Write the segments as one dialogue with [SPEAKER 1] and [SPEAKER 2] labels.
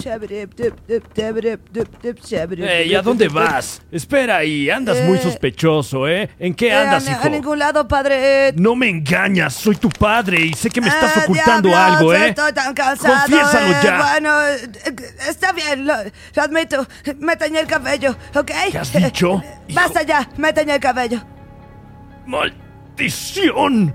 [SPEAKER 1] chabrep, dup, dup, chabrep, dup, dup, chabrep,
[SPEAKER 2] Ey,
[SPEAKER 1] dup,
[SPEAKER 2] Eh, ¿a dónde
[SPEAKER 1] dup, dup,
[SPEAKER 2] vas? Espera ahí, andas muy
[SPEAKER 1] Eh.
[SPEAKER 2] sospechoso, ¿eh? ¿En qué
[SPEAKER 1] Eh,
[SPEAKER 2] andas,
[SPEAKER 1] a, a
[SPEAKER 2] hijo?
[SPEAKER 1] ningún lado, padre. Eh,
[SPEAKER 2] No me engañas, soy tu padre y sé que me estás
[SPEAKER 1] ah,
[SPEAKER 2] ocultando
[SPEAKER 1] diablos,
[SPEAKER 2] algo, ¿eh?
[SPEAKER 1] Estoy tan cansado.
[SPEAKER 2] Confiésalo
[SPEAKER 1] eh,
[SPEAKER 2] ya.
[SPEAKER 1] Bueno, eh, eh, está bien, lo, lo admito. Me teñí el cabello, ¿ok?
[SPEAKER 2] ¿Qué has dicho?
[SPEAKER 1] Eh, Basta ya, me teñí el cabello.
[SPEAKER 2] ¡Maldición!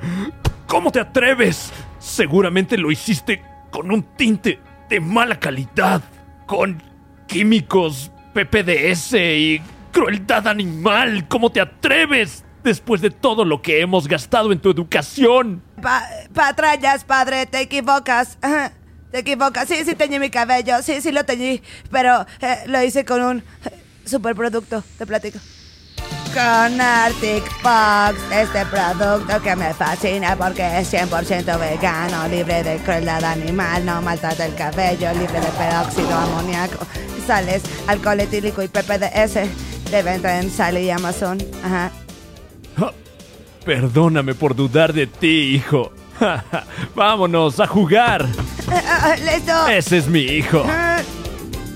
[SPEAKER 2] ¿Cómo te atreves? Seguramente lo hiciste con un tinte de mala calidad, con químicos, PPDS y crueldad animal. ¿Cómo te atreves? Después de todo lo que hemos gastado en tu educación.
[SPEAKER 1] Pa- patrañas, padre, te equivocas. Ajá, Te equivocas. Sí, sí teñí mi cabello. Sí, sí lo teñí. Pero eh, lo hice con un eh, superproducto. Te platico. Con Arctic Fox, este producto que me fascina porque es 100% vegano, libre de crueldad animal, no maltrata el cabello, libre de peróxido amoníaco, sales, alcohol etílico y PPDS. De venta en Sally y Amazon. Ajá.
[SPEAKER 2] Ja, Ah, Perdóname por dudar de ti, hijo. Ja, ja, Vámonos a jugar.
[SPEAKER 1] Ah, ah, ¡Listo!
[SPEAKER 3] Eh.
[SPEAKER 2] Ese es mi hijo.
[SPEAKER 1] Ah.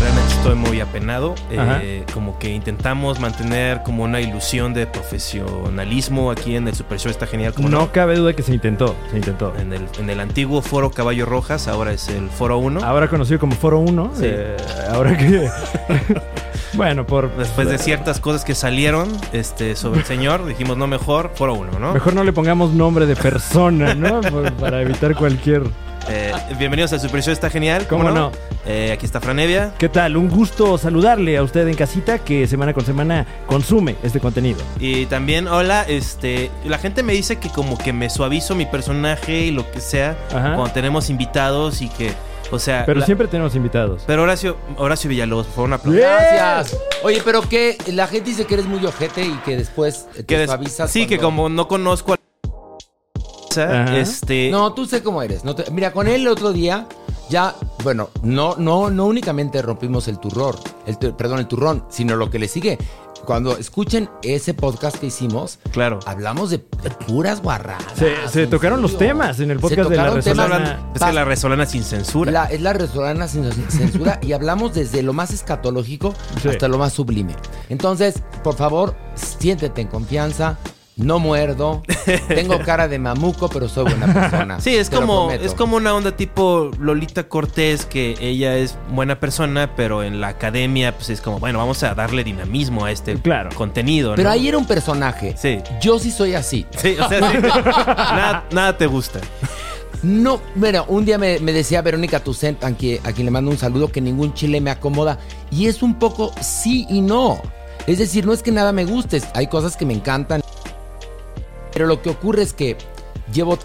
[SPEAKER 4] Realmente estoy muy apenado. eh,
[SPEAKER 2] Ajá.
[SPEAKER 4] como que intentamos mantener como una ilusión de profesionalismo aquí en el Super Show. Está genial. Como
[SPEAKER 3] No cabe duda que se intentó, se intentó.
[SPEAKER 4] En el, en el antiguo foro Caballo Rojas, ahora es el foro 1.
[SPEAKER 3] Ahora conocido como Foro 1,
[SPEAKER 4] Sí.
[SPEAKER 3] eh, ahora que... bueno, por...
[SPEAKER 4] Después de ciertas cosas que salieron este, sobre el señor, dijimos, no, mejor foro 1, ¿no?
[SPEAKER 3] Mejor no le pongamos nombre de persona, ¿no? Por- Para evitar cualquier...
[SPEAKER 4] Eh, bienvenidos al Super Show, está genial.
[SPEAKER 3] ¿Cómo no?
[SPEAKER 4] Eh, aquí está Franevia.
[SPEAKER 3] ¿Qué tal? Un gusto saludarle a usted en casita que semana con semana consume este contenido.
[SPEAKER 4] Y también, hola, este, la gente me dice que como que me suavizo mi personaje y lo que sea
[SPEAKER 3] Ajá.
[SPEAKER 4] cuando tenemos invitados y que, o sea,
[SPEAKER 3] Pero
[SPEAKER 4] la-
[SPEAKER 3] siempre tenemos invitados.
[SPEAKER 4] pero Horacio, Horacio Villalobos, por favor, un aplauso. ¡Eh!
[SPEAKER 5] Gracias. Oye, pero que la gente dice que eres muy ojete y que después eh, te
[SPEAKER 4] Que des-
[SPEAKER 5] suavizas
[SPEAKER 4] sí, que
[SPEAKER 5] cuando-
[SPEAKER 4] como no conozco a
[SPEAKER 3] Ajá.
[SPEAKER 4] este
[SPEAKER 5] No, tú sé cómo eres. no te- Mira, con él el otro día ya, bueno, no, no, no únicamente rompimos el turror, el tu- perdón, el turrón, sino lo que le sigue. Cuando escuchen ese podcast que hicimos,
[SPEAKER 4] Claro.
[SPEAKER 5] hablamos de, de puras guarradas.
[SPEAKER 3] Se, se
[SPEAKER 5] en
[SPEAKER 3] tocaron los
[SPEAKER 5] serio.
[SPEAKER 3] temas en el
[SPEAKER 5] Se
[SPEAKER 3] podcast de la
[SPEAKER 5] tocaron temas-
[SPEAKER 3] Resolana.
[SPEAKER 4] Es que la resolana sin censura.
[SPEAKER 5] La- es la restaurana sin cens- censura y hablamos desde lo más escatológico
[SPEAKER 3] Sí.
[SPEAKER 5] hasta lo más sublime. Entonces, por favor, siéntete en confianza. No muerdo. Tengo cara de mamuco, pero soy buena persona.
[SPEAKER 4] Sí, es
[SPEAKER 5] Te lo
[SPEAKER 4] como,
[SPEAKER 5] prometo.
[SPEAKER 4] es como una onda tipo Lolita Cortés, que ella es buena persona, pero en la academia, pues es como, bueno, vamos a darle dinamismo a este
[SPEAKER 3] Claro.
[SPEAKER 4] contenido. ¿no?
[SPEAKER 5] Pero ahí era un personaje.
[SPEAKER 4] Sí.
[SPEAKER 5] Yo sí soy así.
[SPEAKER 4] Sí, o sea, sí. nada, nada te gusta.
[SPEAKER 5] No, mira, un día me, me decía Verónica Tucent, a quien, a quien le mando un saludo, que ningún chile me acomoda. Y es un poco sí y no. Es decir, no es que nada me guste, hay cosas que me encantan. Pero lo que ocurre es que llevo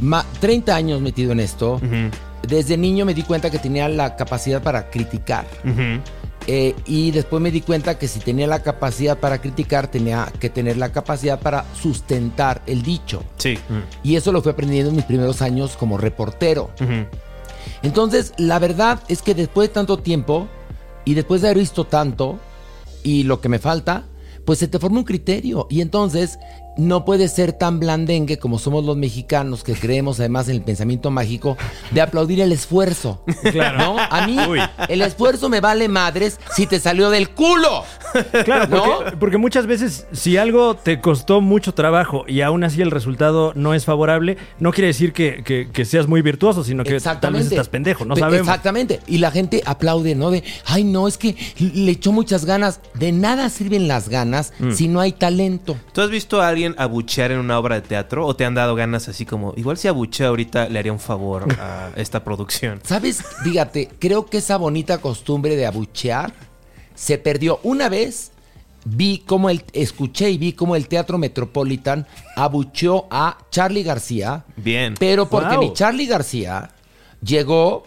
[SPEAKER 5] ma- 30 años metido en esto.
[SPEAKER 4] Ujú,
[SPEAKER 5] Desde niño me di cuenta que tenía la capacidad para criticar.
[SPEAKER 4] ujú.
[SPEAKER 5] Eh, y después me di cuenta que si tenía la capacidad para criticar, tenía que tener la capacidad para sustentar el dicho.
[SPEAKER 4] Sí.
[SPEAKER 5] Y eso lo fui aprendiendo en mis primeros años como reportero.
[SPEAKER 4] ujú.
[SPEAKER 5] Entonces, la verdad es que después de tanto tiempo y después de haber visto tanto y lo que me falta, pues se te forma un criterio. Y entonces no puedes ser tan blandengue como somos los mexicanos que creemos además en el pensamiento mágico de aplaudir el esfuerzo. Claro. A mí el esfuerzo me vale madres si te salió del culo.
[SPEAKER 3] Claro,
[SPEAKER 5] ¿No?
[SPEAKER 3] porque, porque muchas veces si algo te costó mucho trabajo y aún así el resultado no es favorable, no quiere decir que, que- que seas muy virtuoso, sino que tal vez estás pendejo, no
[SPEAKER 5] Pe-
[SPEAKER 3] sabemos.
[SPEAKER 5] Exactamente. Y la gente aplaude, ¿no? De, ay, no, es que le echó muchas ganas. De nada sirven las ganas
[SPEAKER 3] Mm.
[SPEAKER 5] si no hay talento.
[SPEAKER 4] ¿Tú has visto a alguien abuchear en una obra de teatro o te han dado ganas así como, igual si abucheo ahorita le haría un favor a esta producción?
[SPEAKER 5] ¿Sabes? Fíjate, creo que esa bonita costumbre de abuchear se perdió. Una vez vi cómo el, escuché y vi cómo el Teatro Metropolitan abucheó a Charlie García.
[SPEAKER 4] Bien.
[SPEAKER 5] Pero porque
[SPEAKER 3] Wow.
[SPEAKER 5] mi Charlie García llegó,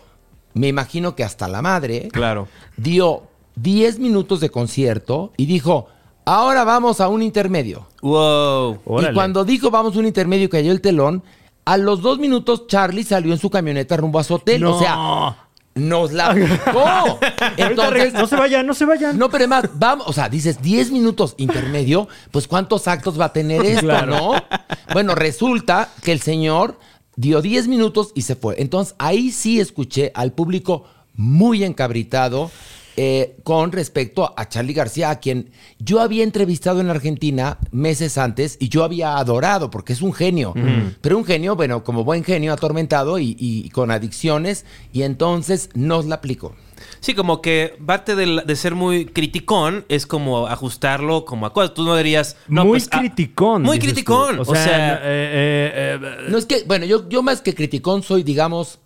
[SPEAKER 5] me imagino que hasta la madre,
[SPEAKER 4] Claro.
[SPEAKER 5] dio 10 minutos de concierto y dijo, Ahora vamos a un intermedio.
[SPEAKER 4] Wow.
[SPEAKER 3] Órale.
[SPEAKER 5] Y cuando dijo vamos a un intermedio y cayó el telón, a los dos minutos Charlie salió en su camioneta rumbo a su hotel.
[SPEAKER 3] No.
[SPEAKER 5] O sea, nos la picó.
[SPEAKER 3] Ahorita
[SPEAKER 5] Entonces,
[SPEAKER 3] regresa- no se vayan, no se vayan.
[SPEAKER 5] no, pero además, vamos, o sea, dices 10 minutos intermedio, pues ¿cuántos actos va a tener esto, no? Bueno, resulta que el señor dio 10 minutos y se fue. Entonces, ahí sí escuché al público muy encabritado eh, con respecto a Charlie García, a quien yo había entrevistado en Argentina meses antes y yo había adorado, porque es un genio. Pero un genio, bueno, como buen genio, atormentado y, y con adicciones, y entonces nos la aplicó.
[SPEAKER 4] Sí, como que parte del- de, ser muy criticón es como ajustarlo como a cosas. Tú no dirías... No,
[SPEAKER 3] muy
[SPEAKER 4] pues, ah,
[SPEAKER 3] criticón.
[SPEAKER 4] muy
[SPEAKER 3] dices tú.
[SPEAKER 4] criticón.
[SPEAKER 3] O sea, eh, eh, eh,
[SPEAKER 5] No es que, bueno, yo, yo más que criticón soy, digamos,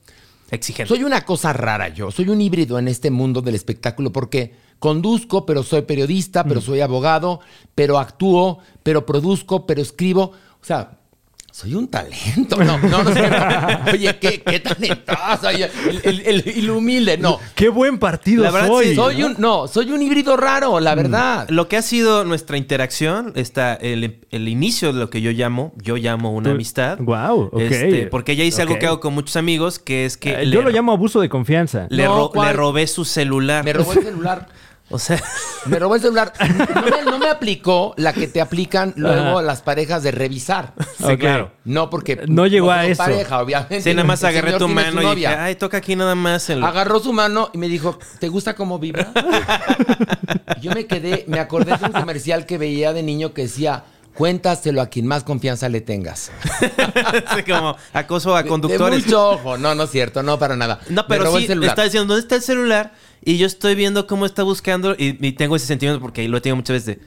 [SPEAKER 4] exigente.
[SPEAKER 5] soy una cosa rara yo, soy un híbrido en este mundo del espectáculo porque conduzco, pero soy periodista, pero soy abogado, pero actúo, pero produzco, pero escribo, o sea... Soy un talento. No, no, no. es cierto. Oye, qué, qué talentoso. Oye, El, el- el- el humilde, no.
[SPEAKER 3] qué buen partido
[SPEAKER 4] La verdad,
[SPEAKER 3] soy.
[SPEAKER 4] sí,
[SPEAKER 5] Soy un, no, soy un híbrido raro, la verdad.
[SPEAKER 4] Lo que ha sido nuestra interacción, está el, el inicio de lo que yo llamo, yo llamo una
[SPEAKER 3] Tú-
[SPEAKER 4] amistad.
[SPEAKER 3] Guau, ok.
[SPEAKER 4] Este, porque ya hice algo
[SPEAKER 3] Ok.
[SPEAKER 4] que hago con muchos amigos, que es que
[SPEAKER 3] Eh, Yo lo llamo abuso de confianza.
[SPEAKER 4] le,
[SPEAKER 5] No,
[SPEAKER 4] ro-
[SPEAKER 5] ¿cuál?
[SPEAKER 4] le robé su celular.
[SPEAKER 5] Me robó el celular.
[SPEAKER 4] O sea,
[SPEAKER 5] Me robó el celular. No me, no me aplicó la que te aplican luego
[SPEAKER 3] Ajá.
[SPEAKER 5] las parejas de revisar.
[SPEAKER 4] sí,
[SPEAKER 3] Ok.
[SPEAKER 4] claro.
[SPEAKER 5] No, porque
[SPEAKER 3] No llegó a
[SPEAKER 5] son
[SPEAKER 3] eso.
[SPEAKER 5] pareja, obviamente.
[SPEAKER 4] Sí, nada más
[SPEAKER 5] El
[SPEAKER 4] agarré
[SPEAKER 5] señor
[SPEAKER 4] tu
[SPEAKER 5] tiene su
[SPEAKER 4] mano y dije,
[SPEAKER 5] novia.
[SPEAKER 4] ay, toca aquí nada más. el-
[SPEAKER 5] Agarró su mano y me dijo, ¿te gusta cómo vibra? Y Yo me quedé, me acordé de un comercial que veía de niño que decía, cuéntaselo a quien más confianza le tengas.
[SPEAKER 4] Así como acoso a
[SPEAKER 5] De-
[SPEAKER 4] conductores.
[SPEAKER 5] De mucho ojo. No, no es cierto, no para nada.
[SPEAKER 4] No,
[SPEAKER 5] Me
[SPEAKER 4] pero
[SPEAKER 5] robó
[SPEAKER 4] sí,
[SPEAKER 5] el celular.
[SPEAKER 4] está diciendo, ¿dónde está el celular? Y yo estoy viendo cómo está buscando y, y tengo ese sentimiento porque lo he tenido muchas veces de,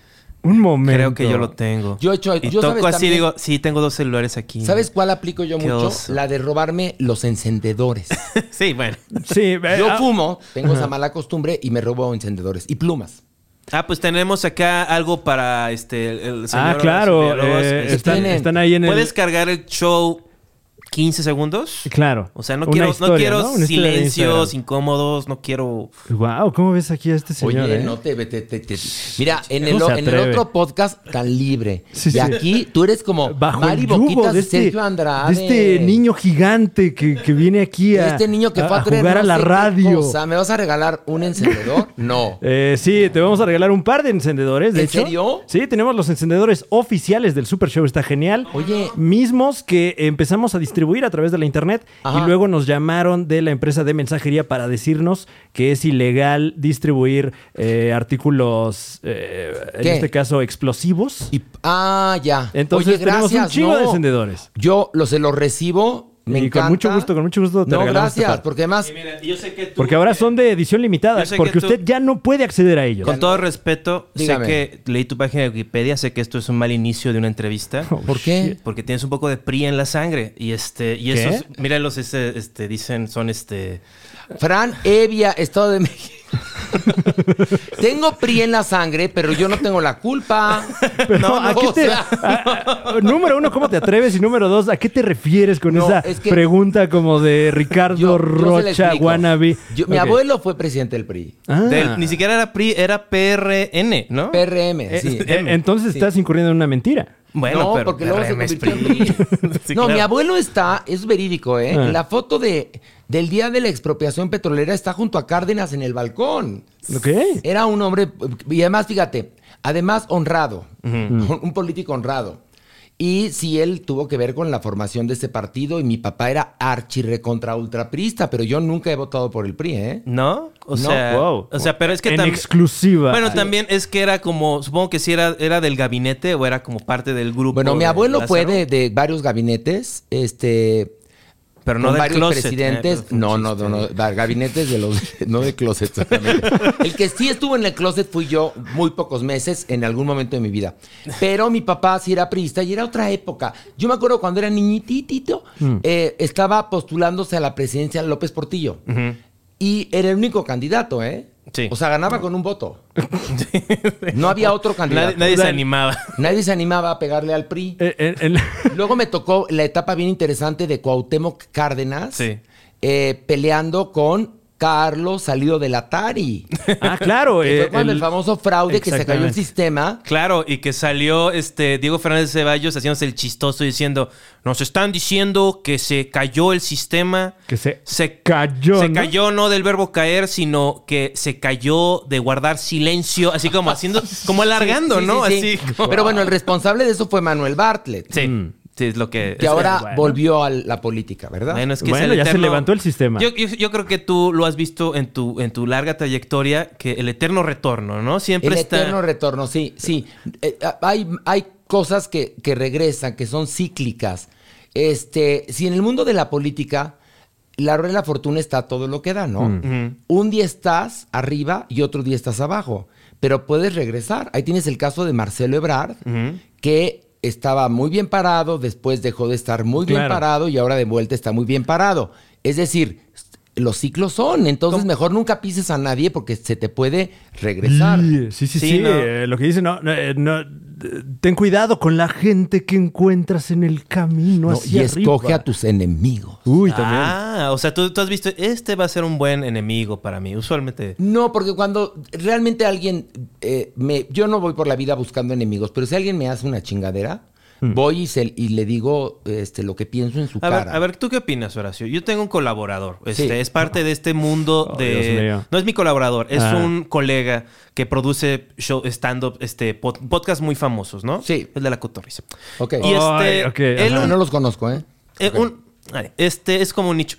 [SPEAKER 3] Un momento.
[SPEAKER 4] creo que yo lo tengo.
[SPEAKER 5] Yo he hecho-
[SPEAKER 4] y
[SPEAKER 5] yo,
[SPEAKER 4] toco
[SPEAKER 5] ¿sabes
[SPEAKER 4] así
[SPEAKER 5] también?
[SPEAKER 4] y digo, sí, tengo dos celulares aquí.
[SPEAKER 5] ¿Sabes cuál aplico yo
[SPEAKER 4] Qué
[SPEAKER 5] mucho?
[SPEAKER 4] oso.
[SPEAKER 5] La de robarme los encendedores.
[SPEAKER 4] sí, bueno.
[SPEAKER 3] Sí, eh,
[SPEAKER 5] Yo
[SPEAKER 3] ah,
[SPEAKER 5] fumo, tengo esa mala costumbre y me robo encendedores y plumas.
[SPEAKER 4] Ah, pues tenemos acá algo para este el señor.
[SPEAKER 3] Ah, claro.
[SPEAKER 4] Villalobos.
[SPEAKER 3] eh,
[SPEAKER 4] Este,
[SPEAKER 3] están,
[SPEAKER 5] tienen-
[SPEAKER 3] están ahí en el.
[SPEAKER 4] ¿Puedes cargar el show 15 segundos?
[SPEAKER 3] Claro.
[SPEAKER 4] O sea, no
[SPEAKER 3] Una
[SPEAKER 4] quiero, no
[SPEAKER 3] historia,
[SPEAKER 4] quiero
[SPEAKER 3] ¿no? Una historia de
[SPEAKER 4] silencios
[SPEAKER 3] Instagram.
[SPEAKER 4] incómodos, no quiero.
[SPEAKER 3] Wow, ¿cómo ves aquí a este señor?
[SPEAKER 5] Oye,
[SPEAKER 3] eh?
[SPEAKER 5] no te, te- te- te- Mira, en el,
[SPEAKER 3] ¿Cómo se
[SPEAKER 5] en el
[SPEAKER 3] atreve?
[SPEAKER 5] otro podcast tan libre.
[SPEAKER 3] Sí,
[SPEAKER 5] y
[SPEAKER 3] sí.
[SPEAKER 5] aquí tú eres como
[SPEAKER 3] Bajo
[SPEAKER 5] Mari
[SPEAKER 3] el yugo
[SPEAKER 5] Boquitas
[SPEAKER 3] de
[SPEAKER 5] de
[SPEAKER 3] este,
[SPEAKER 5] Sergio Andrade.
[SPEAKER 3] de este niño gigante que, que viene aquí a,
[SPEAKER 5] Este niño que fue a, traer
[SPEAKER 3] jugar a
[SPEAKER 5] no
[SPEAKER 3] la
[SPEAKER 5] sé qué
[SPEAKER 3] radio.
[SPEAKER 5] cosa. ¿Me vas a regalar un encendedor? No.
[SPEAKER 3] Eh, sí, te vamos a regalar un par de encendedores, de
[SPEAKER 5] ¿En
[SPEAKER 3] hecho.
[SPEAKER 5] serio?
[SPEAKER 3] Sí, tenemos los encendedores oficiales del Super Show, está genial.
[SPEAKER 5] Oye.
[SPEAKER 3] Mismos que empezamos a distribuir a través de la internet
[SPEAKER 5] Ajá.
[SPEAKER 3] y luego nos llamaron de la empresa de mensajería para decirnos que es ilegal distribuir eh, artículos, eh, en
[SPEAKER 5] ¿Qué?
[SPEAKER 3] este caso explosivos.
[SPEAKER 5] Y- ah, ya.
[SPEAKER 3] Entonces
[SPEAKER 5] Oye,
[SPEAKER 3] tenemos un
[SPEAKER 5] gracias.
[SPEAKER 3] chingo de
[SPEAKER 5] no.
[SPEAKER 3] encendedores.
[SPEAKER 5] Yo los, se los recibo. Me
[SPEAKER 3] Y con
[SPEAKER 5] encanta.
[SPEAKER 3] mucho gusto, con mucho gusto te
[SPEAKER 5] No,
[SPEAKER 3] regalamos este
[SPEAKER 5] gracias,
[SPEAKER 3] par.
[SPEAKER 5] porque además
[SPEAKER 4] yo sé que tú,
[SPEAKER 3] Porque ahora son de edición limitada,
[SPEAKER 4] Yo sé que
[SPEAKER 3] porque
[SPEAKER 4] tú-
[SPEAKER 3] usted ya no puede acceder a ellos.
[SPEAKER 4] Con todo respeto,
[SPEAKER 5] Dígame.
[SPEAKER 4] sé que leí tu página de Wikipedia, sé que esto es un mal inicio de una entrevista.
[SPEAKER 5] ¿Por qué?
[SPEAKER 4] Porque tienes un poco de PRI en la sangre. Y este, y
[SPEAKER 3] ¿Qué?
[SPEAKER 4] esos, míralos, este, este, dicen, son este.
[SPEAKER 5] Fran Evia, Estado de México. tengo PRI en la sangre, pero yo no tengo la culpa.
[SPEAKER 3] Pero
[SPEAKER 5] No, no,
[SPEAKER 3] ¿a qué
[SPEAKER 5] o
[SPEAKER 3] te-
[SPEAKER 5] sea.
[SPEAKER 3] a- a- número uno, ¿cómo te atreves? Y número dos, ¿a qué te refieres con
[SPEAKER 5] No,
[SPEAKER 3] esa
[SPEAKER 5] es que-
[SPEAKER 3] pregunta como de Ricardo
[SPEAKER 5] Yo- yo se la
[SPEAKER 3] Rocha
[SPEAKER 5] explico.
[SPEAKER 3] wannabe?
[SPEAKER 5] Yo- Mi
[SPEAKER 3] Ok.
[SPEAKER 5] abuelo fue presidente del PRI.
[SPEAKER 3] Ah.
[SPEAKER 4] del- ni siquiera era PRI, era PRN, ¿no?
[SPEAKER 5] PRM,
[SPEAKER 3] Eh,
[SPEAKER 5] sí.
[SPEAKER 3] eh, entonces estás incurriendo en una mentira.
[SPEAKER 4] bueno,
[SPEAKER 5] no,
[SPEAKER 4] pero
[SPEAKER 5] porque luego se
[SPEAKER 4] PRM es
[SPEAKER 5] convirtió en
[SPEAKER 4] PRI.
[SPEAKER 5] PRI.
[SPEAKER 4] Sí,
[SPEAKER 5] no, mi
[SPEAKER 4] claro.
[SPEAKER 5] abuelo está, es verídico, ¿eh?
[SPEAKER 3] Ah.
[SPEAKER 5] La foto de, del día de la expropiación petrolera está junto a Cárdenas en el balcón.
[SPEAKER 3] Ok.
[SPEAKER 5] Era un hombre, y además, fíjate, además honrado, un- un político honrado. Y si él tuvo que ver con la formación de ese partido, y mi papá era archirrecontra ultraprista, pero yo nunca he votado por el PRI, ¿eh?
[SPEAKER 4] ¿No? O
[SPEAKER 5] No,
[SPEAKER 4] sea,
[SPEAKER 3] wow.
[SPEAKER 4] o sea, pero es que
[SPEAKER 3] en
[SPEAKER 4] también.
[SPEAKER 3] exclusiva.
[SPEAKER 4] Bueno, también es que era como, supongo que sí era, era del gabinete o era como parte del grupo.
[SPEAKER 5] Bueno, mi
[SPEAKER 4] de
[SPEAKER 5] abuelo
[SPEAKER 4] Lázaro,
[SPEAKER 5] fue de, de varios gabinetes, este,
[SPEAKER 4] pero no
[SPEAKER 5] con
[SPEAKER 4] del
[SPEAKER 5] varios
[SPEAKER 4] closet.
[SPEAKER 5] presidentes.
[SPEAKER 4] Eh, fue un
[SPEAKER 5] no, no, no,
[SPEAKER 4] chiste.
[SPEAKER 5] no, da- gabinetes de los, no de closet. exactamente. El que sí estuvo en el closet fui yo muy pocos meses en algún momento de mi vida. Pero mi papá sí era priista y era otra época. Yo me acuerdo cuando era niñititito,
[SPEAKER 4] Mm.
[SPEAKER 5] eh, estaba postulándose a la presidencia López Portillo. Y era el único candidato, ¿eh?
[SPEAKER 4] Sí.
[SPEAKER 5] O sea, ganaba con un voto. No había otro candidato.
[SPEAKER 4] Nadie, nadie se animaba.
[SPEAKER 5] Nadie se animaba a pegarle al PRI.
[SPEAKER 3] Eh, eh, en-
[SPEAKER 5] Luego me tocó la etapa bien interesante de Cuauhtémoc Cárdenas
[SPEAKER 4] Sí.
[SPEAKER 5] eh, peleando con Carlos salido del Atari.
[SPEAKER 3] Ah, claro.
[SPEAKER 5] Que
[SPEAKER 3] eh,
[SPEAKER 5] fue cuando el, famoso fraude que se cayó el
[SPEAKER 3] Exactamente.
[SPEAKER 5] sistema.
[SPEAKER 4] Claro, y que salió este Diego Fernández Ceballos haciéndose el chistoso y diciendo, nos están diciendo que se cayó el sistema.
[SPEAKER 3] Que se
[SPEAKER 4] se
[SPEAKER 3] cayó,
[SPEAKER 4] Se
[SPEAKER 3] ¿no?
[SPEAKER 4] cayó no del verbo caer, sino que se cayó de guardar silencio, así como haciendo, como alargando,
[SPEAKER 5] Sí, sí,
[SPEAKER 4] ¿no?
[SPEAKER 5] sí, sí.
[SPEAKER 4] Así. como-
[SPEAKER 5] Pero bueno, el responsable de eso fue Manuel Bartlett,
[SPEAKER 4] Sí, sí, es lo que...
[SPEAKER 5] que
[SPEAKER 4] es-
[SPEAKER 5] ahora
[SPEAKER 3] bueno.
[SPEAKER 5] volvió a la política, ¿verdad?
[SPEAKER 4] Bueno, es que
[SPEAKER 3] Bueno,
[SPEAKER 4] es el
[SPEAKER 3] ya se
[SPEAKER 4] eterno-
[SPEAKER 3] levantó el sistema.
[SPEAKER 4] Yo, yo- yo creo que tú lo has visto en tu, en tu larga trayectoria, que el eterno retorno, ¿no? Siempre
[SPEAKER 5] el
[SPEAKER 4] está...
[SPEAKER 5] eterno retorno, sí, sí. Eh, ah, hay, hay cosas que, que regresan, que son cíclicas. Este, si en el mundo de la política, la rueda de la fortuna está todo lo que da, ¿no? Un día estás arriba y otro día estás abajo, pero puedes regresar. Ahí tienes el caso de Marcelo Ebrard, que estaba muy bien parado, después dejó de estar muy bien
[SPEAKER 3] Claro.
[SPEAKER 5] parado y ahora de vuelta está muy bien parado. Es decir, los ciclos son, entonces mejor nunca pises a nadie porque se te puede regresar.
[SPEAKER 3] Sí, sí, sí.
[SPEAKER 4] Sí,
[SPEAKER 3] sí,
[SPEAKER 4] no.
[SPEAKER 3] eh, lo que dice, no, no, eh, no, eh, ten cuidado con la gente que encuentras en el camino
[SPEAKER 5] No, y
[SPEAKER 3] hacia
[SPEAKER 5] escoge
[SPEAKER 3] arriba.
[SPEAKER 5] a tus enemigos.
[SPEAKER 3] Uy, también.
[SPEAKER 4] Ah, o sea, tú, tú has visto, este va a ser un buen enemigo para mí, usualmente.
[SPEAKER 5] No, porque cuando realmente alguien eh, me, yo no voy por la vida buscando enemigos, pero si alguien me hace una chingadera,
[SPEAKER 3] Hmm.
[SPEAKER 5] voy y, se- y le digo este, lo que pienso en su
[SPEAKER 4] A
[SPEAKER 5] cara.
[SPEAKER 4] ver, a ver, ¿tú qué opinas, Horacio? Yo tengo un colaborador. Este,
[SPEAKER 5] Sí.
[SPEAKER 4] Es parte de este mundo
[SPEAKER 3] Oh, Dios
[SPEAKER 4] de...
[SPEAKER 3] mío.
[SPEAKER 4] No es mi colaborador, es
[SPEAKER 3] Ah.
[SPEAKER 4] un colega que produce show, stand-up, este, pod- podcast muy famosos, ¿no?
[SPEAKER 5] Sí.
[SPEAKER 4] Es de la cotorriza.
[SPEAKER 5] Ok. Ah,
[SPEAKER 4] Y
[SPEAKER 3] Ay,
[SPEAKER 4] este...
[SPEAKER 3] ok,
[SPEAKER 4] él
[SPEAKER 3] ajá.
[SPEAKER 5] No,
[SPEAKER 4] un-
[SPEAKER 5] no los conozco, ¿eh?
[SPEAKER 4] eh, un- ay, este es como un nicho.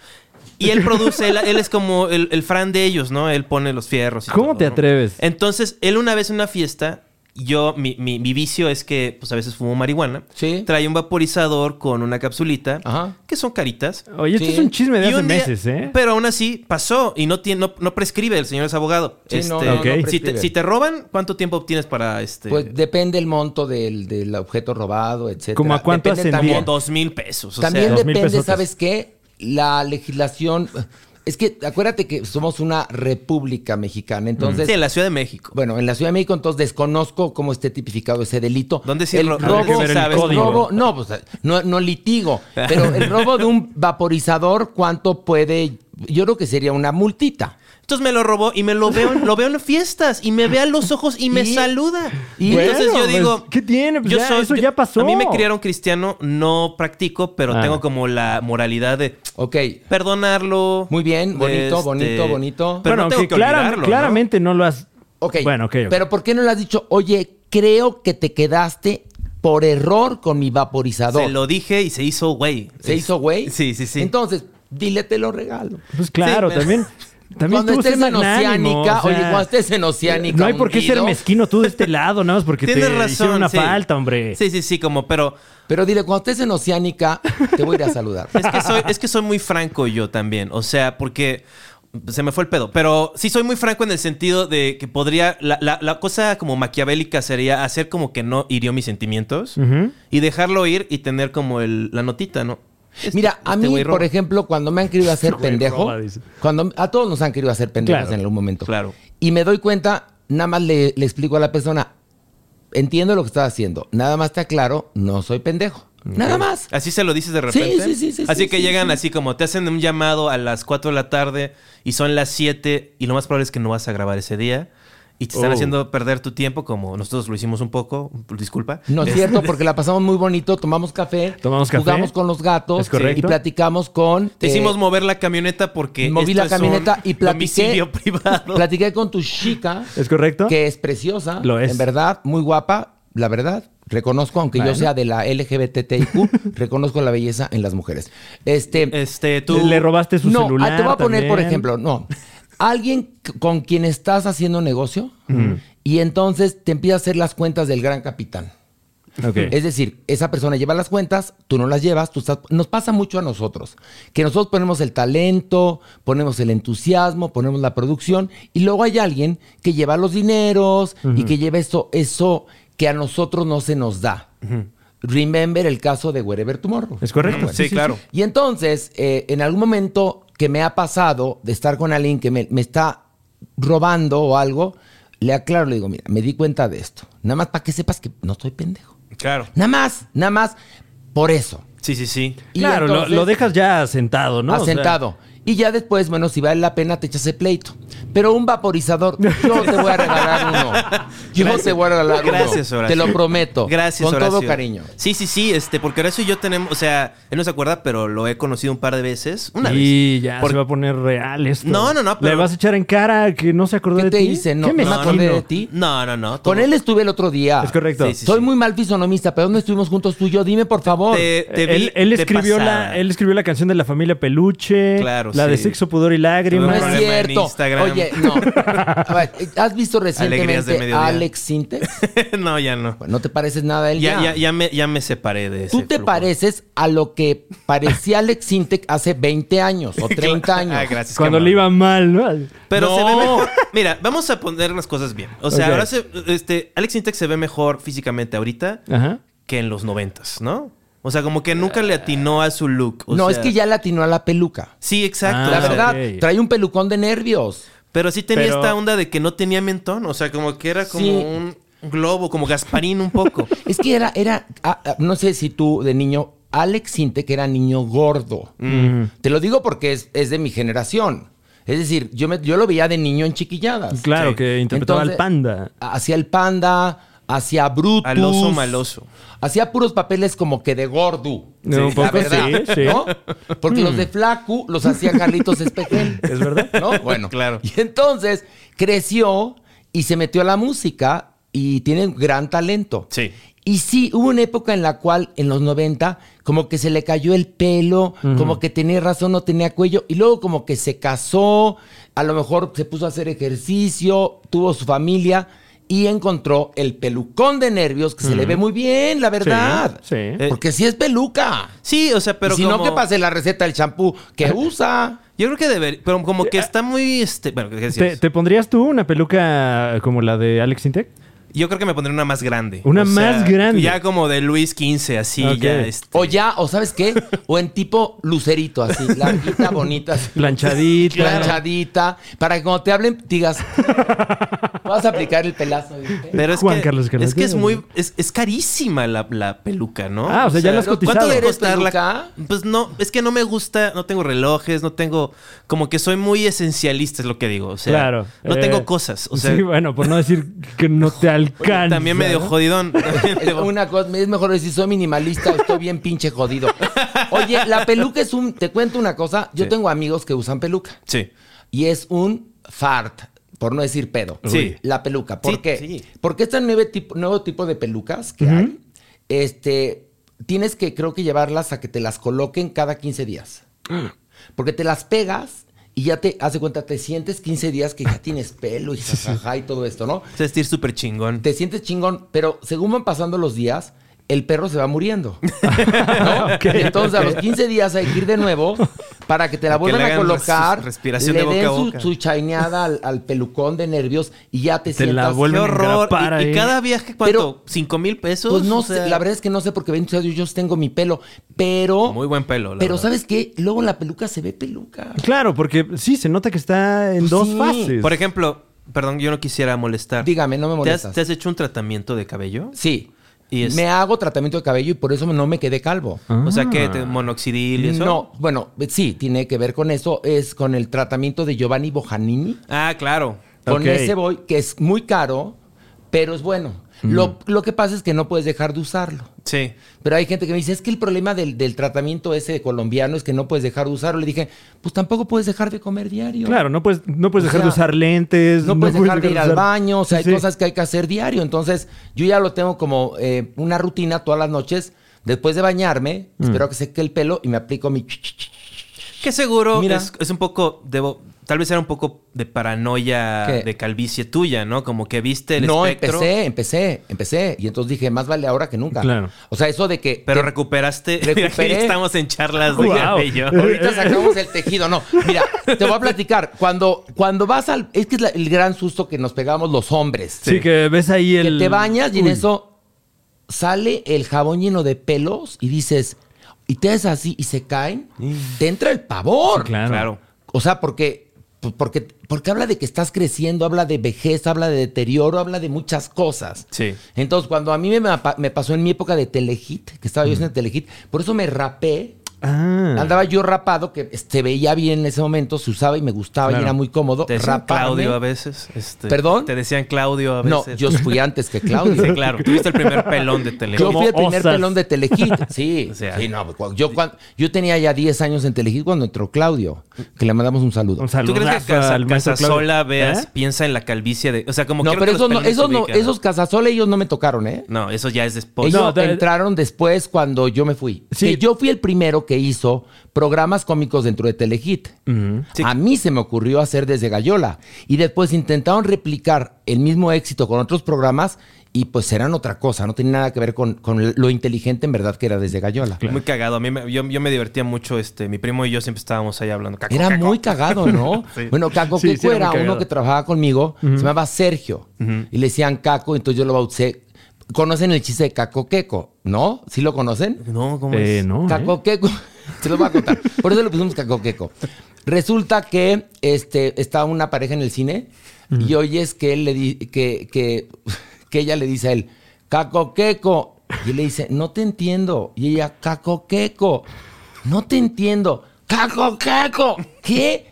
[SPEAKER 4] Y él produce, él, él es como el, el Fran de ellos, ¿no? Él pone los fierros. y
[SPEAKER 3] ¿Cómo
[SPEAKER 4] todo,
[SPEAKER 3] te
[SPEAKER 4] ¿no?
[SPEAKER 3] atreves?
[SPEAKER 4] Entonces, él una vez en una fiesta, yo, mi, mi- mi vicio es que, pues a veces fumo marihuana.
[SPEAKER 5] Sí.
[SPEAKER 4] Trae un vaporizador con una capsulita,
[SPEAKER 5] Ajá.
[SPEAKER 4] que son caritas.
[SPEAKER 3] Oye, esto
[SPEAKER 5] Sí.
[SPEAKER 3] es un chisme de
[SPEAKER 4] Y
[SPEAKER 3] hace
[SPEAKER 4] un día-
[SPEAKER 3] meses, ¿eh?
[SPEAKER 4] Pero aún así pasó y no, tiene, no, no prescribe, el señor es abogado. Este,
[SPEAKER 5] Sí, no,
[SPEAKER 3] no, no
[SPEAKER 4] si te- si, te,
[SPEAKER 5] prescribe.
[SPEAKER 4] roban, ¿cuánto tiempo obtienes para este?
[SPEAKER 5] Pues depende el monto del, del objeto robado, etcétera.
[SPEAKER 3] ¿Cómo a cuánto
[SPEAKER 5] Depende
[SPEAKER 3] ascendía?
[SPEAKER 4] como
[SPEAKER 5] también-
[SPEAKER 4] dos mil pesos. o sea,
[SPEAKER 5] También
[SPEAKER 3] dos mil
[SPEAKER 5] depende,
[SPEAKER 3] pesotes.
[SPEAKER 5] ¿sabes qué? La legislación. Es que acuérdate que somos una república mexicana, entonces.
[SPEAKER 4] sí, en la Ciudad de México.
[SPEAKER 5] Bueno, en la Ciudad de México, entonces desconozco cómo esté tipificado ese delito.
[SPEAKER 4] ¿Dónde sí
[SPEAKER 5] el
[SPEAKER 4] ro-
[SPEAKER 3] Habrá que
[SPEAKER 5] robo?
[SPEAKER 3] ver el
[SPEAKER 5] ¿sabes?
[SPEAKER 3] código.
[SPEAKER 5] robo- no, pues no, no litigo. Pero el robo de un vaporizador, ¿cuánto puede? Yo creo que sería una multita.
[SPEAKER 4] Entonces me lo robó y me lo veo, en- lo veo en fiestas y me ve a los ojos y me
[SPEAKER 5] Y-
[SPEAKER 4] saluda.
[SPEAKER 5] y
[SPEAKER 4] Y entonces
[SPEAKER 3] bueno,
[SPEAKER 4] yo digo,
[SPEAKER 3] pues, ¿qué tiene? Pues ya, eso ya pasó.
[SPEAKER 4] A mí me criaron cristiano, no practico, pero
[SPEAKER 3] Ah.
[SPEAKER 4] tengo como la moralidad de
[SPEAKER 5] Ok.
[SPEAKER 4] perdonarlo.
[SPEAKER 5] Muy bien, bonito,
[SPEAKER 4] de
[SPEAKER 5] bonito, bonito.
[SPEAKER 4] Pero no
[SPEAKER 3] bueno,
[SPEAKER 4] tengo
[SPEAKER 3] que
[SPEAKER 4] que
[SPEAKER 3] clara-
[SPEAKER 4] olvidarlo, ¿no?
[SPEAKER 3] claramente no lo has.
[SPEAKER 5] Ok.
[SPEAKER 3] Bueno, ok. ok.
[SPEAKER 5] Pero ¿por qué no le has dicho, oye, creo que te quedaste por error con mi vaporizador?
[SPEAKER 4] Se lo dije y se hizo güey.
[SPEAKER 5] ¿Se
[SPEAKER 4] Es-
[SPEAKER 5] hizo güey?
[SPEAKER 4] Sí, sí, sí.
[SPEAKER 5] Entonces, dile, te lo regalo.
[SPEAKER 3] Pues claro,
[SPEAKER 4] Sí, pero-
[SPEAKER 3] también. También
[SPEAKER 5] cuando
[SPEAKER 3] tú sé
[SPEAKER 5] estés en
[SPEAKER 3] magnánimo,
[SPEAKER 5] Oceánica,
[SPEAKER 3] o sea,
[SPEAKER 5] oye, cuando estés en Oceánica.
[SPEAKER 3] No hay por qué ser
[SPEAKER 5] hundido,
[SPEAKER 3] mezquino tú de este lado, nada más porque
[SPEAKER 4] Tienes
[SPEAKER 3] te
[SPEAKER 4] razón.
[SPEAKER 3] hicieron una
[SPEAKER 4] sí.
[SPEAKER 3] falta, hombre.
[SPEAKER 4] Sí, sí, sí, como, pero
[SPEAKER 5] Pero dile, cuando estés en Oceánica, te voy a ir a saludar.
[SPEAKER 4] es que soy, es que soy muy franco yo también. O sea, porque se me fue el pedo. Pero sí soy muy franco en el sentido de que podría. La, la- la cosa como maquiavélica sería hacer como que no hirió mis sentimientos y dejarlo ir y tener como el, la notita, ¿no? Este-
[SPEAKER 5] Mira, a
[SPEAKER 4] este
[SPEAKER 5] mí,
[SPEAKER 4] güey roba. Este
[SPEAKER 5] por ejemplo, cuando me han querido hacer
[SPEAKER 3] Güey,
[SPEAKER 5] pendejo,
[SPEAKER 3] roba, dice.
[SPEAKER 5] cuando a todos nos han querido hacer pendejos
[SPEAKER 3] Claro.
[SPEAKER 5] en algún momento.
[SPEAKER 4] Claro.
[SPEAKER 5] Y me doy cuenta, nada más le, le explico a la persona, entiendo lo que estás haciendo, nada más te aclaro, no soy pendejo. Nada más.
[SPEAKER 4] Así se lo dices de
[SPEAKER 5] Sí,
[SPEAKER 4] repente.
[SPEAKER 5] sí, sí, sí,
[SPEAKER 4] Así
[SPEAKER 5] sí,
[SPEAKER 4] que
[SPEAKER 5] sí,
[SPEAKER 4] llegan
[SPEAKER 5] sí.
[SPEAKER 4] así como te hacen un llamado a las 4 de la tarde y son las 7 y lo más probable es que no vas a grabar ese día y te están
[SPEAKER 3] Oh.
[SPEAKER 4] haciendo perder tu tiempo como nosotros lo hicimos un poco, disculpa.
[SPEAKER 5] No es cierto, porque la pasamos muy bonito, tomamos café,
[SPEAKER 3] Tomamos café.
[SPEAKER 5] jugamos con los gatos
[SPEAKER 3] Es correcto.
[SPEAKER 5] y platicamos con...
[SPEAKER 4] Te
[SPEAKER 5] eh,
[SPEAKER 4] hicimos mover la camioneta porque
[SPEAKER 5] moví
[SPEAKER 4] esto
[SPEAKER 5] la
[SPEAKER 4] es un
[SPEAKER 5] camioneta y platiqué,
[SPEAKER 4] domicilio privado.
[SPEAKER 5] platiqué con tu chica,
[SPEAKER 3] ¿Es correcto?
[SPEAKER 5] que es preciosa,
[SPEAKER 3] Lo es.
[SPEAKER 5] en verdad, muy guapa, la verdad. Reconozco, aunque yo sea de la LGBTIQ, reconozco la belleza en las mujeres. Este,
[SPEAKER 4] este, tú
[SPEAKER 3] Le robaste su
[SPEAKER 5] no, ah,
[SPEAKER 3] celular.
[SPEAKER 5] te voy a poner, por
[SPEAKER 3] también.
[SPEAKER 5] ejemplo, no. Alguien c- con quien estás haciendo negocio y entonces te empieza a hacer las cuentas del gran capitán.
[SPEAKER 3] Ok.
[SPEAKER 5] Es decir, esa persona lleva las cuentas, tú no las llevas, tú estás- nos pasa mucho a nosotros, que nosotros ponemos el talento, ponemos el entusiasmo, ponemos la producción y luego hay alguien que lleva los dineros y que lleva eso, eso que a nosotros no se nos da. Remember el caso de Wherever Tomorrow.
[SPEAKER 3] Es correcto.
[SPEAKER 4] Sí, claro.
[SPEAKER 5] Y entonces, eh, en algún momento que me ha pasado de estar con alguien que me, me está robando o algo, le aclaro, le digo, mira, me di cuenta de esto. Nada más para que sepas que no estoy pendejo.
[SPEAKER 4] Claro.
[SPEAKER 5] Nada más, nada más por eso.
[SPEAKER 4] Sí, sí, sí.
[SPEAKER 5] Y
[SPEAKER 3] Claro, lo-
[SPEAKER 5] entonces,
[SPEAKER 3] lo, dejas ya sentado, ¿no? O sea,
[SPEAKER 5] Asentado. Y ya después, bueno, si vale la pena, te echas el pleito. Pero un vaporizador, yo te voy a regalar uno. Yo te voy a regalar uno.
[SPEAKER 4] Gracias, Horacio.
[SPEAKER 5] Te lo prometo.
[SPEAKER 4] Gracias,
[SPEAKER 5] Con
[SPEAKER 4] Horacio.
[SPEAKER 5] todo cariño.
[SPEAKER 4] Sí, sí, sí, este, porque Horacio y yo tenemos, o sea, él no se acuerda, pero lo he conocido un par de veces. Una
[SPEAKER 3] Y
[SPEAKER 4] vez.
[SPEAKER 3] ya
[SPEAKER 4] Por-
[SPEAKER 3] se va a poner real esto.
[SPEAKER 4] No, no, no,
[SPEAKER 3] ¿Le
[SPEAKER 4] pero-
[SPEAKER 3] vas a echar en cara que no se acordó
[SPEAKER 5] ¿Qué
[SPEAKER 3] de
[SPEAKER 5] te
[SPEAKER 3] ti?
[SPEAKER 5] hice? No,
[SPEAKER 3] ¿Qué
[SPEAKER 5] no me
[SPEAKER 4] mezquino.
[SPEAKER 5] acordé de ti.
[SPEAKER 4] No, no, no. todo-
[SPEAKER 5] Con él estuve el otro día.
[SPEAKER 3] Es correcto.
[SPEAKER 4] Sí, sí,
[SPEAKER 5] Soy
[SPEAKER 4] sí.
[SPEAKER 5] muy mal fisonomista, pero ¿dónde estuvimos juntos tú y yo? Dime, por favor.
[SPEAKER 4] Eh, Te- te vi
[SPEAKER 3] él, él
[SPEAKER 4] de
[SPEAKER 3] escribió la,
[SPEAKER 4] pasada.
[SPEAKER 3] él escribió la canción de la familia Peluche,
[SPEAKER 4] Claro,
[SPEAKER 3] la de
[SPEAKER 4] sí.
[SPEAKER 3] Sexo, Pudor y
[SPEAKER 5] No
[SPEAKER 3] Lágrimas.
[SPEAKER 4] Tuve un
[SPEAKER 5] es
[SPEAKER 4] problema en
[SPEAKER 5] cierto.
[SPEAKER 4] Instagram.
[SPEAKER 5] Oye, no. A ver, ¿has visto
[SPEAKER 4] Alegrías de
[SPEAKER 5] recientemente
[SPEAKER 4] mediodía.
[SPEAKER 5] a Alex Sintes?
[SPEAKER 4] no, ya no.
[SPEAKER 5] Bueno, no te pareces nada a él
[SPEAKER 4] Ya,
[SPEAKER 5] ya.
[SPEAKER 4] ya, ya, me, ya me separé de ese
[SPEAKER 5] Tú te
[SPEAKER 4] flujo.
[SPEAKER 5] pareces a lo que parecía Alex Sintek hace 20 años o 30 años.
[SPEAKER 4] Ah, gracias. qué
[SPEAKER 3] Cuando le
[SPEAKER 4] amable.
[SPEAKER 3] iba mal, ¿no?
[SPEAKER 4] Pero se ve
[SPEAKER 5] No.
[SPEAKER 4] mejor. Mira, vamos a poner las cosas bien. O sea,
[SPEAKER 3] Ok.
[SPEAKER 4] ahora se- este, Alex Intec se ve mejor físicamente ahorita
[SPEAKER 3] Ajá.
[SPEAKER 4] que en los noventas, ¿no? O sea, como que nunca le atinó a su look. o
[SPEAKER 5] no,
[SPEAKER 4] sea-
[SPEAKER 5] es que ya le atinó a la peluca.
[SPEAKER 4] Sí, exacto.
[SPEAKER 3] Ah,
[SPEAKER 5] la
[SPEAKER 4] o sea,
[SPEAKER 5] verdad,
[SPEAKER 3] ok.
[SPEAKER 5] trae un pelucón de nervios.
[SPEAKER 4] Pero sí tenía
[SPEAKER 3] Pero-
[SPEAKER 4] esta onda de que no tenía mentón. O sea, como que era como
[SPEAKER 5] Sí.
[SPEAKER 4] un globo, como Gasparín un poco.
[SPEAKER 5] Es que era, era, ah, ah, no sé si tú de niño, Alex Sintek era niño gordo.
[SPEAKER 4] Mm.
[SPEAKER 5] Te lo digo porque es, es de mi generación. Es decir, yo, me- yo lo veía de niño en chiquilladas.
[SPEAKER 3] Claro,
[SPEAKER 4] Sí.
[SPEAKER 3] que interpretaba
[SPEAKER 5] Entonces-
[SPEAKER 3] al panda.
[SPEAKER 5] Hacia el panda, hacia Brutus.
[SPEAKER 4] Al oso maloso.
[SPEAKER 5] Hacía puros papeles como que de gordo.
[SPEAKER 3] No, un poco sí, sí.
[SPEAKER 5] ¿no? Porque los de Flacu los hacía Carlitos Espejel.
[SPEAKER 3] Es verdad.
[SPEAKER 5] ¿No? Bueno.
[SPEAKER 4] Claro.
[SPEAKER 5] Y entonces creció y se metió a la música y tiene un gran talento.
[SPEAKER 4] Sí.
[SPEAKER 5] Y sí, hubo una época en la cual, en los 90, como que se le cayó el pelo, como que tenía razón, no tenía cuello, y luego como que se casó, a lo mejor se puso a hacer ejercicio, tuvo su familia y encontró el pelucón de nervios que se le ve muy bien, la verdad.
[SPEAKER 3] Sí, sí.
[SPEAKER 5] Eh, Porque sí es peluca.
[SPEAKER 4] Sí, o sea, pero
[SPEAKER 5] si no,
[SPEAKER 4] como-
[SPEAKER 5] que pase la receta del champú que usa.
[SPEAKER 4] Yo creo que debería... Pero como
[SPEAKER 5] Eh,
[SPEAKER 4] que está muy... Este... Bueno, ¿qué decías?
[SPEAKER 3] ¿Te, te pondrías tú una peluca como la de Alex Intec?
[SPEAKER 4] Yo creo que me pondré una más grande.
[SPEAKER 3] Una más grande.
[SPEAKER 4] Ya como de Luis XV, así
[SPEAKER 3] Ok.
[SPEAKER 4] ya. este,
[SPEAKER 5] O ya, o sabes qué, o en tipo lucerito, así, larguita, bonita, así.
[SPEAKER 3] Planchadita.
[SPEAKER 5] planchadita, para que cuando te hablen digas, vas a aplicar el pelazo. ¿viste?
[SPEAKER 4] Pero es
[SPEAKER 3] Juan
[SPEAKER 4] que,
[SPEAKER 3] Carlos
[SPEAKER 4] es que es
[SPEAKER 3] Carlos.
[SPEAKER 4] muy... Es, es carísima la, la peluca, ¿no?
[SPEAKER 3] Ah, o sea, ya la has
[SPEAKER 4] ¿cuánto
[SPEAKER 3] cotizado.
[SPEAKER 4] debe
[SPEAKER 5] ¿Eres
[SPEAKER 4] costar la-
[SPEAKER 5] peluca?
[SPEAKER 4] Pues no, es que no me gusta, no tengo relojes, no tengo... Como que soy muy esencialista, es lo que digo. O sea,
[SPEAKER 3] claro.
[SPEAKER 4] no
[SPEAKER 3] Eh,
[SPEAKER 4] tengo cosas. O sea,
[SPEAKER 3] sí, bueno, por no decir que no te alcanza.
[SPEAKER 4] también medio
[SPEAKER 3] ¿no?
[SPEAKER 4] jodidón. También
[SPEAKER 5] Es
[SPEAKER 4] debo-
[SPEAKER 5] una cosa, es mejor decir soy minimalista o estoy bien pinche jodido. Oye, la peluca es un, te cuento una cosa, yo
[SPEAKER 4] Sí.
[SPEAKER 5] tengo amigos que usan peluca
[SPEAKER 4] Sí.
[SPEAKER 5] y es un fart, por no decir pedo.
[SPEAKER 4] Sí.
[SPEAKER 5] La peluca, ¿por
[SPEAKER 4] Sí,
[SPEAKER 5] qué?
[SPEAKER 4] sí.
[SPEAKER 5] Porque este nuevo tipo, nuevo tipo de pelucas que hay, este, tienes que creo que llevarlas a que te las coloquen cada 15 días. Porque te las pegas y ya te, hace cuenta, te sientes 15 días que ya tienes pelo y jajaja y todo esto, ¿no?
[SPEAKER 4] O sea, estoy súper chingón.
[SPEAKER 5] te sientes chingón, pero según van pasando los días, el perro se va muriendo. ¿no?
[SPEAKER 3] Ok,
[SPEAKER 5] Entonces a los 15 días hay que ir de nuevo para que te la
[SPEAKER 4] Que le
[SPEAKER 5] vuelvan a
[SPEAKER 4] hagan
[SPEAKER 5] colocar.
[SPEAKER 4] res- respiración
[SPEAKER 5] le
[SPEAKER 4] de boca
[SPEAKER 5] den
[SPEAKER 4] a
[SPEAKER 5] su-
[SPEAKER 4] boca.
[SPEAKER 5] Su, chaineada al, al pelucón de nervios y ya te,
[SPEAKER 3] Te la
[SPEAKER 5] sientas.
[SPEAKER 3] vuelven
[SPEAKER 4] Qué
[SPEAKER 3] a
[SPEAKER 4] horror.
[SPEAKER 3] engrapar
[SPEAKER 4] Y- Y,
[SPEAKER 3] ahí.
[SPEAKER 4] cada viaje,
[SPEAKER 5] Pero-
[SPEAKER 4] ¿cuánto? ¿Cinco mil pesos?
[SPEAKER 5] Pues no
[SPEAKER 4] O
[SPEAKER 5] sé,
[SPEAKER 4] sea,
[SPEAKER 5] la verdad es que no sé porque bendito sea Dios, yo tengo mi pelo, pero
[SPEAKER 4] Muy buen pelo, la
[SPEAKER 5] pero
[SPEAKER 4] verdad.
[SPEAKER 5] ¿sabes qué? Luego la peluca se ve peluca.
[SPEAKER 3] Claro, porque sí, se nota que está en
[SPEAKER 5] Pues
[SPEAKER 3] dos
[SPEAKER 5] sí.
[SPEAKER 3] fases.
[SPEAKER 4] Por ejemplo, perdón, yo no quisiera molestar.
[SPEAKER 5] Dígame, no me
[SPEAKER 4] ¿Te has- ¿Te
[SPEAKER 5] molestas.
[SPEAKER 4] has, hecho un tratamiento de cabello?
[SPEAKER 5] Sí.
[SPEAKER 4] Y es-
[SPEAKER 5] Me hago tratamiento de cabello y por eso no me quedé calvo.
[SPEAKER 4] O sea, que te- monoxidil y eso.
[SPEAKER 5] Ah. No, bueno, eh, sí, tiene que ver con eso. Es con el tratamiento de Giovanni Bojanini.
[SPEAKER 4] Ah, claro.
[SPEAKER 5] Con
[SPEAKER 3] Ok.
[SPEAKER 5] ese voy, que es muy caro, pero es bueno.
[SPEAKER 3] Mm.
[SPEAKER 5] Lo, lo que pasa es que no puedes dejar de usarlo.
[SPEAKER 4] Sí.
[SPEAKER 5] Pero hay gente que me dice, es que el problema del, del tratamiento ese de colombiano es que no puedes dejar de usarlo. Le dije, pues tampoco puedes dejar de comer diario.
[SPEAKER 3] Claro, no puedes, no puedes
[SPEAKER 5] O
[SPEAKER 3] dejar
[SPEAKER 5] sea,
[SPEAKER 3] de usar lentes.
[SPEAKER 5] No puedes dejar de ir al
[SPEAKER 3] usar-
[SPEAKER 5] baño, o sea, hay
[SPEAKER 3] Sí, sí.
[SPEAKER 5] cosas que hay que hacer diario. Entonces, yo ya lo tengo como eh, una rutina todas las noches. Después de bañarme,
[SPEAKER 3] Mm.
[SPEAKER 5] espero que seque el pelo y me aplico mi...
[SPEAKER 4] Que seguro
[SPEAKER 5] Mira.
[SPEAKER 4] Es, es un poco, debo, tal vez era un poco de paranoia
[SPEAKER 5] ¿Qué?
[SPEAKER 4] de calvicie tuya, ¿no? Como que viste el
[SPEAKER 5] no,
[SPEAKER 4] espectro.
[SPEAKER 5] empecé, empecé, empecé. Y entonces dije, más vale ahora que nunca.
[SPEAKER 3] Claro.
[SPEAKER 5] O sea, eso de que...
[SPEAKER 4] Pero
[SPEAKER 5] que
[SPEAKER 4] recuperaste.
[SPEAKER 5] Recuperé.
[SPEAKER 4] Aquí estamos en charlas de
[SPEAKER 3] Wow.
[SPEAKER 4] cabello.
[SPEAKER 5] ahorita sacamos el tejido. No, mira, te voy a platicar. Cuando, cuando vas al... Es que es la- el gran susto que nos pegamos los hombres.
[SPEAKER 3] Sí, que ves ahí
[SPEAKER 5] Que
[SPEAKER 3] el.
[SPEAKER 5] te bañas y en
[SPEAKER 3] Uy.
[SPEAKER 5] eso sale el jabón lleno de pelos y dices... Y te haces así y se caen. Te entra el pavor.
[SPEAKER 3] Claro.
[SPEAKER 4] Claro.
[SPEAKER 5] O sea, porque, pues, porque, porque habla de que estás creciendo, habla de vejez, habla de deterioro, habla de muchas cosas.
[SPEAKER 4] Sí.
[SPEAKER 5] Entonces, cuando a mí me, mapa- me pasó en mi época de Telehit, que estaba yo haciendo Telehit, por eso me rapé
[SPEAKER 3] Ah.
[SPEAKER 5] Andaba yo rapado, que se veía bien en ese momento, se usaba y me gustaba y
[SPEAKER 3] Claro.
[SPEAKER 5] era muy cómodo.
[SPEAKER 4] Te decían
[SPEAKER 5] Raparme.
[SPEAKER 4] Claudio a veces. este,
[SPEAKER 5] ¿Perdón?
[SPEAKER 4] Te decían Claudio a
[SPEAKER 5] No,
[SPEAKER 4] veces.
[SPEAKER 5] yo fui antes que Claudio.
[SPEAKER 4] Sí, claro. Tuviste el primer pelón de Tele.
[SPEAKER 5] Yo
[SPEAKER 3] Como
[SPEAKER 5] fui el primer
[SPEAKER 3] osas.
[SPEAKER 5] pelón de Telehit. Sí,
[SPEAKER 4] O sea,
[SPEAKER 5] sí, no, pues, cuando- yo, cuan- yo tenía ya 10 años en Telehit cuando entró Claudio, que le mandamos un saludo.
[SPEAKER 3] Un
[SPEAKER 4] ¿Tú
[SPEAKER 3] saludazo
[SPEAKER 4] crees que Casa-
[SPEAKER 3] al maestro
[SPEAKER 4] Casasola
[SPEAKER 3] Claudio.
[SPEAKER 4] veas,
[SPEAKER 3] ¿Eh?
[SPEAKER 4] piensa en la calvicie de. O sea, como
[SPEAKER 5] no,
[SPEAKER 4] creo
[SPEAKER 5] pero
[SPEAKER 4] que
[SPEAKER 5] esos,
[SPEAKER 4] los
[SPEAKER 5] no,
[SPEAKER 4] pelos
[SPEAKER 5] esos, no,
[SPEAKER 4] ubican, ¿no?
[SPEAKER 5] esos Casasole ellos no me tocaron, ¿eh?
[SPEAKER 4] No, eso ya es después.
[SPEAKER 5] Ellos
[SPEAKER 3] No, de-
[SPEAKER 5] entraron después cuando yo me fui.
[SPEAKER 3] Sí.
[SPEAKER 5] Que yo fui el primero que hizo programas cómicos dentro de Telehit.
[SPEAKER 4] Sí.
[SPEAKER 5] A mí se me ocurrió hacer desde Gallola. Y después intentaron replicar el mismo éxito con otros programas y pues eran otra cosa. No tenía nada que ver con, con lo inteligente en verdad que era desde Gallola.
[SPEAKER 4] Muy cagado. A mí me- yo, yo me divertía mucho. Este, mi primo y yo siempre estábamos ahí hablando. Caco,
[SPEAKER 5] Era
[SPEAKER 4] caco.
[SPEAKER 5] muy cagado, ¿no? Bueno, Caco
[SPEAKER 3] Sí,
[SPEAKER 5] Queco
[SPEAKER 3] sí, era muy
[SPEAKER 5] era uno
[SPEAKER 3] cagado.
[SPEAKER 5] que trabajaba conmigo, se llamaba Sergio. Y le decían Caco, entonces yo lo bauticé. ¿Conocen el chiste de Caco Queco? ¿No? ¿Sí lo conocen?
[SPEAKER 4] No, ¿cómo
[SPEAKER 3] Eh,
[SPEAKER 4] es?
[SPEAKER 3] no. ¿eh?
[SPEAKER 5] Caco Queco. Se los voy a contar. Por eso le pusimos Caco Queco. Resulta que este, está una pareja en el cine y oyes que él le di- que, que, que ella le dice a él, Caco Queco. Y él le dice, no te entiendo. Y ella, Caco Queco, no te entiendo. Caco Queco, ¿qué?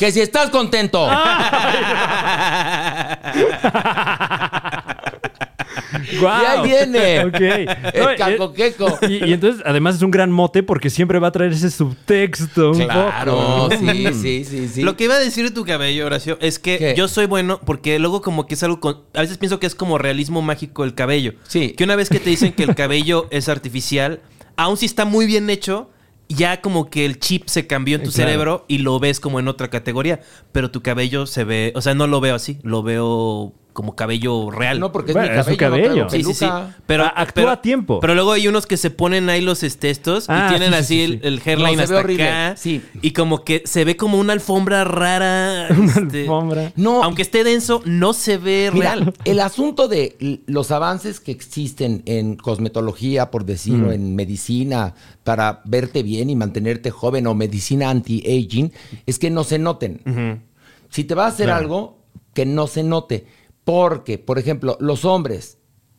[SPEAKER 5] Que si estás contento.
[SPEAKER 3] Ah. ¡Guau!
[SPEAKER 5] Y ahí viene.
[SPEAKER 3] Ok.
[SPEAKER 5] El
[SPEAKER 3] No, y-
[SPEAKER 5] cacoqueco.
[SPEAKER 3] Y, y entonces, además, es un gran mote porque siempre va a traer ese subtexto. un
[SPEAKER 5] Claro,
[SPEAKER 3] poco, ¿no?
[SPEAKER 5] sí, sí, sí, sí.
[SPEAKER 4] Lo que iba a decir de tu cabello, Horacio, es que
[SPEAKER 5] ¿Qué?
[SPEAKER 4] yo soy bueno porque luego como que es algo... con- a veces pienso que es como realismo mágico el cabello.
[SPEAKER 5] Sí.
[SPEAKER 4] Que una vez que te dicen que el cabello es artificial, aun si está muy bien hecho, ya como que el chip se cambió
[SPEAKER 5] Eh,
[SPEAKER 4] en tu cerebro y lo ves como en otra categoría. Pero tu cabello se ve... O sea, no lo veo así, lo veo como cabello real.
[SPEAKER 5] No, porque
[SPEAKER 3] Bueno,
[SPEAKER 5] es mi
[SPEAKER 3] es su
[SPEAKER 5] cabello. no traigo
[SPEAKER 3] cabello.
[SPEAKER 4] Sí, sí, sí.
[SPEAKER 5] peluca.
[SPEAKER 4] Pero,
[SPEAKER 3] Ah, actúa
[SPEAKER 4] pero-
[SPEAKER 3] a tiempo.
[SPEAKER 4] Pero luego hay unos que se ponen ahí los estestos
[SPEAKER 3] Ah,
[SPEAKER 4] y tienen
[SPEAKER 3] sí, sí,
[SPEAKER 4] así
[SPEAKER 3] sí,
[SPEAKER 4] el-
[SPEAKER 3] sí.
[SPEAKER 4] el, hairline
[SPEAKER 5] No, se ve
[SPEAKER 4] hasta
[SPEAKER 5] horrible.
[SPEAKER 4] acá.
[SPEAKER 5] Sí.
[SPEAKER 4] Y como que se ve como una alfombra rara. este,
[SPEAKER 3] Alfombra.
[SPEAKER 5] No,
[SPEAKER 4] Aunque esté denso, no se ve
[SPEAKER 5] Mira,
[SPEAKER 4] real.
[SPEAKER 5] Eh, el asunto de l- los avances que existen en cosmetología, por decirlo, en medicina para verte bien y mantenerte joven o medicina anti-aging, es que no se noten. Si te va a hacer algo, que no se note. Porque, por ejemplo, los hombres,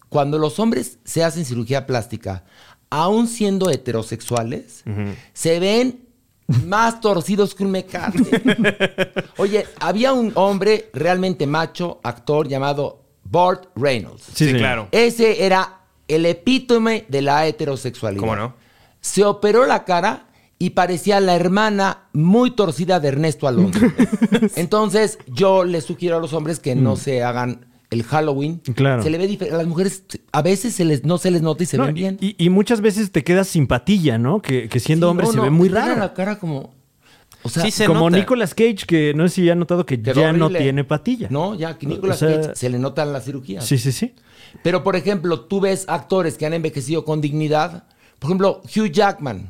[SPEAKER 5] cuando los hombres se hacen cirugía plástica, aún siendo heterosexuales, se ven más torcidos que un mecate. Oye, había un hombre realmente macho, actor llamado Burt Reynolds.
[SPEAKER 3] Sí, Eh, señor.
[SPEAKER 5] Ese era el epítome de la heterosexualidad.
[SPEAKER 4] ¿Cómo no?
[SPEAKER 5] Se operó la cara y parecía la hermana muy torcida de Ernesto Alonso. Entonces, yo les sugiero a los hombres que no se hagan el Halloween.
[SPEAKER 3] Mm. Claro.
[SPEAKER 5] Se le ve diferente. A las mujeres a veces se les, no se les nota y se
[SPEAKER 3] No,
[SPEAKER 5] ven
[SPEAKER 3] y-
[SPEAKER 5] bien.
[SPEAKER 3] Y, y muchas veces te quedas sin patilla, ¿no? Que, que siendo
[SPEAKER 5] Sí,
[SPEAKER 3] hombre
[SPEAKER 5] no,
[SPEAKER 3] se
[SPEAKER 5] no,
[SPEAKER 3] ve muy
[SPEAKER 5] tiene
[SPEAKER 3] raro.
[SPEAKER 5] la cara como... O sea,
[SPEAKER 4] Sí se
[SPEAKER 3] Como
[SPEAKER 4] nota.
[SPEAKER 3] Nicolas Cage, que no sé si ha notado que
[SPEAKER 5] quedó
[SPEAKER 3] ya no
[SPEAKER 5] horrible.
[SPEAKER 3] tiene patilla.
[SPEAKER 5] No, ya, que Nicolas
[SPEAKER 3] O sea,
[SPEAKER 5] Cage se le notan las cirugías.
[SPEAKER 3] Sí, sí, sí.
[SPEAKER 5] Pero, por ejemplo, tú ves actores que han envejecido con dignidad. Por ejemplo, Hugh Jackman.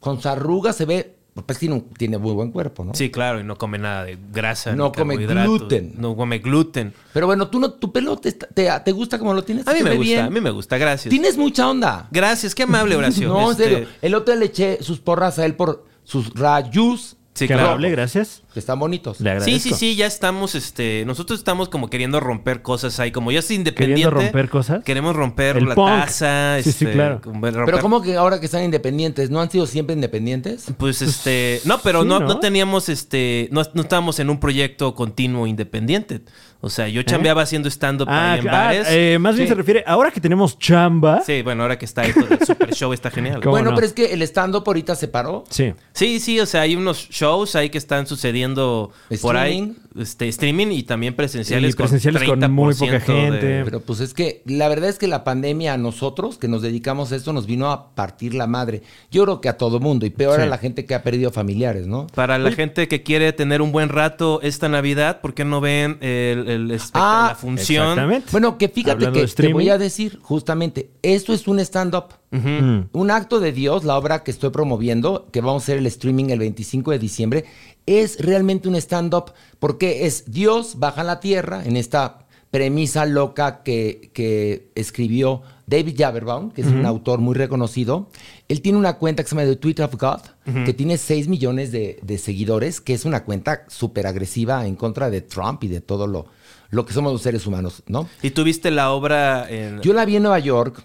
[SPEAKER 5] Con sus arrugas se ve... Pues tiene, un- tiene muy buen cuerpo, ¿no?
[SPEAKER 4] Sí, claro, y no come nada de grasa.
[SPEAKER 5] No
[SPEAKER 4] ni
[SPEAKER 5] come
[SPEAKER 4] carbohidratos,
[SPEAKER 5] gluten.
[SPEAKER 4] No come gluten.
[SPEAKER 5] Pero bueno, tú no, tu pelo te, está- te, te gusta como lo tienes.
[SPEAKER 4] A mí
[SPEAKER 5] Se
[SPEAKER 4] me
[SPEAKER 5] ve
[SPEAKER 4] gusta,
[SPEAKER 5] bien.
[SPEAKER 4] a mí me gusta, gracias.
[SPEAKER 5] Tienes mucha onda.
[SPEAKER 4] Gracias, qué amable, Horacio.
[SPEAKER 5] No, en
[SPEAKER 4] Este,
[SPEAKER 5] serio. El otro día le eché sus porras a él por sus rayos,
[SPEAKER 4] Sí,
[SPEAKER 3] Qué
[SPEAKER 4] claro.
[SPEAKER 3] amable, gracias.
[SPEAKER 5] que están bonitos.
[SPEAKER 3] Le agradezco.
[SPEAKER 4] Sí, sí, sí, ya estamos, este, nosotros estamos como queriendo romper cosas ahí, como ya es independiente.
[SPEAKER 3] ¿Queriendo romper cosas?
[SPEAKER 4] Queremos romper
[SPEAKER 3] El
[SPEAKER 4] la
[SPEAKER 3] punk.
[SPEAKER 4] taza,
[SPEAKER 3] Sí, sí,
[SPEAKER 4] este,
[SPEAKER 3] claro.
[SPEAKER 4] como romper-
[SPEAKER 5] Pero ¿cómo que ahora que están independientes? ¿No han sido siempre independientes?
[SPEAKER 4] Pues este, no, pero
[SPEAKER 3] sí,
[SPEAKER 4] no,
[SPEAKER 3] ¿no?
[SPEAKER 4] no teníamos este, no, no estábamos en un proyecto continuo independiente. O sea, yo chambeaba haciendo stand-up
[SPEAKER 3] ¿Eh? Ah,
[SPEAKER 4] ahí en
[SPEAKER 3] ah,
[SPEAKER 4] bares.
[SPEAKER 3] eh, más bien
[SPEAKER 5] Sí.
[SPEAKER 3] se refiere, ahora que tenemos chamba,
[SPEAKER 4] Sí, bueno, ahora que está ahí todo el super show está genial.
[SPEAKER 3] ¿Cómo?
[SPEAKER 5] Bueno,
[SPEAKER 3] no?
[SPEAKER 5] pero es que el stand-up ahorita se paró.
[SPEAKER 3] sí.
[SPEAKER 4] Sí, sí, o sea, hay unos shows ahí que están sucediendo por ahí, este, streaming y también presenciales,
[SPEAKER 3] Y presenciales con muy poca
[SPEAKER 4] 30% de-
[SPEAKER 3] gente.
[SPEAKER 5] Pero pues es que la verdad es que la pandemia a nosotros que nos dedicamos a esto nos vino a partir la madre. Yo creo que a todo mundo y peor a la gente que ha perdido familiares, ¿no?
[SPEAKER 4] Para la gente que quiere tener un buen rato esta Navidad, ¿por qué no ven el, el espect-
[SPEAKER 5] Ah,
[SPEAKER 4] la función?
[SPEAKER 3] Exactamente.
[SPEAKER 5] Bueno, que fíjate
[SPEAKER 3] Hablando
[SPEAKER 5] que
[SPEAKER 3] de
[SPEAKER 5] te
[SPEAKER 3] streaming.
[SPEAKER 5] voy a decir justamente, esto es un stand-up.
[SPEAKER 3] Mm.
[SPEAKER 5] Un acto de Dios, la obra que estoy promoviendo, que vamos a hacer el streaming el 25 de diciembre, es realmente un stand-up porque es Dios baja a la tierra en esta premisa loca que, que escribió David Jaberbaum, que es un autor muy reconocido. Él tiene una cuenta que se llama The Tweet of God, que tiene 6 millones de, de seguidores, que es una cuenta súper agresiva en contra de Trump y de todo lo, lo que somos los seres humanos, ¿no?
[SPEAKER 4] Y tú viste la obra en...
[SPEAKER 5] Yo la vi en Nueva York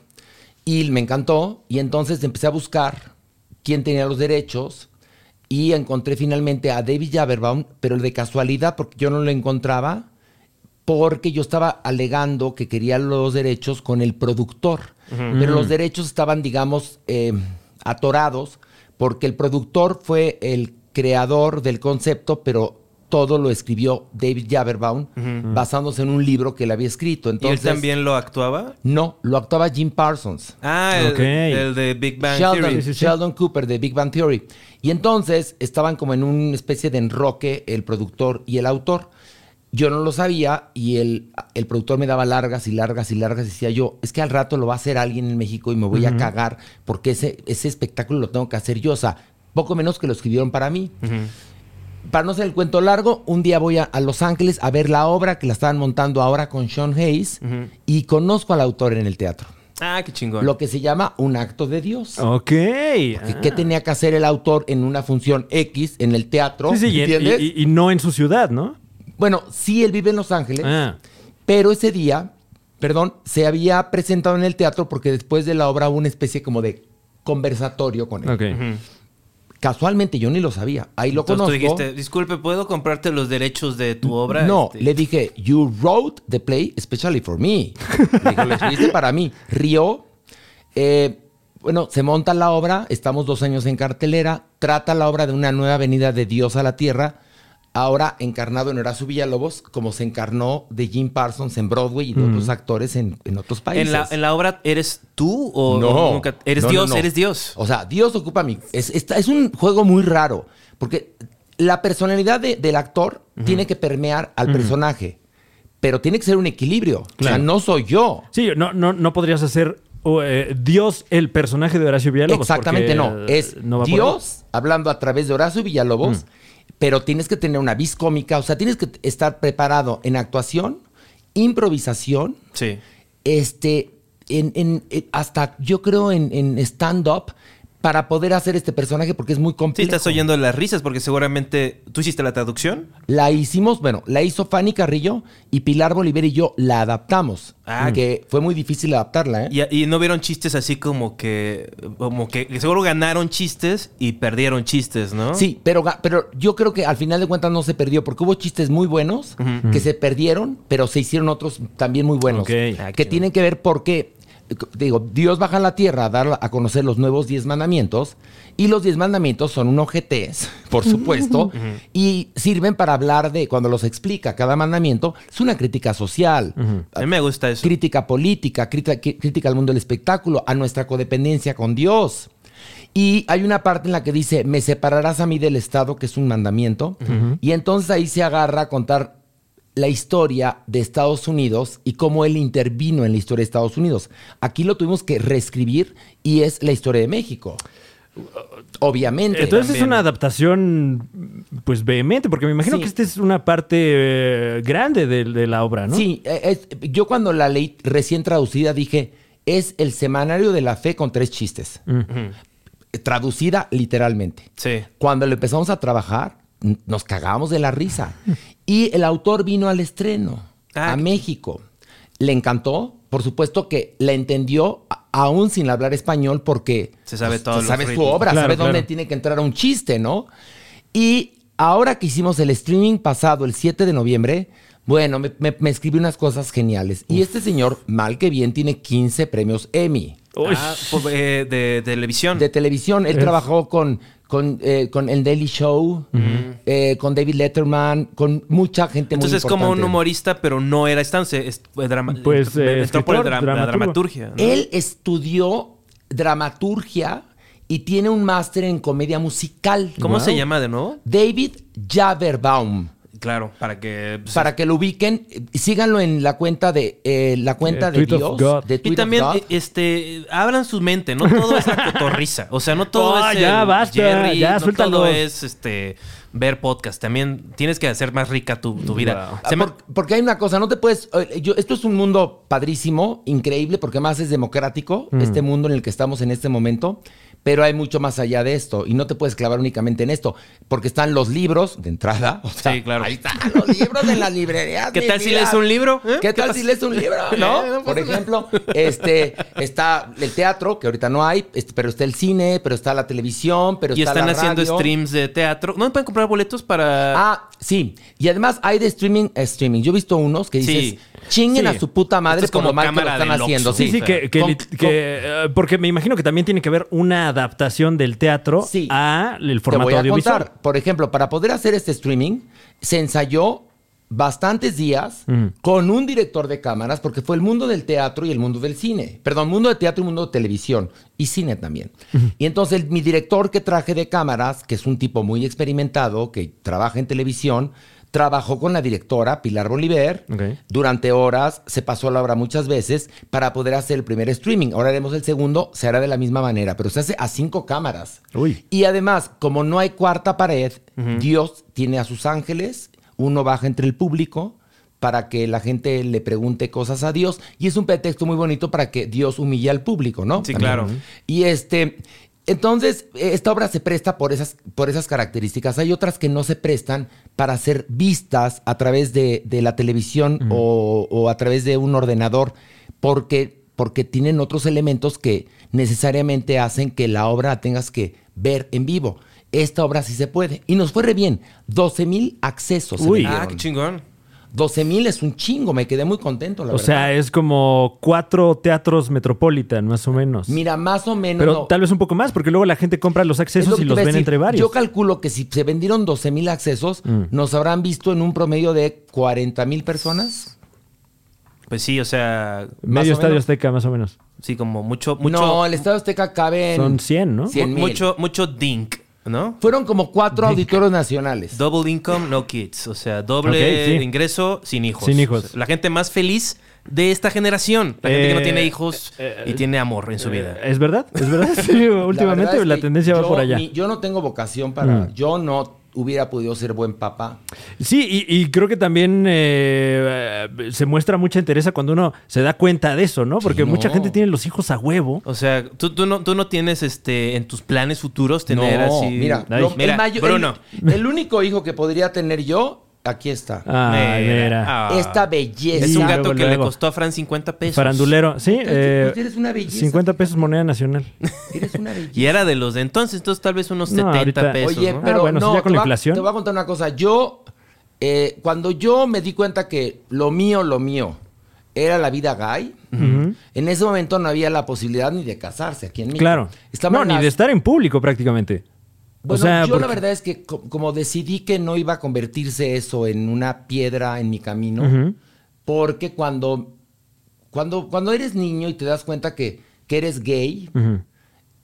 [SPEAKER 5] y me encantó y entonces empecé a buscar quién tenía los derechos y encontré finalmente a David Jaberbaum, pero de casualidad porque yo no lo encontraba porque yo estaba alegando que quería los derechos con el productor, pero
[SPEAKER 4] Mm.
[SPEAKER 5] los derechos estaban, digamos, eh, atorados porque el productor fue el creador del concepto, pero todo lo escribió David Jaberbaum basándose en un libro que él había
[SPEAKER 4] ¿Y
[SPEAKER 5] escrito.
[SPEAKER 4] él
[SPEAKER 5] Entonces,
[SPEAKER 4] también lo actuaba?
[SPEAKER 5] No, lo actuaba Jim Parsons.
[SPEAKER 4] Ah, el,
[SPEAKER 3] Ok.
[SPEAKER 4] el de Big Bang
[SPEAKER 5] Sheldon,
[SPEAKER 4] Theory.
[SPEAKER 5] Sheldon Cooper de Big Bang Theory. Y entonces estaban como en una especie de enroque el productor y el autor. Yo no lo sabía y el, el productor me daba largas y largas y largas. Y decía yo, es que al rato lo va a hacer alguien en México y me voy a cagar porque ese, ese espectáculo lo tengo que hacer yo. O sea, poco menos que lo escribieron para mí. Para no hacer el cuento largo, un día voy a, a Los Ángeles a ver la obra que la estaban montando ahora con Sean Hayes y conozco al autor en el teatro.
[SPEAKER 4] Ah, qué chingón.
[SPEAKER 5] Lo que se llama un acto de Dios.
[SPEAKER 3] Ok.
[SPEAKER 5] Que- ¿Qué tenía que hacer el autor en una función X en el teatro?
[SPEAKER 3] Ah. Sí, sí, y, en-
[SPEAKER 5] ¿Entiendes?
[SPEAKER 3] y- y- y no en su ciudad, ¿no?
[SPEAKER 5] Bueno, sí, él vive en Los Ángeles,
[SPEAKER 3] Ah.
[SPEAKER 5] pero ese día, perdón, se había presentado en el teatro porque después de la obra hubo una especie como de conversatorio con él.
[SPEAKER 3] Ok.
[SPEAKER 5] Casualmente yo ni lo sabía. Ahí lo
[SPEAKER 4] Entonces tú
[SPEAKER 5] conozco.
[SPEAKER 4] dijiste, disculpe, ¿puedo comprarte los derechos de tu obra?
[SPEAKER 5] No,
[SPEAKER 4] Este,
[SPEAKER 5] le dije, you wrote the play especially for me. Le dije, lo escribiste para mí. Río. eh, bueno, se monta la obra, estamos dos años en cartelera, trata la obra de una nueva venida de Dios a la tierra, ahora encarnado en Horacio Villalobos, como se encarnó de Jim Parsons en Broadway y de otros actores en, en otros
[SPEAKER 4] Mm.
[SPEAKER 5] países.
[SPEAKER 4] ¿En la, en la obra eres tú o o nunca? Eres
[SPEAKER 5] No, no,
[SPEAKER 4] Dios,
[SPEAKER 5] no. Oh.
[SPEAKER 4] eres Dios.
[SPEAKER 5] O sea, Dios ocupa mi. Es, está- es un juego muy raro. Porque la personalidad de- del actor tiene que permear al personaje. Pero tiene que ser un equilibrio. O
[SPEAKER 3] Claro.
[SPEAKER 5] sea, no soy yo.
[SPEAKER 3] Sí, no, no, no podrías hacer o, eh, Dios el personaje de Horacio Villalobos.
[SPEAKER 5] Exactamente
[SPEAKER 3] porque,
[SPEAKER 5] no.
[SPEAKER 3] eh,
[SPEAKER 5] Es
[SPEAKER 3] no va por ahí.
[SPEAKER 5] Dios hablando a través de Horacio Villalobos, pero tienes que tener una vis cómica. O sea, tienes que estar preparado en actuación, improvisación,
[SPEAKER 4] Sí.
[SPEAKER 5] este, en, en- en- hasta yo creo en, en stand-up para poder hacer este personaje porque es muy
[SPEAKER 4] Sí,
[SPEAKER 5] complejo.
[SPEAKER 4] estás oyendo las risas porque seguramente tú hiciste la traducción.
[SPEAKER 5] La hicimos, bueno, la hizo Fanny Carrillo y Pilar Bolívar y yo la adaptamos.
[SPEAKER 4] Ah.
[SPEAKER 5] que fue muy difícil adaptarla, ¿eh?
[SPEAKER 4] Y, y no vieron chistes así como que, como que que seguro ganaron chistes y perdieron chistes, ¿no?
[SPEAKER 5] Sí, pero, ga- pero yo creo que al final de cuentas no se perdió, porque hubo chistes muy buenos que se perdieron, pero se hicieron otros también muy buenos.
[SPEAKER 3] Ok.
[SPEAKER 4] Ah,
[SPEAKER 5] Que
[SPEAKER 4] qué
[SPEAKER 5] tienen que ver porque, digo, Dios baja a la tierra a dar a conocer los nuevos diez mandamientos, y los diez mandamientos son un OGTs, por supuesto, y sirven para hablar de, cuando los explica cada mandamiento, es una crítica social.
[SPEAKER 4] A mí me gusta eso.
[SPEAKER 5] crítica política, crítica, cri- crítica al mundo del espectáculo, a nuestra codependencia con Dios. Y hay una parte en la que dice, me separarás a mí del Estado, que es un mandamiento. Y entonces ahí se agarra a contar la historia de Estados Unidos y cómo él intervino en la historia de Estados Unidos. Aquí lo tuvimos que reescribir y es la historia de México. Obviamente.
[SPEAKER 3] Entonces es una adaptación, pues vehemente, porque me imagino
[SPEAKER 5] Sí.
[SPEAKER 3] que esta es una parte eh, grande de, de la obra, ¿no?
[SPEAKER 5] Sí, eh, es- yo cuando la leí recién traducida dije, es el semanario de la fe con tres chistes. eh, Traducida literalmente.
[SPEAKER 4] Sí.
[SPEAKER 5] Cuando lo empezamos a trabajar, n- nos cagábamos de la risa. Y el autor vino al estreno,
[SPEAKER 4] Ah,
[SPEAKER 5] a
[SPEAKER 4] qué
[SPEAKER 5] México. Le encantó, por supuesto que la entendió a- aún sin hablar español porque
[SPEAKER 4] Se sabe
[SPEAKER 5] pues,
[SPEAKER 4] todos
[SPEAKER 5] se
[SPEAKER 4] los
[SPEAKER 5] sabe su
[SPEAKER 4] ritmos.
[SPEAKER 5] obra,
[SPEAKER 3] Claro,
[SPEAKER 5] sabe dónde
[SPEAKER 3] claro.
[SPEAKER 5] tiene que entrar un chiste, ¿no? Y ahora que hicimos el streaming pasado, el 7 de noviembre, bueno, me, me- me escribió unas cosas geniales. Y este señor, mal que bien, tiene 15 premios Emmy
[SPEAKER 3] Uy.
[SPEAKER 4] Ah, pues, eh, de, de televisión.
[SPEAKER 5] de televisión. Él trabajó con, con, eh, con el Daily Show, eh, con David Letterman, con mucha gente
[SPEAKER 4] Entonces es
[SPEAKER 5] muy importante.
[SPEAKER 4] como un humorista, pero no era estance. Es, eh, drama-
[SPEAKER 3] Pues, eh,
[SPEAKER 4] entró por el
[SPEAKER 3] escritor,
[SPEAKER 4] dra- la
[SPEAKER 3] dramaturgo.
[SPEAKER 4] dramaturgia. ¿no?
[SPEAKER 5] Él estudió dramaturgia y tiene un máster en comedia musical.
[SPEAKER 4] ¿Cómo se llama de nuevo?
[SPEAKER 5] David Javerbaum.
[SPEAKER 4] Claro, para que... pues,
[SPEAKER 5] Para que lo ubiquen, eh, síganlo en la cuenta de eh, la cuenta
[SPEAKER 3] Eh,
[SPEAKER 5] de
[SPEAKER 3] Tweet of
[SPEAKER 5] Dios,
[SPEAKER 3] God.
[SPEAKER 5] de
[SPEAKER 4] Y
[SPEAKER 5] Tweet of
[SPEAKER 4] también,
[SPEAKER 5] God.
[SPEAKER 4] eh, este, abran su mente, no todo es la cotorriza. O sea, no todo
[SPEAKER 5] Oh,
[SPEAKER 3] Ah,
[SPEAKER 4] es
[SPEAKER 3] ya
[SPEAKER 4] el
[SPEAKER 3] basta,
[SPEAKER 4] Jerry,
[SPEAKER 3] ya,
[SPEAKER 4] no
[SPEAKER 3] suéltalos.
[SPEAKER 4] todo es este ver podcast. También tienes que hacer más rica tu, tu vida.
[SPEAKER 5] Ah,
[SPEAKER 4] Se me-
[SPEAKER 5] por- porque hay una cosa, no te puedes. eh, yo- esto es un
[SPEAKER 4] Mm.
[SPEAKER 5] mundo padrísimo, increíble, porque más es democrático, este mundo en el que estamos en este momento. pero hay mucho más allá de esto y no te puedes clavar únicamente en esto, porque están los libros de entrada. O sea,
[SPEAKER 4] Sí, claro.
[SPEAKER 5] Ahí están los libros en las librerías.
[SPEAKER 4] ¿Qué
[SPEAKER 5] mi
[SPEAKER 4] tal si
[SPEAKER 5] vida.
[SPEAKER 4] lees un libro? ¿Eh?
[SPEAKER 5] ¿Qué, tal
[SPEAKER 4] pasa?
[SPEAKER 5] si lees un libro? ¿No?
[SPEAKER 4] Eh, no
[SPEAKER 5] Por
[SPEAKER 4] pasa nada.
[SPEAKER 5] ejemplo, este está el teatro, que ahorita no hay, este, pero está el cine, pero está la televisión, pero
[SPEAKER 4] Y
[SPEAKER 5] está
[SPEAKER 4] están
[SPEAKER 5] la
[SPEAKER 4] haciendo
[SPEAKER 5] radio.
[SPEAKER 4] streams de teatro. ¿No pueden comprar boletos para...?
[SPEAKER 5] Ah, sí. Y además hay de streaming a streaming. Yo he visto unos que dices,
[SPEAKER 4] Sí.
[SPEAKER 5] chinguen
[SPEAKER 4] Sí.
[SPEAKER 5] a su puta madre
[SPEAKER 4] Esto es
[SPEAKER 5] por lo
[SPEAKER 4] como
[SPEAKER 5] mal que lo
[SPEAKER 4] cámara
[SPEAKER 5] están
[SPEAKER 4] del Oxxo.
[SPEAKER 5] haciendo.
[SPEAKER 4] Sí,
[SPEAKER 3] Sí, sí,
[SPEAKER 4] o sea,
[SPEAKER 3] que, que
[SPEAKER 5] con-
[SPEAKER 3] lit- que, eh, porque me imagino que también tiene que haber una adaptación del teatro
[SPEAKER 5] Sí.
[SPEAKER 3] a el
[SPEAKER 5] Te
[SPEAKER 3] formato
[SPEAKER 5] voy a
[SPEAKER 3] audiovisual.
[SPEAKER 5] contar. Por ejemplo, para poder hacer este streaming, se ensayó bastantes días con un director de cámaras, porque fue el mundo del teatro y el mundo del cine. Perdón, mundo de teatro y mundo de televisión. Y cine también. Y entonces el- mi director que traje de cámaras, que es un tipo muy experimentado, que trabaja en televisión, trabajó con la directora Pilar Bolívar
[SPEAKER 3] Ok.
[SPEAKER 5] durante horas, se pasó la obra muchas veces para poder hacer el primer streaming. Ahora haremos el segundo, se hará de la misma manera, pero se hace a cinco cámaras.
[SPEAKER 3] Uy.
[SPEAKER 5] Y además, como no hay cuarta pared, Dios tiene a sus ángeles, uno baja entre el público para que la gente le pregunte cosas a Dios y es un pretexto muy bonito para que Dios humille al público, ¿no?
[SPEAKER 4] Sí, claro.
[SPEAKER 5] Y este, entonces, eh, esta obra se presta por esas, por esas características. Hay otras que no se prestan para ser vistas a través de, de la televisión o, o a través de un ordenador, porque, porque tienen otros elementos que necesariamente hacen que la obra la tengas que ver en vivo. Esta obra sí se puede. Y nos fue re bien. 12 mil accesos. se
[SPEAKER 3] Uy.
[SPEAKER 5] vendieron.
[SPEAKER 4] Ah, qué chingón.
[SPEAKER 5] 12 mil es un chingo. Me quedé muy contento, la
[SPEAKER 3] O
[SPEAKER 5] verdad.
[SPEAKER 3] sea, es como cuatro teatros Metropolitan, más o menos.
[SPEAKER 5] Mira, más o menos.
[SPEAKER 3] Pero
[SPEAKER 5] no.
[SPEAKER 3] tal vez un poco más, porque luego la gente compra los
[SPEAKER 5] Es lo
[SPEAKER 3] accesos
[SPEAKER 5] que
[SPEAKER 3] y
[SPEAKER 5] te
[SPEAKER 3] los
[SPEAKER 5] iba a
[SPEAKER 3] ven
[SPEAKER 5] decir.
[SPEAKER 3] entre varios. Mm.
[SPEAKER 5] Yo calculo que si se vendieron 12 mil accesos, nos habrán visto en un promedio de 40 mil personas.
[SPEAKER 4] Pues sí, o sea...
[SPEAKER 3] Medio
[SPEAKER 5] más o
[SPEAKER 3] Estadio
[SPEAKER 5] menos.
[SPEAKER 3] Azteca, más o menos.
[SPEAKER 4] Sí, como mucho... mucho
[SPEAKER 5] no, el Estado Azteca cabe en.
[SPEAKER 3] Son 100, ¿no?
[SPEAKER 5] 100 mil.
[SPEAKER 4] Mucho, mucho dink, ¿no?
[SPEAKER 5] Fueron como cuatro auditorios nacionales.
[SPEAKER 4] Double income, no kids. O sea, doble
[SPEAKER 3] Ok, sí.
[SPEAKER 4] ingreso sin hijos.
[SPEAKER 3] Sin hijos.
[SPEAKER 4] O sea, la gente más feliz de esta generación. La gente que no
[SPEAKER 3] Eh,
[SPEAKER 4] tiene hijos y tiene amor en su vida.
[SPEAKER 3] ¿Es verdad? ¿Es verdad? Sí,
[SPEAKER 5] La
[SPEAKER 3] últimamente
[SPEAKER 5] verdad
[SPEAKER 3] la,
[SPEAKER 5] es que
[SPEAKER 3] tendencia va
[SPEAKER 5] yo
[SPEAKER 3] por allá.
[SPEAKER 5] ni- yo no tengo vocación para.
[SPEAKER 3] Mm.
[SPEAKER 5] Yo no hubiera podido ser buen papá.
[SPEAKER 3] Sí, y, y creo que también eh, eh, se muestra mucha interés cuando uno se da cuenta de eso, ¿no? Porque
[SPEAKER 5] Sí,
[SPEAKER 3] mucha
[SPEAKER 5] no.
[SPEAKER 3] gente tiene los hijos a huevo.
[SPEAKER 4] O sea, tú, tú no, tú no tienes este en tus planes futuros tener
[SPEAKER 5] no,
[SPEAKER 4] así.
[SPEAKER 5] mira,
[SPEAKER 3] Ay.
[SPEAKER 5] lo- el
[SPEAKER 4] Mira,
[SPEAKER 5] mayo- el-
[SPEAKER 4] Bruno.
[SPEAKER 5] El, único hijo que podría tener yo, aquí está.
[SPEAKER 3] Ah, mira.
[SPEAKER 4] Ah.
[SPEAKER 5] Esta belleza.
[SPEAKER 4] Es un
[SPEAKER 3] eh, Sí,
[SPEAKER 4] gato
[SPEAKER 3] luego,
[SPEAKER 4] que le
[SPEAKER 3] luego.
[SPEAKER 4] costó a Fran 50 pesos.
[SPEAKER 3] Farandulero. Sí,
[SPEAKER 5] Entonces,
[SPEAKER 3] eh,
[SPEAKER 5] pues eres una belleza.
[SPEAKER 3] 50 pesos moneda nacional.
[SPEAKER 5] Eres una belleza.
[SPEAKER 4] Y era de los de entonces, entonces tal vez unos
[SPEAKER 3] No,
[SPEAKER 4] 70
[SPEAKER 3] ahorita-
[SPEAKER 4] pesos.
[SPEAKER 5] Oye,
[SPEAKER 4] ¿no?
[SPEAKER 5] pero
[SPEAKER 3] Ah, bueno,
[SPEAKER 5] no,
[SPEAKER 3] sí, ya con
[SPEAKER 5] te
[SPEAKER 3] la
[SPEAKER 5] va-
[SPEAKER 3] inflación.
[SPEAKER 5] te voy a contar una cosa. Yo, eh, cuando yo me di cuenta que lo mío, lo mío, era la vida gay, en ese momento no había la posibilidad ni de casarse aquí en México.
[SPEAKER 3] Claro.
[SPEAKER 5] Estaban
[SPEAKER 3] No, ni
[SPEAKER 5] las-
[SPEAKER 3] de estar en público prácticamente.
[SPEAKER 5] Bueno,
[SPEAKER 3] o sea,
[SPEAKER 5] yo la
[SPEAKER 3] porque-
[SPEAKER 5] verdad es que co- como decidí que no iba a convertirse eso en una piedra en mi camino,
[SPEAKER 3] Ujú.
[SPEAKER 5] porque cuando, cuando, cuando eres niño y te das cuenta que, que eres gay,
[SPEAKER 3] Ujú,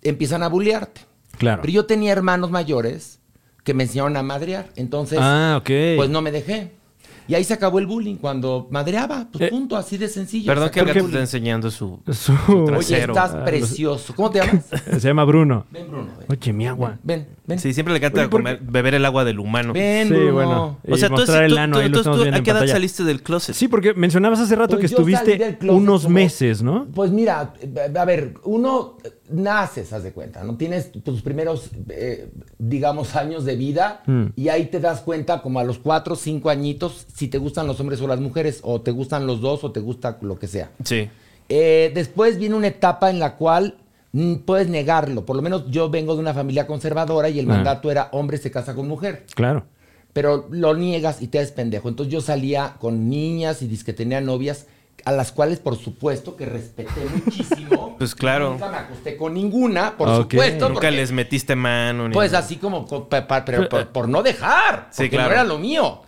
[SPEAKER 5] empiezan a bullearte.
[SPEAKER 3] Claro.
[SPEAKER 5] Pero yo tenía hermanos mayores que me enseñaron a madrear. Entonces,
[SPEAKER 3] Ah, ok.
[SPEAKER 5] pues no me dejé. Y ahí se acabó el bullying cuando madreaba. Pues
[SPEAKER 3] Eh,
[SPEAKER 5] punto, así de sencillo.
[SPEAKER 4] Perdón
[SPEAKER 5] Se
[SPEAKER 4] que el
[SPEAKER 5] acabó el
[SPEAKER 4] gato está
[SPEAKER 5] bullying.
[SPEAKER 4] enseñando su.
[SPEAKER 3] Su-
[SPEAKER 5] Oye,
[SPEAKER 4] trasero.
[SPEAKER 5] estás
[SPEAKER 3] Ah, los-
[SPEAKER 5] precioso. ¿Cómo te
[SPEAKER 3] Ah,
[SPEAKER 5] llamas?
[SPEAKER 3] Se llama Bruno.
[SPEAKER 5] ven, Bruno. Ven,
[SPEAKER 3] Oye, mi agua.
[SPEAKER 5] ven. ven.
[SPEAKER 4] Sí, siempre le encanta
[SPEAKER 3] Oye, ¿por
[SPEAKER 4] comer- beber el agua del humano.
[SPEAKER 5] Ven,
[SPEAKER 3] Sí,
[SPEAKER 5] Bruno.
[SPEAKER 3] bueno.
[SPEAKER 4] O sea,
[SPEAKER 3] Y
[SPEAKER 4] tú,
[SPEAKER 3] mostrar
[SPEAKER 4] tú-
[SPEAKER 3] el ano,
[SPEAKER 4] tú-
[SPEAKER 3] ahí lo
[SPEAKER 4] tú-
[SPEAKER 3] estamos
[SPEAKER 4] tú-
[SPEAKER 3] viendo
[SPEAKER 4] ¿a
[SPEAKER 3] en
[SPEAKER 4] qué edad
[SPEAKER 3] pantalla.
[SPEAKER 4] saliste del closet?
[SPEAKER 3] Sí, porque mencionabas hace rato
[SPEAKER 5] Pues
[SPEAKER 3] que
[SPEAKER 5] yo salí
[SPEAKER 3] estuviste
[SPEAKER 5] del closet
[SPEAKER 3] unos
[SPEAKER 5] como-
[SPEAKER 3] meses, ¿no?
[SPEAKER 5] Pues mira, eh, a ver, uno eh, naces, haz de cuenta, ¿no? Tienes tus primeros, eh, digamos, años de vida
[SPEAKER 3] Mm.
[SPEAKER 5] y ahí te das cuenta como a los cuatro o cinco añitos si te gustan los hombres o las mujeres, o te gustan los dos o te gusta lo que sea.
[SPEAKER 4] Sí.
[SPEAKER 5] Eh, después viene una etapa en la cual mm, puedes negarlo. Por lo menos yo vengo de una familia conservadora y el
[SPEAKER 3] Ah.
[SPEAKER 5] mandato era hombre se casa con mujer
[SPEAKER 3] Claro.
[SPEAKER 5] pero lo niegas y te haces pendejo. Entonces yo salía con niñas y disque tenía novias, a las cuales por supuesto que respeté muchísimo.
[SPEAKER 4] Pues claro.
[SPEAKER 5] Nunca me acosté con ninguna, por
[SPEAKER 3] Ok.
[SPEAKER 5] supuesto.
[SPEAKER 4] Nunca
[SPEAKER 5] porque,
[SPEAKER 4] les metiste mano. Ni
[SPEAKER 5] Pues
[SPEAKER 4] nada.
[SPEAKER 5] así como co- pa- pa- pero por, por no dejar,
[SPEAKER 4] Sí,
[SPEAKER 5] porque
[SPEAKER 4] claro.
[SPEAKER 5] no era lo mío.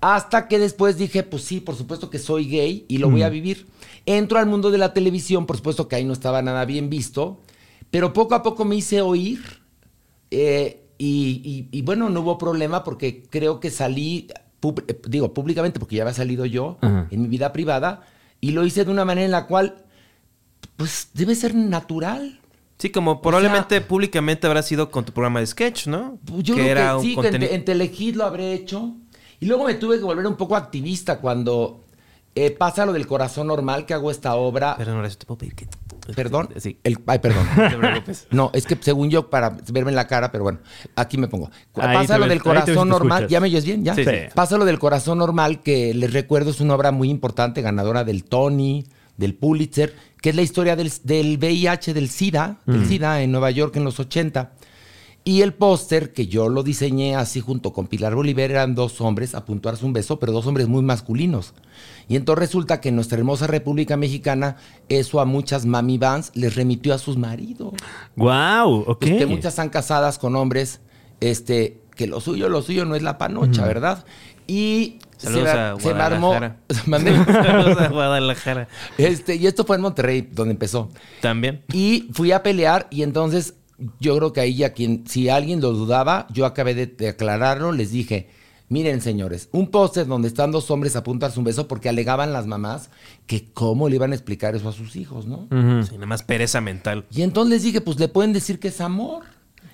[SPEAKER 5] Hasta que después dije, pues sí, por supuesto que soy gay y lo voy
[SPEAKER 4] Mm.
[SPEAKER 5] a vivir. Entro al mundo de la televisión, por supuesto que ahí no estaba nada bien visto, pero poco a poco me hice oír eh, y, y- y bueno, no hubo problema porque creo que salí, pub- eh, digo, públicamente, porque ya había salido yo
[SPEAKER 3] Ajá.
[SPEAKER 5] en mi vida privada, y lo hice de una manera en la cual, pues debe ser natural.
[SPEAKER 4] Sí, como probablemente públicamente habrá sido con tu programa de sketch, ¿no?
[SPEAKER 5] Pues Yo
[SPEAKER 4] que
[SPEAKER 5] creo
[SPEAKER 4] era
[SPEAKER 5] que
[SPEAKER 4] un
[SPEAKER 5] sí, que en,
[SPEAKER 4] contenido.
[SPEAKER 5] Te- en Telehit lo habré hecho. Y luego me tuve que volver un poco activista cuando eh, pasa lo del corazón normal que hago esta obra.
[SPEAKER 4] Pero no, te puedo pedir que.
[SPEAKER 5] ¿Perdón?
[SPEAKER 4] Sí.
[SPEAKER 5] El, ay, perdón.
[SPEAKER 4] No te preocupes.
[SPEAKER 5] No, es que según yo, para verme en la cara, pero bueno, aquí me pongo. Cu-
[SPEAKER 3] Ahí
[SPEAKER 5] Pasa
[SPEAKER 3] te
[SPEAKER 5] lo
[SPEAKER 3] ves- ahí
[SPEAKER 5] del
[SPEAKER 3] te ves y te
[SPEAKER 5] corazón normal.
[SPEAKER 3] escuchas.
[SPEAKER 5] ¿Ya me oyes bien? ¿Ya?
[SPEAKER 4] Sí, sí.
[SPEAKER 5] Pasa lo del corazón normal, que les recuerdo es una obra muy importante, ganadora del Tony, del Pulitzer, que es la historia del, del VIH, del SIDA,
[SPEAKER 3] Mm.
[SPEAKER 5] del SIDA en Nueva York en los 80. Y el póster, que yo lo diseñé así junto con Pilar Bolívar, eran dos hombres a puntuarse un beso, pero dos hombres muy masculinos. Y entonces resulta que en nuestra hermosa República Mexicana, eso a muchas mami vans les remitió a sus maridos.
[SPEAKER 3] Wow, ok.
[SPEAKER 5] Pues que muchas están casadas con hombres, este, que lo suyo, lo suyo no es la panocha, ¿verdad? Y
[SPEAKER 4] Saludos
[SPEAKER 5] me-
[SPEAKER 4] a
[SPEAKER 5] se me armó.
[SPEAKER 4] Guadalajara.
[SPEAKER 5] Mandé-
[SPEAKER 4] Saludos a Guadalajara.
[SPEAKER 5] este, y esto fue en Monterrey, donde empezó.
[SPEAKER 4] También.
[SPEAKER 5] Y fui a pelear y entonces yo creo que ahí ya quien, si alguien lo dudaba, yo acabé de, de aclararlo, les dije, miren señores, un póster donde están dos hombres a punto de darse un beso porque alegaban las mamás que cómo le iban a explicar eso a sus hijos, ¿no?
[SPEAKER 4] Sí, nada más pereza mental.
[SPEAKER 5] Y entonces les dije, pues le pueden decir que es amor.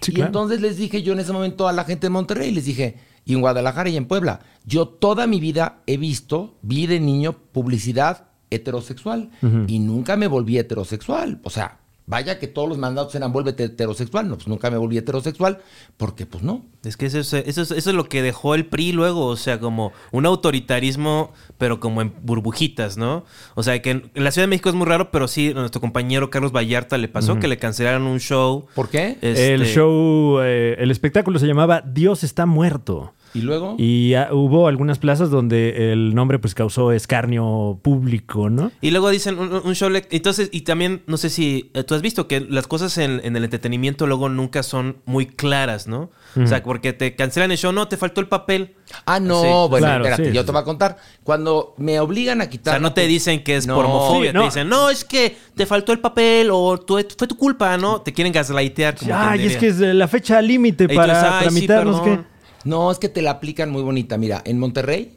[SPEAKER 3] Sí,
[SPEAKER 5] y
[SPEAKER 3] claro.
[SPEAKER 5] entonces les dije yo en ese momento a la gente de Monterrey, les dije, y en Guadalajara y en Puebla, yo toda mi vida he visto, vi de niño publicidad heterosexual y nunca me volví heterosexual. O sea, vaya que todos los mandatos eran vuélvete heterosexual. No, pues nunca me volví heterosexual porque pues no.
[SPEAKER 4] Es que eso, es- eso, es- eso es lo que dejó el PRI luego, o sea, como un autoritarismo, pero como en burbujitas, ¿no? O sea, que en, en la Ciudad de México es muy raro, pero sí, a nuestro compañero Carlos Vallarta le pasó que le cancelaron un show.
[SPEAKER 5] ¿Por qué?
[SPEAKER 3] El
[SPEAKER 4] este,
[SPEAKER 3] show, eh, el espectáculo se llamaba Dios está muerto.
[SPEAKER 5] y luego...
[SPEAKER 3] Y ah, hubo algunas plazas donde el nombre pues causó escarnio público, ¿no?
[SPEAKER 4] Y luego dicen un, un show. le- Entonces, y también, no sé si eh, tú has visto que las cosas en, en el entretenimiento luego nunca son muy claras, ¿no? O sea, porque te cancelan el show, no, te faltó el papel.
[SPEAKER 5] Ah, no,
[SPEAKER 4] Sí.
[SPEAKER 5] bueno,
[SPEAKER 3] Claro,
[SPEAKER 5] espérate,
[SPEAKER 3] sí,
[SPEAKER 5] yo
[SPEAKER 3] sí,
[SPEAKER 5] te voy a contar. Cuando me obligan a
[SPEAKER 4] O
[SPEAKER 5] quitar...
[SPEAKER 4] sea, no te dicen que es
[SPEAKER 5] No.
[SPEAKER 4] por homofobia,
[SPEAKER 3] Sí, no.
[SPEAKER 4] te dicen, no, es que te faltó el papel o tu- fue tu culpa, ¿no? Te quieren gaslightear. Como
[SPEAKER 3] Ay,
[SPEAKER 4] quien
[SPEAKER 3] es que
[SPEAKER 4] diría.
[SPEAKER 3] es eh, la fecha límite
[SPEAKER 4] Y tú dices,
[SPEAKER 3] para
[SPEAKER 4] "Ay, sí,
[SPEAKER 3] tramitarnos que...
[SPEAKER 4] perdón".
[SPEAKER 5] No, es que te la aplican muy bonita. Mira, en Monterrey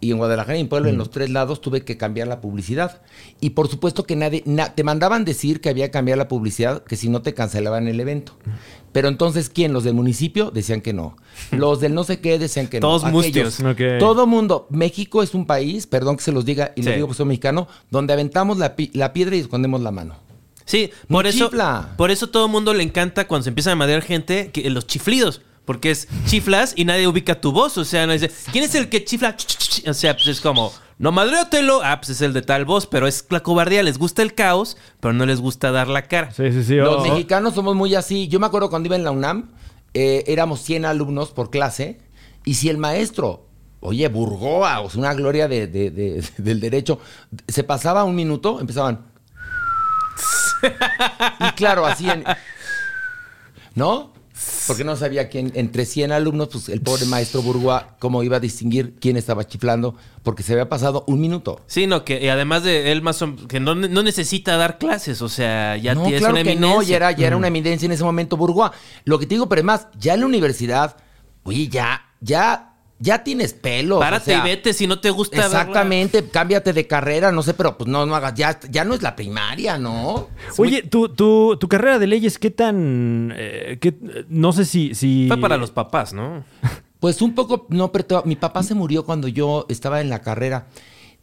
[SPEAKER 5] y en Guadalajara y en Puebla, en los tres lados, tuve que cambiar la publicidad. Y por supuesto que nadie, na- te mandaban decir que había que cambiar la publicidad, que si no te cancelaban el evento. Pero entonces, ¿quién? Los del municipio decían que no. Los del no sé qué decían que
[SPEAKER 4] Todos
[SPEAKER 5] no. Aquellos.
[SPEAKER 4] mustios.
[SPEAKER 3] Ok.
[SPEAKER 5] Todo mundo. México es un país, perdón que se los diga, y lo
[SPEAKER 4] Sí.
[SPEAKER 5] digo porque soy mexicano, donde aventamos la, pi- la piedra y escondemos la mano.
[SPEAKER 4] Sí,
[SPEAKER 5] No
[SPEAKER 4] por eso,
[SPEAKER 5] chifla.
[SPEAKER 4] por eso todo el mundo le encanta cuando se empieza a madrear gente que, eh, los chiflidos. Porque es chiflas y nadie ubica tu voz. O sea, no dice, ¿quién es el que chifla? Ch, ch, ch. O sea, pues es como, no madreótelo. Ah, pues es el de tal voz, pero es la cobardía. Les gusta el caos, pero no les gusta dar la cara.
[SPEAKER 3] Sí, sí, oh, sí.
[SPEAKER 5] Los
[SPEAKER 3] o-
[SPEAKER 5] mexicanos somos muy así. Yo me acuerdo cuando iba en la UNAM, eh, éramos 100 alumnos por clase, y si el maestro, oye, Burgoa, o sea, una gloria de- de- de- del derecho, se pasaba un minuto, empezaban. y claro, así en. ¿No? Porque no sabía quién, entre 100 alumnos, pues el pobre maestro Burgoa, cómo iba a distinguir quién estaba chiflando, porque se había pasado un minuto.
[SPEAKER 4] Sí, no, que y además de él más o- que no, no necesita dar clases. O sea, ya
[SPEAKER 5] no,
[SPEAKER 4] tienes
[SPEAKER 5] claro
[SPEAKER 4] una
[SPEAKER 5] que
[SPEAKER 4] eminencia. Mm.
[SPEAKER 5] no, ya era, ya era una eminencia en ese momento Burgoa. Lo que te digo, pero es más, ya en la universidad, oye, ya, ya, ya tienes pelo.
[SPEAKER 4] Párate y vete si no te gusta. ver la-
[SPEAKER 5] Exactamente, cámbiate de carrera, no sé, pero pues no, no hagas, ya, ya no es la primaria, ¿no?
[SPEAKER 3] Oye, tu, tu, tu carrera de leyes, ¿qué tan...? eh, qué- no sé si... si...
[SPEAKER 4] Fue para los papás, ¿no?
[SPEAKER 5] Pues un poco, no, pero te- mi papá se murió cuando yo estaba en la carrera.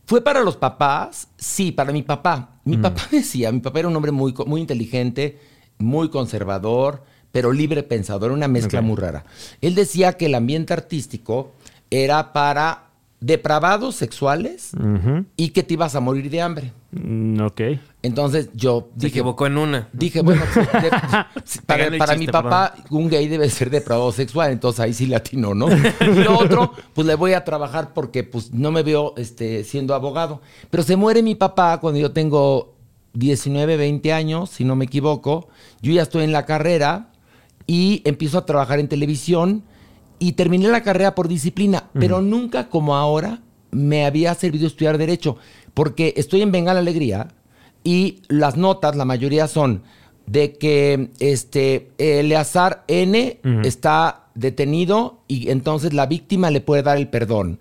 [SPEAKER 5] ¿Fue para los papás? Sí, para mi papá.
[SPEAKER 4] Mm.
[SPEAKER 5] Mi papá decía, mi papá era un hombre muy, co- muy inteligente, muy conservador, pero libre pensador, una mezcla muy rara. Él decía que el ambiente artístico era para depravados sexuales
[SPEAKER 4] Mm.
[SPEAKER 3] Ujú.
[SPEAKER 5] y que te ibas a morir de hambre.
[SPEAKER 3] Mm, ok.
[SPEAKER 5] Entonces yo
[SPEAKER 4] Se
[SPEAKER 5] dije,
[SPEAKER 4] equivocó en una.
[SPEAKER 5] Dije, bueno, pues, de- para,
[SPEAKER 4] Pegando el
[SPEAKER 5] para
[SPEAKER 4] chiste,
[SPEAKER 5] mi papá, un gay debe ser depravado sexual, entonces ahí sí latino, ¿no? Y lo otro, pues le voy a trabajar porque pues no me veo este, siendo abogado. Pero se muere mi papá cuando yo tengo 19, 20 años, si no me equivoco. Yo ya estoy en la carrera y empiezo a trabajar en televisión y terminé la carrera por disciplina, pero nunca como ahora me había servido estudiar derecho, porque estoy en Venga la Alegría y las notas, la mayoría son de que este Eleazar N está detenido y entonces la víctima le puede dar el perdón.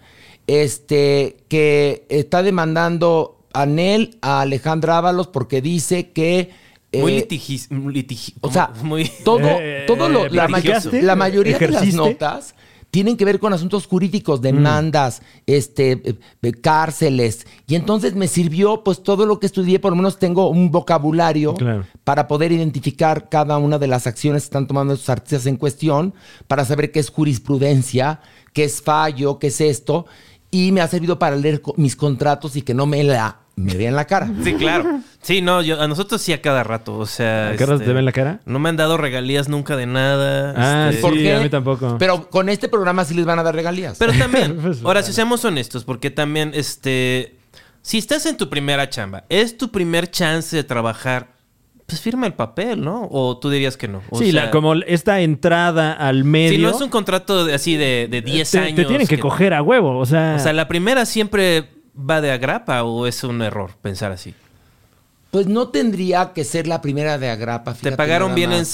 [SPEAKER 5] Este que está demandando a Nel a Alejandra Ábalos porque dice que
[SPEAKER 4] Muy
[SPEAKER 5] eh,
[SPEAKER 4] litigis, litigi-
[SPEAKER 5] o sea,
[SPEAKER 4] muy...
[SPEAKER 5] todo,
[SPEAKER 3] Eh,
[SPEAKER 5] todo lo- la,
[SPEAKER 3] ¿practicaste?
[SPEAKER 5] mayo- la mayoría de las
[SPEAKER 3] ¿Ejerciste? Mm.
[SPEAKER 5] notas tienen que ver con asuntos jurídicos, demandas, este, eh, eh, cárceles. Y entonces me sirvió pues todo lo que estudié, por lo menos tengo un vocabulario
[SPEAKER 3] Claro.
[SPEAKER 5] para poder identificar cada una de las acciones que están tomando esos artistas en cuestión, para saber qué es jurisprudencia, qué es fallo, qué es esto. Y me ha servido para leer co- mis contratos y que no me la me vean la cara.
[SPEAKER 4] Sí, claro. Sí, no, yo, a nosotros sí a cada rato. O sea. este,
[SPEAKER 3] ¿A cada rato te ven la cara?
[SPEAKER 4] No me han dado regalías nunca de nada.
[SPEAKER 3] Ah,
[SPEAKER 4] este,
[SPEAKER 3] sí. a mí tampoco.
[SPEAKER 5] Pero con este programa sí les van a dar regalías.
[SPEAKER 4] Pero también,
[SPEAKER 3] Pues,
[SPEAKER 4] ahora, si seamos honestos, porque también, este. Si estás en tu primera chamba, es tu primer chance de trabajar, pues firma el papel, ¿no? O tú dirías que no. O
[SPEAKER 3] sí, la-
[SPEAKER 4] sea,
[SPEAKER 3] como esta entrada al
[SPEAKER 4] Si
[SPEAKER 3] medio. Eh,
[SPEAKER 4] no es un contrato de- así de, de 10
[SPEAKER 3] te,
[SPEAKER 4] años.
[SPEAKER 3] te tienen que, coger a huevo, o sea.
[SPEAKER 4] O sea, la primera siempre va de agrapa o es un error pensar así.
[SPEAKER 5] Pues no tendría que ser la primera de agrapa.
[SPEAKER 4] ¿Te
[SPEAKER 5] fíjate
[SPEAKER 4] pagaron
[SPEAKER 5] nada
[SPEAKER 4] bien en
[SPEAKER 5] más.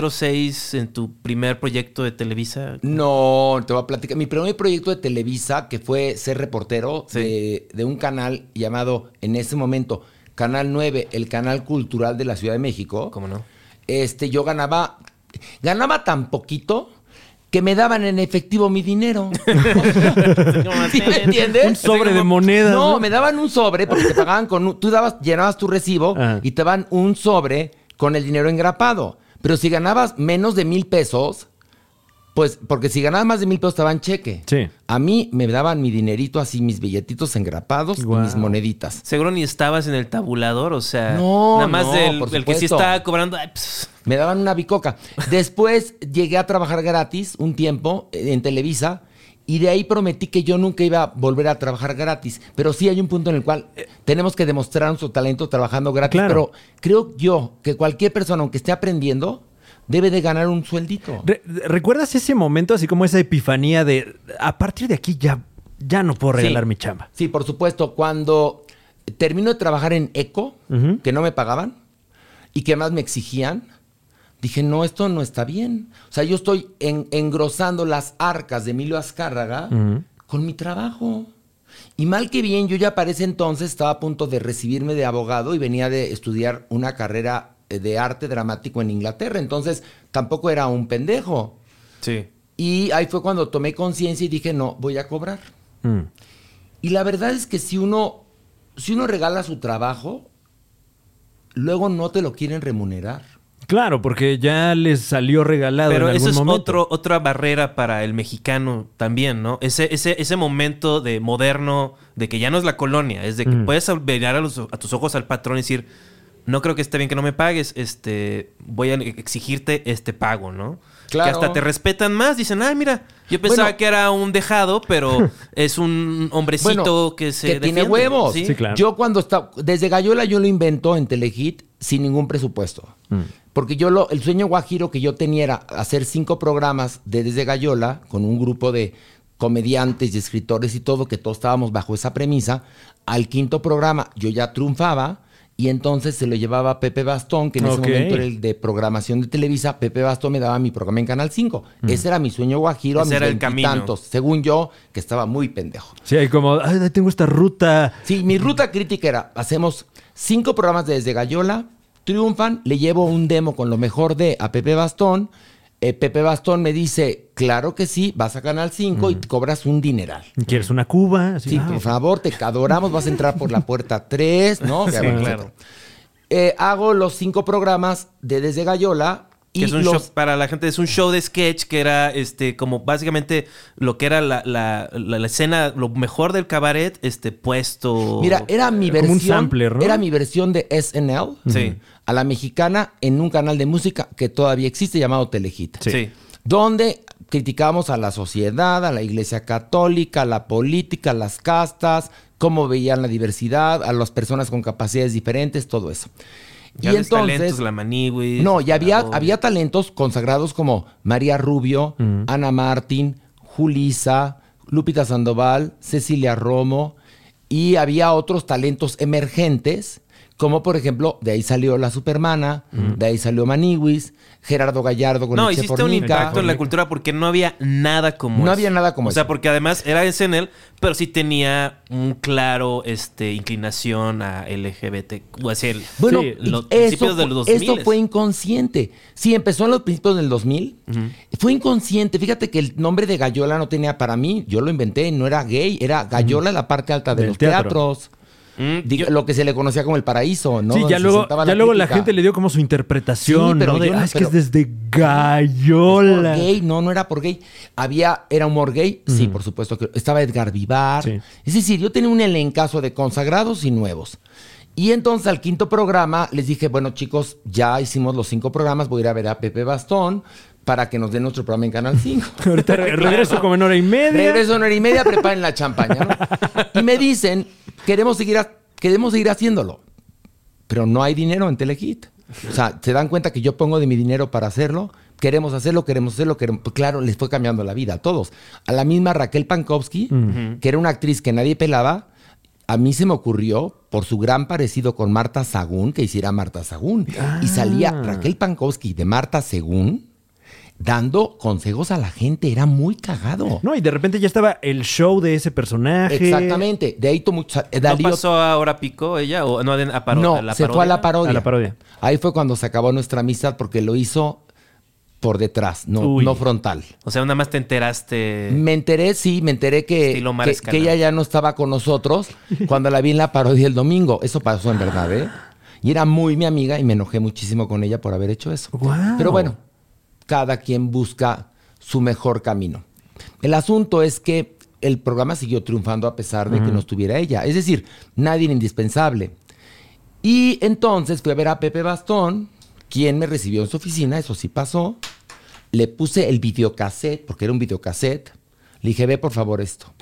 [SPEAKER 4] 6206 en tu primer proyecto de Televisa?
[SPEAKER 5] No, te voy a platicar. Mi primer proyecto de Televisa, que fue ser reportero
[SPEAKER 4] Sí.
[SPEAKER 5] de, de un canal llamado, en ese momento, Canal 9, el canal cultural de la Ciudad de México.
[SPEAKER 4] ¿Cómo no?
[SPEAKER 5] Este, yo ganaba, ganaba tan poquito que me daban en efectivo mi dinero. ¿Sí me entiendes?
[SPEAKER 3] un sobre de monedas.
[SPEAKER 5] No, me daban un sobre porque te pagaban con un- tú dabas, llenabas tu recibo
[SPEAKER 3] Ajá.
[SPEAKER 5] y te daban un sobre con el dinero engrapado. Pero si ganabas menos de mil pesos, pues, porque si ganabas más de mil pesos te daban cheque.
[SPEAKER 3] Sí.
[SPEAKER 5] A mí me daban mi dinerito así, mis billetitos engrapados y
[SPEAKER 3] Guau.
[SPEAKER 5] mis moneditas.
[SPEAKER 4] Seguro ni estabas en el tabulador, o sea,
[SPEAKER 5] No,
[SPEAKER 4] nada más
[SPEAKER 5] no,
[SPEAKER 4] del,
[SPEAKER 5] por
[SPEAKER 4] del que sí
[SPEAKER 5] supuesto.
[SPEAKER 4] está cobrando. ay, pues,
[SPEAKER 5] Me daban una bicoca. Después llegué a trabajar gratis un tiempo eh, en Televisa y de ahí prometí que yo nunca iba a volver a trabajar gratis. Pero sí hay un punto en el cual eh, tenemos que demostrar nuestro talento trabajando gratis.
[SPEAKER 3] Claro.
[SPEAKER 5] Pero creo yo que cualquier persona, aunque esté aprendiendo, debe de ganar un sueldito.
[SPEAKER 3] Re- ¿Recuerdas ese momento, así como esa epifanía de a partir de aquí ya, ya no puedo regalar
[SPEAKER 5] Sí.
[SPEAKER 3] mi chamba?
[SPEAKER 5] Sí, por supuesto. Cuando termino de trabajar en ECO,
[SPEAKER 3] Ujú.
[SPEAKER 5] que no me pagaban y que más me exigían, dije, no, esto no está bien. O sea, yo estoy en- engrosando las arcas de Emilio Azcárraga con mi trabajo. Y mal que bien, yo ya para ese entonces estaba a punto de recibirme de abogado y venía de estudiar una carrera eh, de arte dramático en Inglaterra. Entonces, tampoco era un pendejo.
[SPEAKER 4] sí.
[SPEAKER 5] Y ahí fue cuando tomé conciencia y dije, no, voy a cobrar.
[SPEAKER 3] Mm.
[SPEAKER 5] Y la verdad es que si uno, si uno regala su trabajo, luego no te lo quieren remunerar.
[SPEAKER 3] Claro, porque ya les salió regalado.
[SPEAKER 4] Pero
[SPEAKER 3] en
[SPEAKER 4] eso
[SPEAKER 3] algún
[SPEAKER 4] es
[SPEAKER 3] momento.
[SPEAKER 4] otro, otra barrera para el mexicano también, ¿no? Ese, ese, ese momento de moderno, de que ya no es la colonia, es de que
[SPEAKER 3] Mm.
[SPEAKER 4] puedes mirar a, los- a tus ojos al patrón y decir, no creo que esté bien que no me pagues, este, voy a exigirte este pago, ¿no?
[SPEAKER 5] Claro.
[SPEAKER 4] Que hasta te respetan más, dicen, ay, mira, yo pensaba
[SPEAKER 5] Bueno.
[SPEAKER 4] que era un dejado, pero es un hombrecito que se
[SPEAKER 5] tiene
[SPEAKER 4] defiende",
[SPEAKER 5] huevos.
[SPEAKER 4] ¿sí?
[SPEAKER 3] Sí, claro.
[SPEAKER 5] Yo cuando estaba, desde Gallola yo lo invento en Telehit sin ningún presupuesto. Porque yo lo, el sueño guajiro que yo tenía era hacer cinco programas de desde Gallola con un grupo de comediantes y escritores y todo, que todos estábamos bajo esa premisa. Al quinto programa yo ya triunfaba y entonces se lo llevaba a Pepe Bastón, que en
[SPEAKER 3] Ok.
[SPEAKER 5] ese momento era el de programación de Televisa. Pepe Bastón me daba mi programa en Canal 5. Ese era mi sueño guajiro
[SPEAKER 4] Mm. Ese
[SPEAKER 5] a mis
[SPEAKER 4] era el camino.
[SPEAKER 5] veintitantos, según yo, que estaba muy pendejo.
[SPEAKER 3] Sí, hay como, ay, tengo esta ruta.
[SPEAKER 5] Sí, mi ruta crítica era, hacemos cinco programas de desde Gallola, triunfan, le llevo un demo con lo mejor de a Pepe Bastón, eh, Pepe Bastón me dice, claro que sí, vas a Canal 5 y cobras un dineral.
[SPEAKER 3] ¿Quieres una cuba? Así,
[SPEAKER 5] Sí, pues,
[SPEAKER 3] ah,
[SPEAKER 5] por favor, te adoramos, vas a entrar por la puerta 3, ¿no?
[SPEAKER 4] Sí,
[SPEAKER 5] Etcétera.
[SPEAKER 4] claro.
[SPEAKER 5] Eh, hago los cinco programas de desde Gallola
[SPEAKER 4] Que
[SPEAKER 5] y
[SPEAKER 4] es un
[SPEAKER 5] los...
[SPEAKER 4] show- para la gente es un show de sketch que era este como básicamente lo que era la, la- la- la escena, lo mejor del cabaret, este puesto.
[SPEAKER 5] Mira, era mi
[SPEAKER 3] Como un
[SPEAKER 5] versión.
[SPEAKER 3] sampler, ¿no?
[SPEAKER 5] Era mi versión de SNL
[SPEAKER 4] Sí.
[SPEAKER 5] a la mexicana en un canal de música que todavía existe llamado Telejita.
[SPEAKER 4] Sí.
[SPEAKER 5] donde criticamos a la sociedad, a la iglesia católica, a la política, a las castas, cómo veían la diversidad, a las personas con capacidades diferentes, todo eso.
[SPEAKER 4] Ya
[SPEAKER 5] y
[SPEAKER 4] los talentos,
[SPEAKER 5] entonces,
[SPEAKER 4] la manigüis.
[SPEAKER 5] no, y había,
[SPEAKER 4] la-
[SPEAKER 5] había talentos consagrados como María Rubio, Ana Martín, Julisa, Lupita Sandoval, Cecilia Romo, y había otros talentos emergentes Como por ejemplo, de ahí salió la Supermana, de ahí salió Maniwis, Gerardo Gallardo con
[SPEAKER 4] No,
[SPEAKER 5] el Che
[SPEAKER 4] hiciste un
[SPEAKER 5] Fornica.
[SPEAKER 4] impacto en la cultura porque no había nada como
[SPEAKER 5] No
[SPEAKER 4] eso.
[SPEAKER 5] había nada como
[SPEAKER 4] O sea,
[SPEAKER 5] eso.
[SPEAKER 4] porque además era SNL, pero sí tenía un claro este, inclinación a LGBT. O sea, el-
[SPEAKER 5] Bueno,
[SPEAKER 4] sí,
[SPEAKER 5] y
[SPEAKER 4] los
[SPEAKER 5] eso,
[SPEAKER 4] principios de los
[SPEAKER 5] fue- eso
[SPEAKER 4] 2000s.
[SPEAKER 5] fue inconsciente. Sí, empezó en los principios del 2000. Fue inconsciente. Fíjate que el nombre de Gallola no tenía para mí. Yo lo inventé, no era gay, era Gallola la parte alta de
[SPEAKER 3] Del
[SPEAKER 5] los
[SPEAKER 3] teatro.
[SPEAKER 5] teatros.
[SPEAKER 4] Mm,
[SPEAKER 5] Diga-
[SPEAKER 4] yo-
[SPEAKER 5] lo que se le conocía como el paraíso, ¿no?
[SPEAKER 3] sí,
[SPEAKER 5] Donde
[SPEAKER 3] ya
[SPEAKER 5] se
[SPEAKER 3] luego,
[SPEAKER 5] sentaba
[SPEAKER 3] ya luego la
[SPEAKER 5] crítica.
[SPEAKER 3] gente le dio como su interpretación,
[SPEAKER 5] Sí, pero
[SPEAKER 3] ¿no? De,
[SPEAKER 5] yo no-
[SPEAKER 3] "Ah, es
[SPEAKER 5] pero-
[SPEAKER 3] que es desde
[SPEAKER 5] ¿Es
[SPEAKER 3] gallola.
[SPEAKER 5] por gay, no, no era por gay. Había, era humor gay, sí, por supuesto que estaba Edgar Vivar.
[SPEAKER 3] Sí.
[SPEAKER 5] Es decir, yo tenía un elencazo de consagrados y nuevos. Y entonces al quinto programa les dije, bueno chicos, ya hicimos los cinco programas, voy a ir a ver a Pepe Bastón para que nos den nuestro programa en Canal 5.
[SPEAKER 3] Ahorita re- regreso como en hora y media.
[SPEAKER 5] Regreso una hora y media, preparen la champaña. ¿no? Y me dicen, queremos seguir, ha- queremos seguir haciéndolo, pero no hay dinero en Telehit. O sea, se dan cuenta que yo pongo de mi dinero para hacerlo. Queremos hacerlo, queremos hacerlo, queremos. Pues claro, les fue cambiando la vida a todos. A la misma Raquel Pankowski, que era una actriz que nadie pelaba, a mí se me ocurrió, por su gran parecido con Marta Sagún, que hiciera Marta Sagún. Y salía Raquel Pankowski de Marta Sagún dando consejos a la gente. Era muy cagado.
[SPEAKER 3] No, y de repente ya estaba el show de ese personaje.
[SPEAKER 5] Exactamente. De ahí tomó mucho.
[SPEAKER 4] ¿No
[SPEAKER 5] eh, Darío-
[SPEAKER 4] pasó ahora pico ella? ¿O no a paro-
[SPEAKER 5] no,
[SPEAKER 4] a la
[SPEAKER 5] se fue a la parodia.
[SPEAKER 3] A la parodia.
[SPEAKER 5] Ahí fue cuando se acabó nuestra amistad porque lo hizo por detrás, no,
[SPEAKER 3] Uy.
[SPEAKER 5] no frontal.
[SPEAKER 4] O sea, nada más te enteraste.
[SPEAKER 5] Me enteré, sí, me enteré que,
[SPEAKER 4] Estilo Mar
[SPEAKER 5] que-
[SPEAKER 4] Escalante.
[SPEAKER 5] que ella ya no estaba con nosotros cuando la vi en la parodia el domingo. Eso pasó en verdad, ¿eh? Y era muy mi amiga y me enojé muchísimo con ella por haber hecho eso.
[SPEAKER 3] Guau.
[SPEAKER 5] Pero bueno, cada quien busca su mejor camino. El asunto es que el programa siguió triunfando a pesar de que no estuviera ella. Es decir, nadie era indispensable. Y entonces fui a ver a Pepe Bastón, quien me recibió en su oficina, eso sí pasó. Le puse el videocassette, porque era un videocassette. Le dije, ve por favor esto.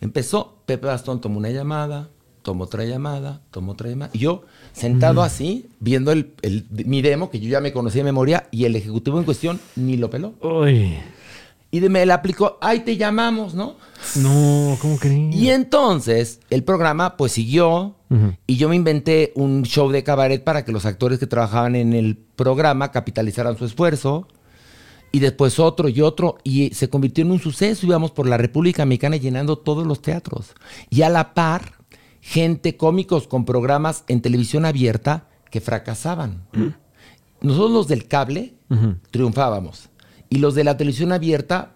[SPEAKER 5] Empezó, Pepe Bastón tomó una llamada, tomó otra llamada, tomó otra llamada. Y yo, sentado así, viendo el, el- mi demo, que yo ya me conocía de memoria, y el ejecutivo en cuestión ni lo peló.
[SPEAKER 3] Uy,
[SPEAKER 5] Y de- me la aplicó, ay, te llamamos, ¿no?
[SPEAKER 3] no, ¿cómo creí?
[SPEAKER 5] Y entonces el programa pues siguió y yo me inventé un show de cabaret para que los actores que trabajaban en el programa capitalizaran su esfuerzo y después otro y otro y se convirtió en un suceso. Íbamos por la República Mexicana llenando todos los teatros y a la par gente cómicos con programas en televisión abierta que fracasaban. Nosotros los del cable triunfábamos. Y los de la televisión abierta,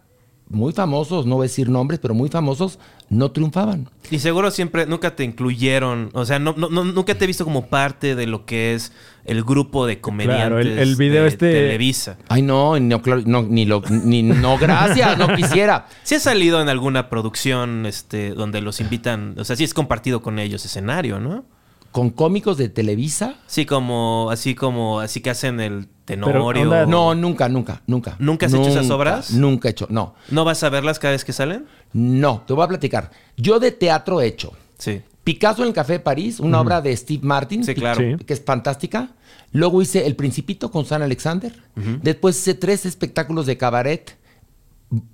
[SPEAKER 5] muy famosos, no voy a decir nombres, pero muy famosos, no triunfaban.
[SPEAKER 4] Y seguro siempre, nunca te incluyeron. O sea, no, no- no- nunca te he visto como parte de lo que es el grupo de comediantes.
[SPEAKER 3] el- el video
[SPEAKER 4] de
[SPEAKER 3] este-
[SPEAKER 4] Televisa.
[SPEAKER 5] Ay, no, no, claro, no, ni lo, ni, no, gracias, no quisiera.
[SPEAKER 4] Sí ha salido en alguna producción este, donde los invitan, o sea, sí es compartido con ellos escenario, ¿no?
[SPEAKER 5] ¿Con cómicos de Televisa?
[SPEAKER 4] Sí, como, así como, así que hacen el tenorio.
[SPEAKER 3] onda-
[SPEAKER 5] No, nunca, nunca, nunca.
[SPEAKER 4] ¿Nunca has hecho esas obras?
[SPEAKER 5] Nunca he hecho, no.
[SPEAKER 4] ¿No vas a verlas cada vez que salen?
[SPEAKER 5] No, te voy a platicar. Yo de teatro he hecho.
[SPEAKER 4] Sí.
[SPEAKER 5] Picasso en el Café de París, una obra de Steve Martin,
[SPEAKER 4] Sí,
[SPEAKER 5] pi-
[SPEAKER 4] claro.
[SPEAKER 3] Sí.
[SPEAKER 5] que es fantástica. Luego hice El Principito con San Alexander. Después hice tres espectáculos de cabaret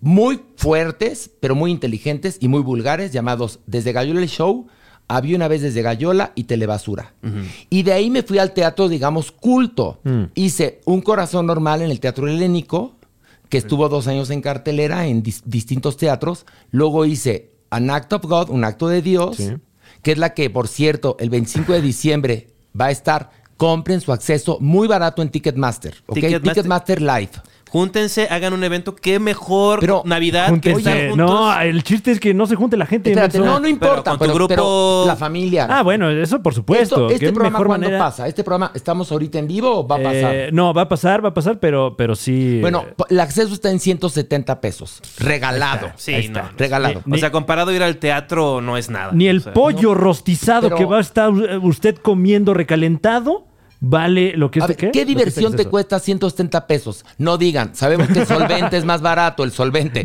[SPEAKER 5] muy fuertes, pero muy inteligentes y muy vulgares, llamados Desde Gallola el Show, Había una vez Desde Gallola y Telebasura. Y de ahí me fui al teatro, digamos, culto. Hice Un Corazón Normal en el Teatro Helénico, que estuvo dos años en cartelera en dis- distintos teatros. Luego hice An Act of God, un acto de Dios,
[SPEAKER 3] Sí.
[SPEAKER 5] Pues que es la que, por cierto, el 25 de diciembre va a estar. Compren su acceso muy barato en Ticketmaster. ¿ok?
[SPEAKER 4] Ticketmaster.
[SPEAKER 5] Ticketmaster Live.
[SPEAKER 4] Júntense, hagan un evento. Qué mejor
[SPEAKER 5] Pero,
[SPEAKER 4] Navidad que
[SPEAKER 3] Júntense.
[SPEAKER 4] estar juntos.
[SPEAKER 3] no, el chiste es que no se junte la gente.
[SPEAKER 5] Espérate,
[SPEAKER 3] menso.
[SPEAKER 5] no, no importa.
[SPEAKER 4] con tu
[SPEAKER 5] Pero,
[SPEAKER 4] grupo-
[SPEAKER 5] pero la familia.
[SPEAKER 3] Ah, bueno, eso por
[SPEAKER 5] Esto-
[SPEAKER 3] supuesto.
[SPEAKER 5] este
[SPEAKER 3] qué
[SPEAKER 5] programa
[SPEAKER 3] mejor
[SPEAKER 5] cuándo
[SPEAKER 3] manera.
[SPEAKER 5] pasa? ¿Este programa estamos ahorita en vivo o va a pasar?
[SPEAKER 3] Eh, no, va a pasar, va a pasar, pero, pero sí.
[SPEAKER 5] bueno,
[SPEAKER 3] eh,
[SPEAKER 5] po- el acceso está en 170 pesos. Regalado.
[SPEAKER 3] Ahí
[SPEAKER 4] Sí,
[SPEAKER 3] está.
[SPEAKER 4] no.
[SPEAKER 5] Regalado.
[SPEAKER 4] O sea, comparado a ir al teatro no es nada.
[SPEAKER 3] ni el
[SPEAKER 4] O sea,
[SPEAKER 3] pollo rostizado
[SPEAKER 5] Pero-
[SPEAKER 3] que va a estar eh, usted comiendo recalentado vale lo que
[SPEAKER 5] A
[SPEAKER 3] este
[SPEAKER 5] ver,
[SPEAKER 3] qué.
[SPEAKER 5] ¿qué,
[SPEAKER 3] Lo que
[SPEAKER 5] diversión
[SPEAKER 3] este
[SPEAKER 5] te
[SPEAKER 3] acceso.
[SPEAKER 5] cuesta 170 pesos? No digan, sabemos que el solvente es más barato, el solvente.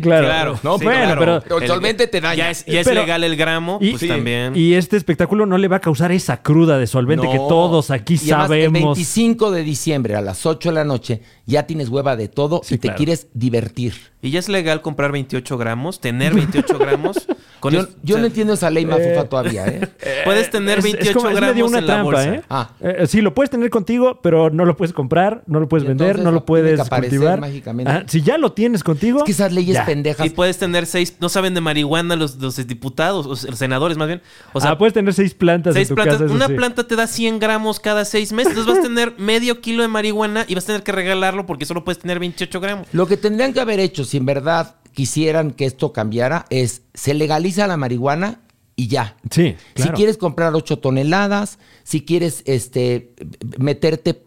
[SPEAKER 3] Claro.
[SPEAKER 4] Claro.
[SPEAKER 3] No,
[SPEAKER 4] Sí,
[SPEAKER 3] bueno,
[SPEAKER 4] claro.
[SPEAKER 3] pero.
[SPEAKER 5] Pero el solvente te daña.
[SPEAKER 4] Ya es, ya es
[SPEAKER 3] Pero-
[SPEAKER 4] legal el gramo,
[SPEAKER 3] Y,
[SPEAKER 4] pues también.
[SPEAKER 3] y este espectáculo no le va a causar esa cruda de solvente
[SPEAKER 5] No.
[SPEAKER 3] que todos aquí
[SPEAKER 5] Y además, El
[SPEAKER 3] sabemos.
[SPEAKER 5] 25 de diciembre a las 8 de la noche ya tienes hueva de todo
[SPEAKER 3] Sí,
[SPEAKER 5] y te
[SPEAKER 3] claro.
[SPEAKER 5] quieres divertir.
[SPEAKER 4] Y ya es legal comprar 28 gramos, tener 28 gramos, Con
[SPEAKER 5] yo,
[SPEAKER 4] es- o
[SPEAKER 5] yo
[SPEAKER 4] sea,
[SPEAKER 5] no entiendo esa ley mafufa todavía, ¿eh?
[SPEAKER 4] Puedes tener
[SPEAKER 3] Es- es
[SPEAKER 4] 28
[SPEAKER 3] como- es
[SPEAKER 4] gramos
[SPEAKER 3] medio una
[SPEAKER 4] en la
[SPEAKER 3] trampa,
[SPEAKER 4] bolsa.
[SPEAKER 3] ¿eh?
[SPEAKER 5] Ah.
[SPEAKER 3] Eh, Sí, lo puedes tener contigo, pero no lo puedes comprar, no lo puedes
[SPEAKER 5] Y
[SPEAKER 3] vender,
[SPEAKER 5] entonces
[SPEAKER 3] no
[SPEAKER 5] tiene
[SPEAKER 3] lo puedes
[SPEAKER 5] que aparecer
[SPEAKER 3] cultivar.
[SPEAKER 5] mágicamente.
[SPEAKER 3] Ajá, si ya lo tienes contigo.
[SPEAKER 5] Es que esas leyes
[SPEAKER 3] ya.
[SPEAKER 5] pendejas.
[SPEAKER 4] Y pues puedes tener seis, no saben de marihuana los, los diputados, o sea, los senadores más bien. O sea,
[SPEAKER 3] Ah, puedes tener seis plantas
[SPEAKER 4] seis
[SPEAKER 3] en tu
[SPEAKER 4] plantas,
[SPEAKER 3] casa. eso
[SPEAKER 4] una
[SPEAKER 3] sí.
[SPEAKER 4] planta te da 100 gramos cada seis meses, entonces vas a tener medio kilo de marihuana y vas a tener que regalarlo porque solo puedes tener 28 gramos.
[SPEAKER 5] Lo que tendrían que haber hecho, si en verdad quisieran que esto cambiara, es se legaliza la marihuana y ya.
[SPEAKER 3] Sí, claro.
[SPEAKER 5] Si quieres comprar 8 toneladas, si quieres este, meterte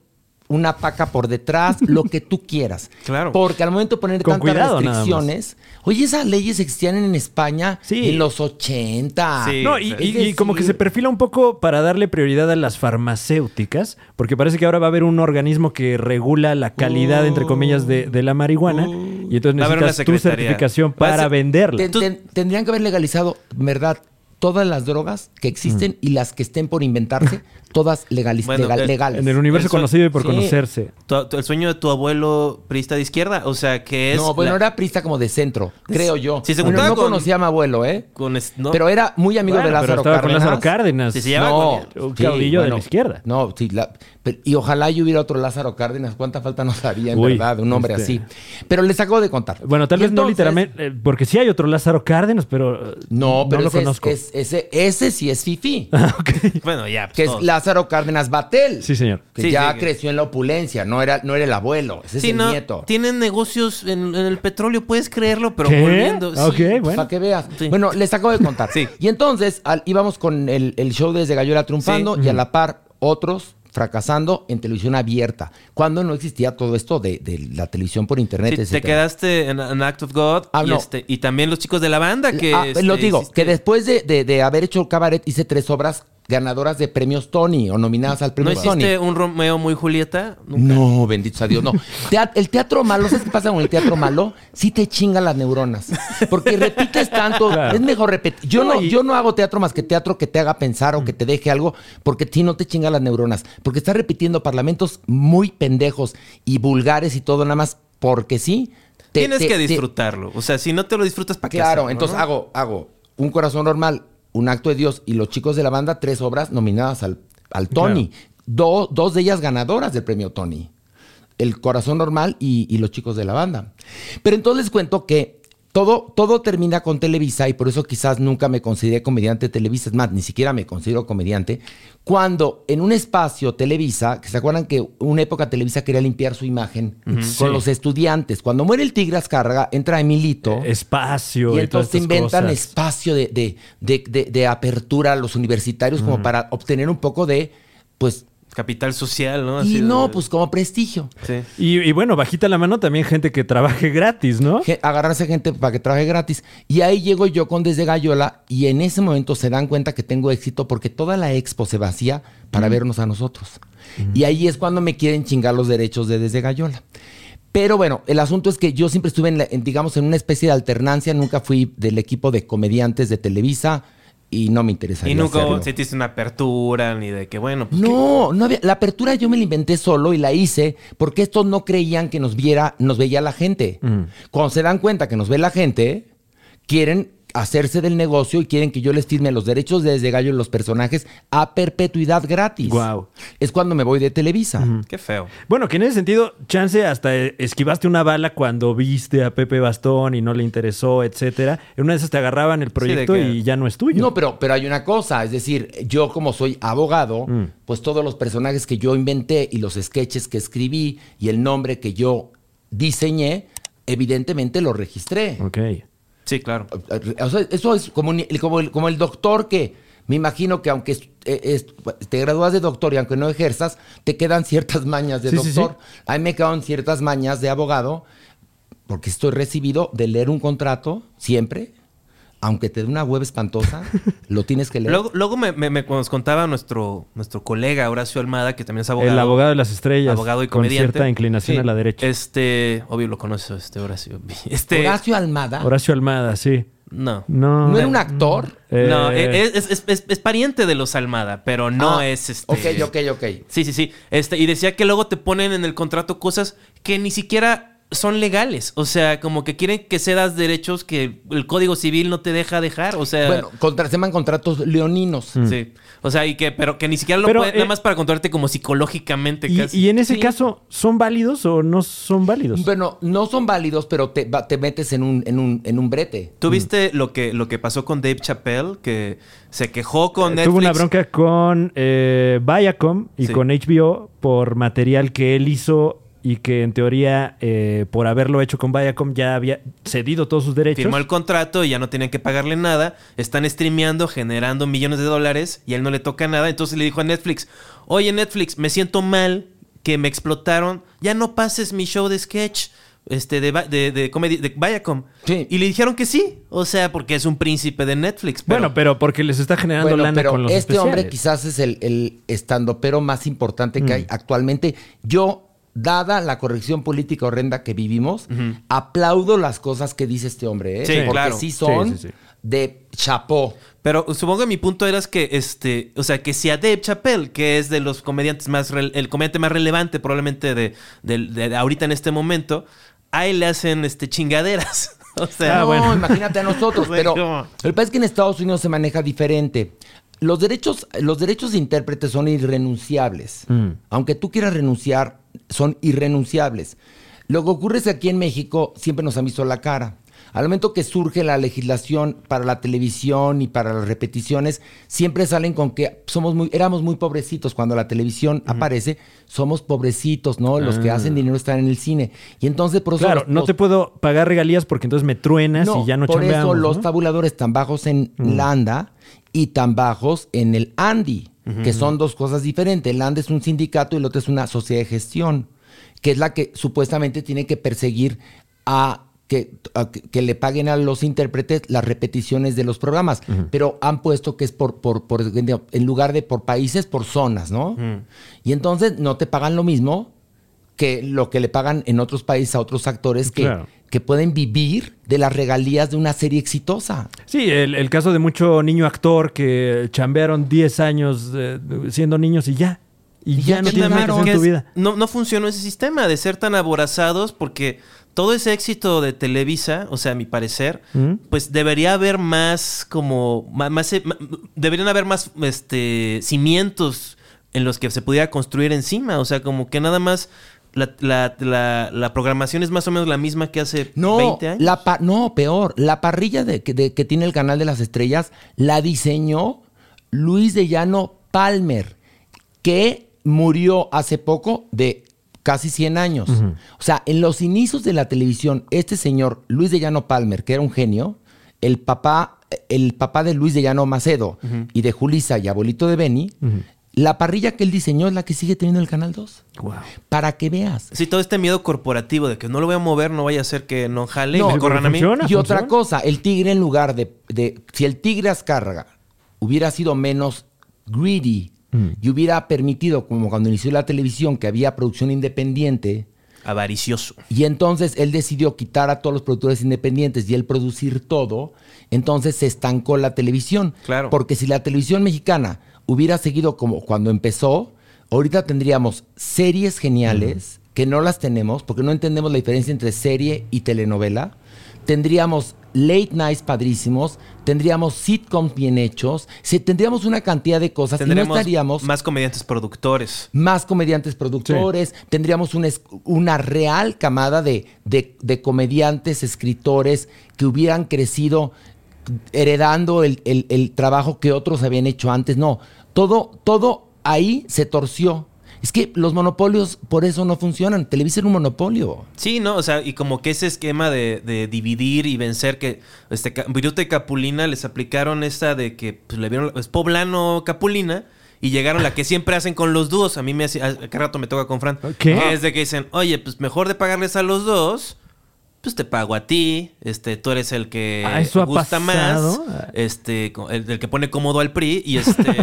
[SPEAKER 5] una paca por detrás, lo que tú quieras.
[SPEAKER 4] Claro.
[SPEAKER 5] Porque al momento de poner
[SPEAKER 3] Con
[SPEAKER 5] tantas
[SPEAKER 3] cuidado, nada más.
[SPEAKER 5] restricciones, oye, esas leyes existían en España
[SPEAKER 3] Sí.
[SPEAKER 5] en los 80.
[SPEAKER 4] Sí.
[SPEAKER 3] No, y,
[SPEAKER 4] Es
[SPEAKER 3] y- y como que se
[SPEAKER 5] decir-
[SPEAKER 3] perfila un poco para darle prioridad a las farmacéuticas, porque parece que ahora va a haber un organismo que regula la calidad, entre comillas, de, de la marihuana. Y entonces
[SPEAKER 4] Va a haber una
[SPEAKER 3] necesitas tu
[SPEAKER 4] secretaría.
[SPEAKER 3] certificación
[SPEAKER 4] Va a
[SPEAKER 3] para
[SPEAKER 4] ser-
[SPEAKER 3] venderla.
[SPEAKER 5] Ten- ten- tendrían que haber legalizado, en ¿verdad? Todas las drogas que existen
[SPEAKER 3] Mm.
[SPEAKER 5] y las que estén por inventarse, todas legaliz-
[SPEAKER 4] Bueno,
[SPEAKER 5] legal-
[SPEAKER 4] el-
[SPEAKER 5] legales.
[SPEAKER 3] eh, En el universo
[SPEAKER 4] Eso-
[SPEAKER 3] conocido y por
[SPEAKER 5] sí.
[SPEAKER 3] conocerse.
[SPEAKER 4] Tu- tu- el sueño de tu abuelo priista de izquierda, o sea, que es...
[SPEAKER 5] no, bueno,
[SPEAKER 4] la-
[SPEAKER 5] era prista como de centro, creo yo.
[SPEAKER 4] Si se
[SPEAKER 5] Bueno,
[SPEAKER 4] juntaba
[SPEAKER 5] no
[SPEAKER 4] con-
[SPEAKER 5] conocía a mi abuelo, ¿eh?
[SPEAKER 4] con es- no.
[SPEAKER 5] Pero era muy amigo
[SPEAKER 3] Bueno,
[SPEAKER 5] de
[SPEAKER 3] pero
[SPEAKER 5] Lázaro
[SPEAKER 3] estaba con
[SPEAKER 5] Cárdenas.
[SPEAKER 3] Lázaro Cárdenas.
[SPEAKER 4] Sí, sí, ya.
[SPEAKER 3] un caudillo de la izquierda.
[SPEAKER 5] No, sí, la- pero- y ojalá yo hubiera otro Lázaro Cárdenas. Cuánta falta nos haría, en
[SPEAKER 3] Uy,
[SPEAKER 5] verdad, un hombre
[SPEAKER 3] este-
[SPEAKER 5] así. Pero les acabo de contar.
[SPEAKER 3] Bueno, tal
[SPEAKER 5] Y
[SPEAKER 3] vez no
[SPEAKER 5] entonces-
[SPEAKER 3] literalmente, eh, porque sí hay otro Lázaro Cárdenas, pero eh,
[SPEAKER 5] No, pero
[SPEAKER 3] lo
[SPEAKER 5] ese, es-
[SPEAKER 3] conozco.
[SPEAKER 5] es- ese, ese sí es fifi,
[SPEAKER 4] Bueno, ya. pues,
[SPEAKER 5] que es
[SPEAKER 4] todos.
[SPEAKER 5] Lázaro Cárdenas Batel.
[SPEAKER 3] Sí, señor.
[SPEAKER 5] Que
[SPEAKER 4] Sí,
[SPEAKER 5] ya
[SPEAKER 4] sí, que-
[SPEAKER 5] creció en la opulencia, no era, no era el abuelo, ese
[SPEAKER 4] Sí,
[SPEAKER 5] es el
[SPEAKER 4] no,
[SPEAKER 5] nieto.
[SPEAKER 4] tienen negocios en, en el petróleo, puedes creerlo, pero
[SPEAKER 3] ¿Qué?
[SPEAKER 4] volviendo... sí.
[SPEAKER 3] Ok, bueno.
[SPEAKER 5] Para que veas.
[SPEAKER 4] Sí.
[SPEAKER 5] Bueno, les acabo de contar.
[SPEAKER 4] Sí.
[SPEAKER 5] Y entonces al- íbamos con el, el show desde Gallola triunfando y a la par otros fracasando en televisión abierta, cuando no existía todo esto de, de la televisión por internet.
[SPEAKER 4] Sí, te
[SPEAKER 5] etcétera.
[SPEAKER 4] quedaste en, en Act of God
[SPEAKER 5] Ah,
[SPEAKER 4] y,
[SPEAKER 5] no.
[SPEAKER 4] este, y también los chicos de la banda que...
[SPEAKER 5] Ah,
[SPEAKER 4] este,
[SPEAKER 5] lo digo,
[SPEAKER 4] hiciste-
[SPEAKER 5] que después de, de- de haber hecho cabaret hice tres obras ganadoras de premios Tony o nominadas al
[SPEAKER 4] ¿No
[SPEAKER 5] premio Tony.
[SPEAKER 4] hiciste un Romeo muy Julieta? Nunca.
[SPEAKER 5] No, bendito sea Dios, no. Tea- el teatro malo, ¿sabes qué pasa con el teatro malo? Sí te chinga las neuronas. Porque repites tanto,
[SPEAKER 3] Claro.
[SPEAKER 5] es mejor repetir. Yo
[SPEAKER 3] No,
[SPEAKER 5] no,
[SPEAKER 3] y-
[SPEAKER 5] yo no hago teatro más que teatro que te haga pensar o que te deje algo, porque sí no te chinga las neuronas. Porque estás repitiendo parlamentos muy pendejos y vulgares y todo, nada más porque sí. te-
[SPEAKER 4] Tienes
[SPEAKER 5] te-
[SPEAKER 4] que
[SPEAKER 5] te-
[SPEAKER 4] disfrutarlo. O sea, si no te lo disfrutas, ¿para qué
[SPEAKER 5] Claro,
[SPEAKER 4] hacerlo,
[SPEAKER 5] entonces
[SPEAKER 4] no?
[SPEAKER 5] hago, hago un corazón normal, un acto de Dios y los chicos de la banda, tres obras nominadas al, al Tony. Do- dos de ellas ganadoras del premio Tony. El corazón normal y, y los chicos de la banda. Pero entonces les cuento que todo, todo termina con Televisa y por eso quizás nunca me consideré comediante de Televisa. Es más, ni siquiera me considero comediante. Cuando en un espacio Televisa, que se acuerdan que una época Televisa quería limpiar su imagen con
[SPEAKER 3] Sí.
[SPEAKER 5] los estudiantes. Cuando muere el Tigre Azcárraga, entra Emilito.
[SPEAKER 4] E-,
[SPEAKER 3] Eh, espacio y,
[SPEAKER 5] Y entonces
[SPEAKER 3] todas estas
[SPEAKER 5] inventan
[SPEAKER 3] cosas.
[SPEAKER 5] espacio de, de- de- de- de apertura a los universitarios como para obtener un poco de, pues,
[SPEAKER 4] Capital social, ¿no?
[SPEAKER 5] y
[SPEAKER 4] Así
[SPEAKER 5] no,
[SPEAKER 4] de-
[SPEAKER 5] pues como prestigio.
[SPEAKER 4] Sí.
[SPEAKER 3] Y, y bueno, bajita la mano también gente que trabaje gratis, ¿no?
[SPEAKER 5] Ge- Agarrarse gente para que trabaje gratis. Y ahí llego yo con Desde Gallola y en ese momento se dan cuenta que tengo éxito porque toda la expo se vacía para vernos a nosotros. Y ahí es cuando me quieren chingar los derechos de Desde Gallola. Pero bueno, el asunto es que yo siempre estuve, en la- en, digamos, en una especie de alternancia. Nunca fui del equipo de comediantes de Televisa y no me interesaría
[SPEAKER 4] Y nunca
[SPEAKER 5] hacerlo.
[SPEAKER 4] sentiste una apertura ni de que, bueno, pues. ¿qué?
[SPEAKER 5] No, no había. La apertura yo me la inventé solo y la hice porque estos no creían que nos viera, nos veía la gente.
[SPEAKER 3] Mm.
[SPEAKER 5] Cuando se dan cuenta que nos ve la gente, quieren hacerse del negocio y quieren que yo les firme los derechos de desde gallo y los personajes a perpetuidad gratis.
[SPEAKER 3] Guau. Mm.
[SPEAKER 5] Es cuando me voy de Televisa.
[SPEAKER 4] Qué feo.
[SPEAKER 3] Bueno, que en ese sentido, chance hasta eh, esquivaste una bala cuando viste a Pepe Bastón y no le interesó, etcétera. En una de esas te agarraban el proyecto
[SPEAKER 4] que-
[SPEAKER 3] y ya no es tuyo.
[SPEAKER 5] No, pero, pero hay una cosa, es decir, yo como soy abogado,
[SPEAKER 3] Mm.
[SPEAKER 5] pues todos los personajes que yo inventé y los sketches que escribí y el nombre que yo diseñé, evidentemente lo registré.
[SPEAKER 3] Ok.
[SPEAKER 4] Sí, claro.
[SPEAKER 5] O sea, eso es como, un- el- como el, como el doctor que me imagino que aunque es- eh, es- te gradúas de doctor y aunque no ejerzas, te quedan ciertas mañas de
[SPEAKER 3] Sí, sí,
[SPEAKER 5] doctor. A mí me quedan ciertas mañas de abogado porque estoy recibido de leer un contrato siempre. Aunque te dé una web espantosa, lo tienes que leer.
[SPEAKER 4] Luego, luego me, me- me- nos contaba nuestro, nuestro colega Horacio Almada, que también es abogado.
[SPEAKER 3] El abogado de las estrellas.
[SPEAKER 4] Abogado y
[SPEAKER 3] Con
[SPEAKER 4] comediante.
[SPEAKER 3] cierta inclinación
[SPEAKER 4] Sí.
[SPEAKER 3] a la derecha.
[SPEAKER 4] Este, obvio lo conozco, este Horacio. Este,
[SPEAKER 5] Horacio Almada
[SPEAKER 3] Horacio Almada, sí.
[SPEAKER 4] No.
[SPEAKER 3] No.
[SPEAKER 5] no era un actor.
[SPEAKER 3] Eh,
[SPEAKER 4] No, e, es, es- es- es- es pariente de los Almada, pero no
[SPEAKER 5] Ah,
[SPEAKER 4] es este.
[SPEAKER 5] Ok, ok, ok.
[SPEAKER 4] Sí, sí, sí. Este, y decía que luego te ponen en el contrato cosas que ni siquiera son legales. O sea, como que quieren que cedas derechos que el Código Civil no te deja dejar. O sea.
[SPEAKER 5] Bueno, contra- se llaman contratos leoninos.
[SPEAKER 3] Mm,
[SPEAKER 4] Sí. O sea, y que, pero que ni siquiera lo
[SPEAKER 3] Pero,
[SPEAKER 4] pueden, nada
[SPEAKER 3] eh,
[SPEAKER 4] más para controlarte como psicológicamente
[SPEAKER 3] Y,
[SPEAKER 4] casi.
[SPEAKER 3] y en ese
[SPEAKER 4] Sí.
[SPEAKER 3] caso, ¿son válidos o no son válidos?
[SPEAKER 5] Bueno, no son válidos, pero te, va- te metes en un, en un, en un brete.
[SPEAKER 4] ¿Tú viste lo, que, lo que pasó con Dave Chappelle? Que se quejó con Netflix.
[SPEAKER 3] Eh, Tuvo una bronca con eh, Viacom y
[SPEAKER 4] Sí.
[SPEAKER 3] con HBO por material que él hizo y que en teoría eh, por haberlo hecho con Viacom ya había cedido todos sus derechos.
[SPEAKER 4] Firmó el contrato y ya no tienen que pagarle nada. Están streameando, generando millones de dólares y a él no le toca nada. Entonces le dijo a Netflix: Oye, Netflix, me siento mal que me explotaron. Ya no pases mi show de sketch este, de, Va- de, de comedy, de Viacom.
[SPEAKER 5] Sí.
[SPEAKER 4] Y le dijeron que sí. O sea, porque es un príncipe de Netflix. pero-
[SPEAKER 3] bueno, pero porque les está generando
[SPEAKER 5] Bueno,
[SPEAKER 3] lana
[SPEAKER 5] pero
[SPEAKER 3] con los
[SPEAKER 5] este hombre
[SPEAKER 3] especiales. Mm.
[SPEAKER 5] quizás es el, el estandopero más importante que hay actualmente. Yo, dada la corrección política horrenda que vivimos, aplaudo las cosas que dice este hombre, ¿eh?
[SPEAKER 4] Sí,
[SPEAKER 5] porque
[SPEAKER 4] claro.
[SPEAKER 5] sí son
[SPEAKER 3] Sí, sí, sí.
[SPEAKER 5] de chapó.
[SPEAKER 4] Pero supongo que mi punto era es que, este, o sea, que si a Dave Chappelle, que es de los comediantes más, rel- el comediante más relevante probablemente de, del- de ahorita en este momento, a él le hacen este, chingaderas. O sea,
[SPEAKER 3] Ah,
[SPEAKER 5] no,
[SPEAKER 3] bueno.
[SPEAKER 5] imagínate a nosotros.
[SPEAKER 4] Güey,
[SPEAKER 5] pero
[SPEAKER 4] ¿cómo?
[SPEAKER 5] el país que en Estados Unidos se maneja diferente. Los derechos, los derechos de intérprete son irrenunciables.
[SPEAKER 3] Mm.
[SPEAKER 5] Aunque tú quieras renunciar, son irrenunciables. Lo que ocurre es que aquí en México siempre nos han visto la cara. Al momento que surge la legislación para la televisión y para las repeticiones, siempre salen con que somos muy, éramos muy pobrecitos. Cuando la televisión aparece, somos pobrecitos, ¿no? Los que hacen dinero están en el cine. Y entonces, por eso
[SPEAKER 3] Ah. Claro,
[SPEAKER 5] los-
[SPEAKER 3] no
[SPEAKER 5] los-
[SPEAKER 3] te puedo pagar regalías porque entonces me truenas
[SPEAKER 5] no,
[SPEAKER 3] y ya no
[SPEAKER 5] por eso
[SPEAKER 3] chambeamos,
[SPEAKER 5] los
[SPEAKER 3] ¿no? Mm.
[SPEAKER 5] tabuladores tan bajos en Landa y tan bajos en el Andi, que son dos cosas diferentes. El Andi es un sindicato y el otro es una sociedad de gestión, que es la que supuestamente tiene que perseguir a que, a que- que le paguen a los intérpretes las repeticiones de los programas. Pero han puesto que es por, por, por- en lugar de por países, por zonas, ¿no? Y entonces no te pagan lo mismo que lo que le pagan en otros países a otros actores que,
[SPEAKER 3] Claro.
[SPEAKER 5] que pueden vivir de las regalías de una serie exitosa.
[SPEAKER 3] Sí, el, el caso de mucho niño actor que chambearon 10 años eh, siendo niños y ya. Y ya no
[SPEAKER 4] ¿qué
[SPEAKER 3] tienen nada que
[SPEAKER 4] también
[SPEAKER 3] hacer en
[SPEAKER 4] es-
[SPEAKER 3] tu vida.
[SPEAKER 4] No, no funcionó ese sistema de ser tan aborazados porque todo ese éxito de Televisa, o sea, a mi parecer, pues debería haber más como ma- más, eh, ma- deberían haber más este cimientos en los que se pudiera construir encima, o sea, como que nada más la, la- la- la programación es más o menos la misma que hace
[SPEAKER 5] No,
[SPEAKER 4] 20 años.
[SPEAKER 5] La pa- no, peor. La parrilla de, que- de- que tiene el canal de las estrellas la diseñó Luis de Llano Palmer, que murió hace poco de casi 100 años. O sea, en los inicios de la televisión, este señor Luis de Llano Palmer, que era un genio, el papá, el papá de Luis de Llano Macedo y de Julisa y abuelito de Beni, la parrilla que él diseñó es la que sigue teniendo el Canal 2. Para que veas.
[SPEAKER 4] Sí, todo este miedo corporativo de que no lo voy a mover, no vaya a ser que no jale,
[SPEAKER 5] No,
[SPEAKER 4] y me corran a mí.
[SPEAKER 3] funciona.
[SPEAKER 5] Y otra
[SPEAKER 3] función.
[SPEAKER 5] cosa, el tigre en lugar de, de- Si el tigre Azcárraga hubiera sido menos greedy
[SPEAKER 3] Mm.
[SPEAKER 5] y hubiera permitido, como cuando inició la televisión, que había producción independiente,
[SPEAKER 4] Avaricioso.
[SPEAKER 5] y entonces él decidió quitar a todos los productores independientes y él producir todo, entonces se estancó la televisión.
[SPEAKER 4] Claro.
[SPEAKER 5] Porque si la televisión mexicana hubiera seguido como cuando empezó, ahorita tendríamos series geniales que no las tenemos porque no entendemos la diferencia entre serie y telenovela. Tendríamos late nights padrísimos, tendríamos sitcoms bien hechos, se- tendríamos una cantidad de cosas y no
[SPEAKER 4] Tendremos
[SPEAKER 5] estaríamos
[SPEAKER 4] más comediantes productores.
[SPEAKER 5] más comediantes productores, tendríamos una, es- una real camada de, de- de comediantes, escritores que hubieran crecido heredando el, el- el trabajo que otros habían hecho antes. No, todo, todo ahí se torció. Es que los monopolios por eso no funcionan. Televisa era un monopolio.
[SPEAKER 4] Sí, ¿no? O sea, y como que ese esquema de, de dividir y vencer que este, Ca- Viruta y Capulina les aplicaron esta de que pues, le vieron, es poblano Capulina y llegaron la que siempre hacen con los dúos. A mí me hace, a, a cada rato me toca con Fran.
[SPEAKER 3] ¿Qué?
[SPEAKER 4] Que es de que dicen, oye, pues mejor de pagarles a los dos, pues te pago a ti, este, tú eres el que
[SPEAKER 3] Ah, ¿eso ha
[SPEAKER 4] gusta más,
[SPEAKER 3] pasado?
[SPEAKER 4] este, co- el, el que pone cómodo al PRI y este,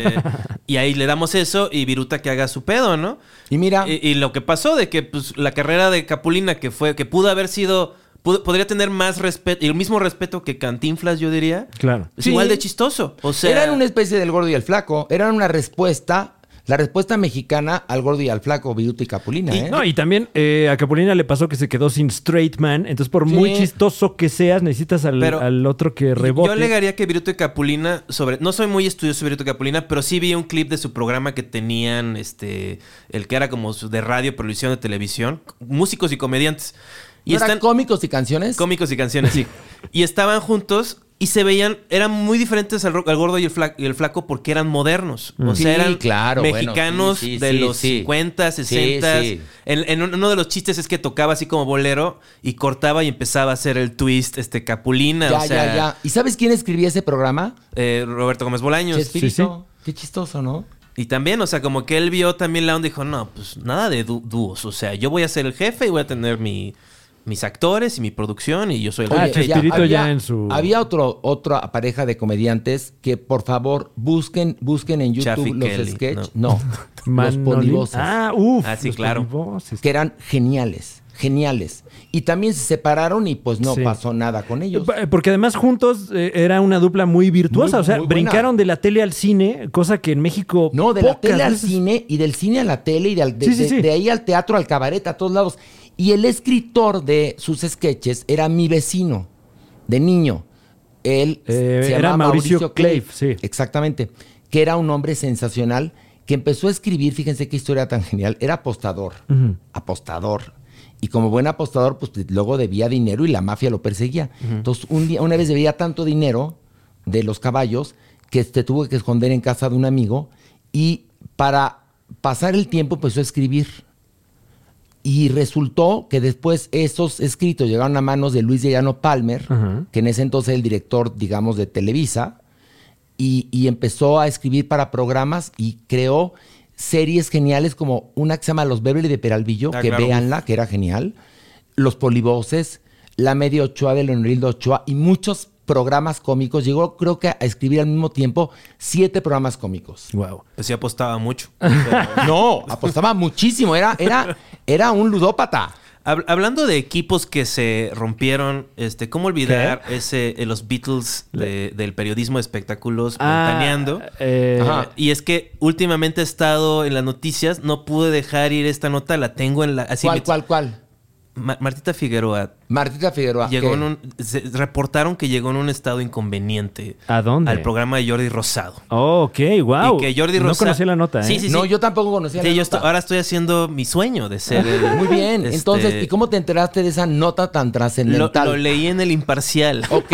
[SPEAKER 4] y ahí le damos eso y Viruta que haga su pedo, ¿no?
[SPEAKER 5] Y mira,
[SPEAKER 4] Y, y lo que pasó de que pues, la carrera de Capulina, que fue, que pudo haber sido, pudo- podría tener más respeto, el mismo respeto que Cantinflas, yo diría.
[SPEAKER 3] Claro.
[SPEAKER 4] Es
[SPEAKER 5] Sí.
[SPEAKER 4] igual de chistoso. O sea,
[SPEAKER 5] eran una especie del gordo y el flaco, eran una respuesta La respuesta mexicana al gordo y al flaco, Viruta y Capulina, ¿eh?
[SPEAKER 3] No, y también eh, a Capulina le pasó que se quedó sin straight man. Entonces, por muy
[SPEAKER 5] Sí.
[SPEAKER 3] chistoso que seas, necesitas al,
[SPEAKER 4] Pero-
[SPEAKER 3] al otro que
[SPEAKER 4] Yo
[SPEAKER 3] rebote.
[SPEAKER 4] alegaría que Viruto y Capulina sobre. No soy muy estudioso de Viruto y Capulina, pero sí vi un clip de su programa que tenían, este, el que era como su- de radio, pero lo hicieron de televisión, músicos y comediantes. Y
[SPEAKER 5] ¿No eran cómicos y canciones?
[SPEAKER 4] Cómicos y canciones, sí. y estaban juntos y se veían, eran muy diferentes al, ro- al gordo y el, fla- y el flaco porque eran modernos. O
[SPEAKER 5] Mm. Sí,
[SPEAKER 4] sea, eran
[SPEAKER 5] claro, bueno,
[SPEAKER 4] mexicanos
[SPEAKER 5] sí, sí,
[SPEAKER 4] de
[SPEAKER 5] sí,
[SPEAKER 4] los
[SPEAKER 5] sí.
[SPEAKER 4] 50,
[SPEAKER 5] Sí,
[SPEAKER 4] 60.
[SPEAKER 5] sí.
[SPEAKER 4] En, en un- uno de los chistes es que tocaba así como bolero y cortaba y empezaba a hacer el twist, este, capulina.
[SPEAKER 5] Ya,
[SPEAKER 4] o sea,
[SPEAKER 5] ya, ya. ¿Y sabes quién escribía ese programa?
[SPEAKER 4] eh, Roberto Gómez Bolaños.
[SPEAKER 5] Chespirito. Qué chistoso, ¿no?
[SPEAKER 4] Y también, o sea, como que él vio también la onda y dijo, no, pues nada de dú- dúos. O sea, yo voy a ser el jefe y voy a tener mi- mis actores y mi producción y yo soy el
[SPEAKER 3] Ah,
[SPEAKER 4] jefe.
[SPEAKER 5] Oye, pues
[SPEAKER 3] Chespirito ya en su-
[SPEAKER 5] Había otro, otra pareja de comediantes que, por favor, busquen, busquen en YouTube
[SPEAKER 4] Chaffee
[SPEAKER 5] los
[SPEAKER 4] Kelly,
[SPEAKER 5] sketches. No, los
[SPEAKER 3] Manolín.
[SPEAKER 5] polivoces.
[SPEAKER 3] Ah, uff.
[SPEAKER 4] Ah, sí, claro.
[SPEAKER 5] Que eran geniales, geniales. Y también se separaron y pues no
[SPEAKER 3] Sí.
[SPEAKER 5] pasó nada con ellos.
[SPEAKER 3] Eh, Pa- Porque además juntos eh, era una dupla muy virtuosa.
[SPEAKER 5] Muy-
[SPEAKER 3] o sea,
[SPEAKER 5] muy buena.
[SPEAKER 3] brincaron de la tele al cine, cosa que en México.
[SPEAKER 5] No, de la
[SPEAKER 3] pocas
[SPEAKER 5] tele al
[SPEAKER 3] veces-
[SPEAKER 5] cine y del cine a la tele y de, al- de-
[SPEAKER 3] Sí, sí,
[SPEAKER 5] de-
[SPEAKER 3] sí.
[SPEAKER 5] de ahí al teatro, al cabaret, a todos lados. Y el escritor de sus sketches era mi vecino, de niño. Él
[SPEAKER 3] Eh,
[SPEAKER 5] se
[SPEAKER 3] era
[SPEAKER 5] llamaba
[SPEAKER 3] Mauricio Clave, sí.
[SPEAKER 5] Exactamente. Que era un hombre sensacional que empezó a escribir, fíjense qué historia tan genial, era apostador,
[SPEAKER 3] Ujú.
[SPEAKER 5] apostador. Y como buen apostador, pues luego debía dinero y la mafia lo perseguía. Entonces, un día, una vez debía tanto dinero de los caballos que se tuvo que esconder en casa de un amigo y para pasar el tiempo empezó a escribir. Y resultó que después esos escritos llegaron a manos de Luis Llano Palmer,
[SPEAKER 3] Ajá.
[SPEAKER 5] que en ese entonces era el director, digamos, de Televisa, y, y empezó a escribir para programas y creó series geniales como una que se llama Los Beverly de Peralvillo,
[SPEAKER 4] Ah,
[SPEAKER 5] que
[SPEAKER 4] claro.
[SPEAKER 5] véanla, que era genial, Los Polivoces, La Media Ochoa de Leonildo Ochoa y muchos programas cómicos. Llegó, creo que a escribir al mismo tiempo siete programas cómicos.
[SPEAKER 3] Wow.
[SPEAKER 4] Pues sí apostaba mucho.
[SPEAKER 5] No, apostaba muchísimo, era, era, era un ludópata.
[SPEAKER 4] Hab- hablando de equipos que se rompieron, este, ¿cómo olvidar ese eh, los Beatles de- del periodismo de espectáculos montaneando?
[SPEAKER 3] Ah, eh,
[SPEAKER 5] Ajá.
[SPEAKER 4] Y es que últimamente he estado en las noticias, no pude dejar ir esta nota, la tengo en la... Así
[SPEAKER 5] ¿Cuál,
[SPEAKER 4] me-
[SPEAKER 5] cuál, cuál?
[SPEAKER 4] Ma- Martita Figueroa
[SPEAKER 5] Martita Figueroa.
[SPEAKER 4] llegó
[SPEAKER 5] Ah, ¿qué?
[SPEAKER 4] en un... se- reportaron que llegó en un estado inconveniente.
[SPEAKER 3] ¿A dónde?
[SPEAKER 4] Al programa de Jordi Rosado.
[SPEAKER 3] Oh, ok, wow.
[SPEAKER 4] Y que Jordi
[SPEAKER 3] No
[SPEAKER 4] Rosado...
[SPEAKER 3] conocía la nota, ¿eh?
[SPEAKER 4] Sí, sí, sí.
[SPEAKER 5] no, yo tampoco conocía
[SPEAKER 4] Sí,
[SPEAKER 5] la
[SPEAKER 4] yo
[SPEAKER 5] nota.
[SPEAKER 4] esto- ahora estoy haciendo mi sueño de ser... el-
[SPEAKER 5] Muy bien.
[SPEAKER 4] este,
[SPEAKER 5] Entonces, ¿y cómo te enteraste de esa nota tan
[SPEAKER 4] Lo,
[SPEAKER 5] trascendental?
[SPEAKER 4] lo leí en el imparcial.
[SPEAKER 5] Ok.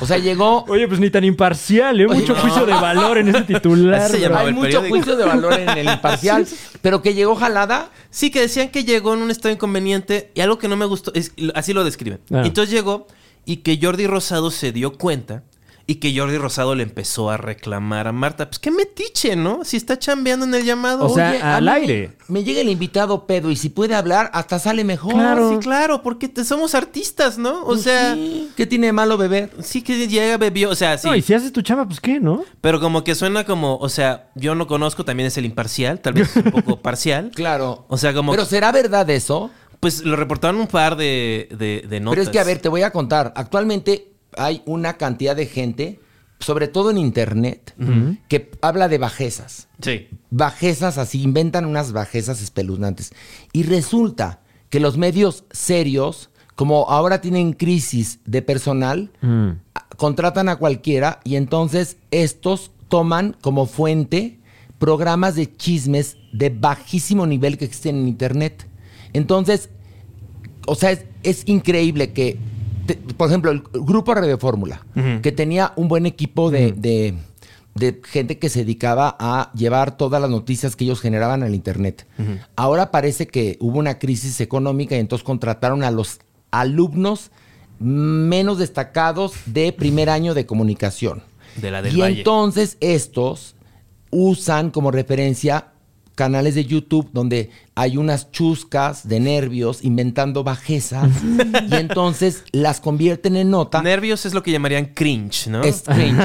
[SPEAKER 5] O sea, llegó.
[SPEAKER 3] Oye, pues ni tan imparcial, ¿eh? Mucho
[SPEAKER 4] no.
[SPEAKER 3] juicio de valor en ese titular.
[SPEAKER 4] Así se
[SPEAKER 3] bro.
[SPEAKER 4] llamaba
[SPEAKER 5] Hay
[SPEAKER 4] el
[SPEAKER 5] mucho
[SPEAKER 4] periódico.
[SPEAKER 5] juicio de valor en el imparcial, pero que llegó jalada.
[SPEAKER 4] Sí, que decían que llegó en un estado inconveniente y algo que no me gustó, es- así lo describen.
[SPEAKER 3] Ah.
[SPEAKER 4] Entonces llegó y que Jordi Rosado se dio cuenta y que Jordi Rosado le empezó a reclamar a Marta. Pues qué metiche, ¿no? Si está chambeando en el llamado.
[SPEAKER 3] O sea,
[SPEAKER 5] Oye, a
[SPEAKER 3] al
[SPEAKER 5] mí
[SPEAKER 3] aire.
[SPEAKER 5] Me, me llega el invitado pedo y si puede hablar, hasta sale mejor.
[SPEAKER 4] claro.
[SPEAKER 3] claro.
[SPEAKER 4] Sí, claro, porque te- somos artistas, ¿no? O
[SPEAKER 5] Pues
[SPEAKER 4] sea,
[SPEAKER 5] sí, ¿qué tiene de malo beber?
[SPEAKER 4] sí que llega, bebió, o sea, sí.
[SPEAKER 3] No, y si haces tu chamba, pues qué, ¿no?
[SPEAKER 4] Pero como que suena como, o sea, yo no conozco, también es el imparcial, tal vez un poco parcial.
[SPEAKER 5] Claro.
[SPEAKER 4] O sea, como...
[SPEAKER 5] Pero será verdad eso.
[SPEAKER 4] Pues lo reportaron un par de, de, de notas.
[SPEAKER 5] Pero es que, a ver, te voy a contar. Actualmente hay una cantidad de gente, sobre todo en internet, que habla de bajezas.
[SPEAKER 4] Sí.
[SPEAKER 5] bajezas así, inventan unas bajezas espeluznantes. Y resulta que los medios serios, como ahora tienen crisis de personal,
[SPEAKER 3] Mm.
[SPEAKER 5] a- contratan a cualquiera y entonces estos toman como fuente programas de chismes de bajísimo nivel que existen en internet. Entonces, o sea, es, es increíble que, te- por ejemplo, el grupo Radio Fórmula, que tenía un buen equipo de, de- de gente que se dedicaba a llevar todas las noticias que ellos generaban al Internet. Ahora parece que hubo una crisis económica y entonces contrataron a los alumnos menos destacados de primer año de comunicación.
[SPEAKER 4] De la del
[SPEAKER 5] y
[SPEAKER 4] Valle.
[SPEAKER 5] entonces estos usan como referencia canales de YouTube donde hay unas chuscas de nervios inventando bajezas y entonces las convierten en nota.
[SPEAKER 4] Nervios es lo que llamarían cringe, ¿no?
[SPEAKER 5] Es cringe.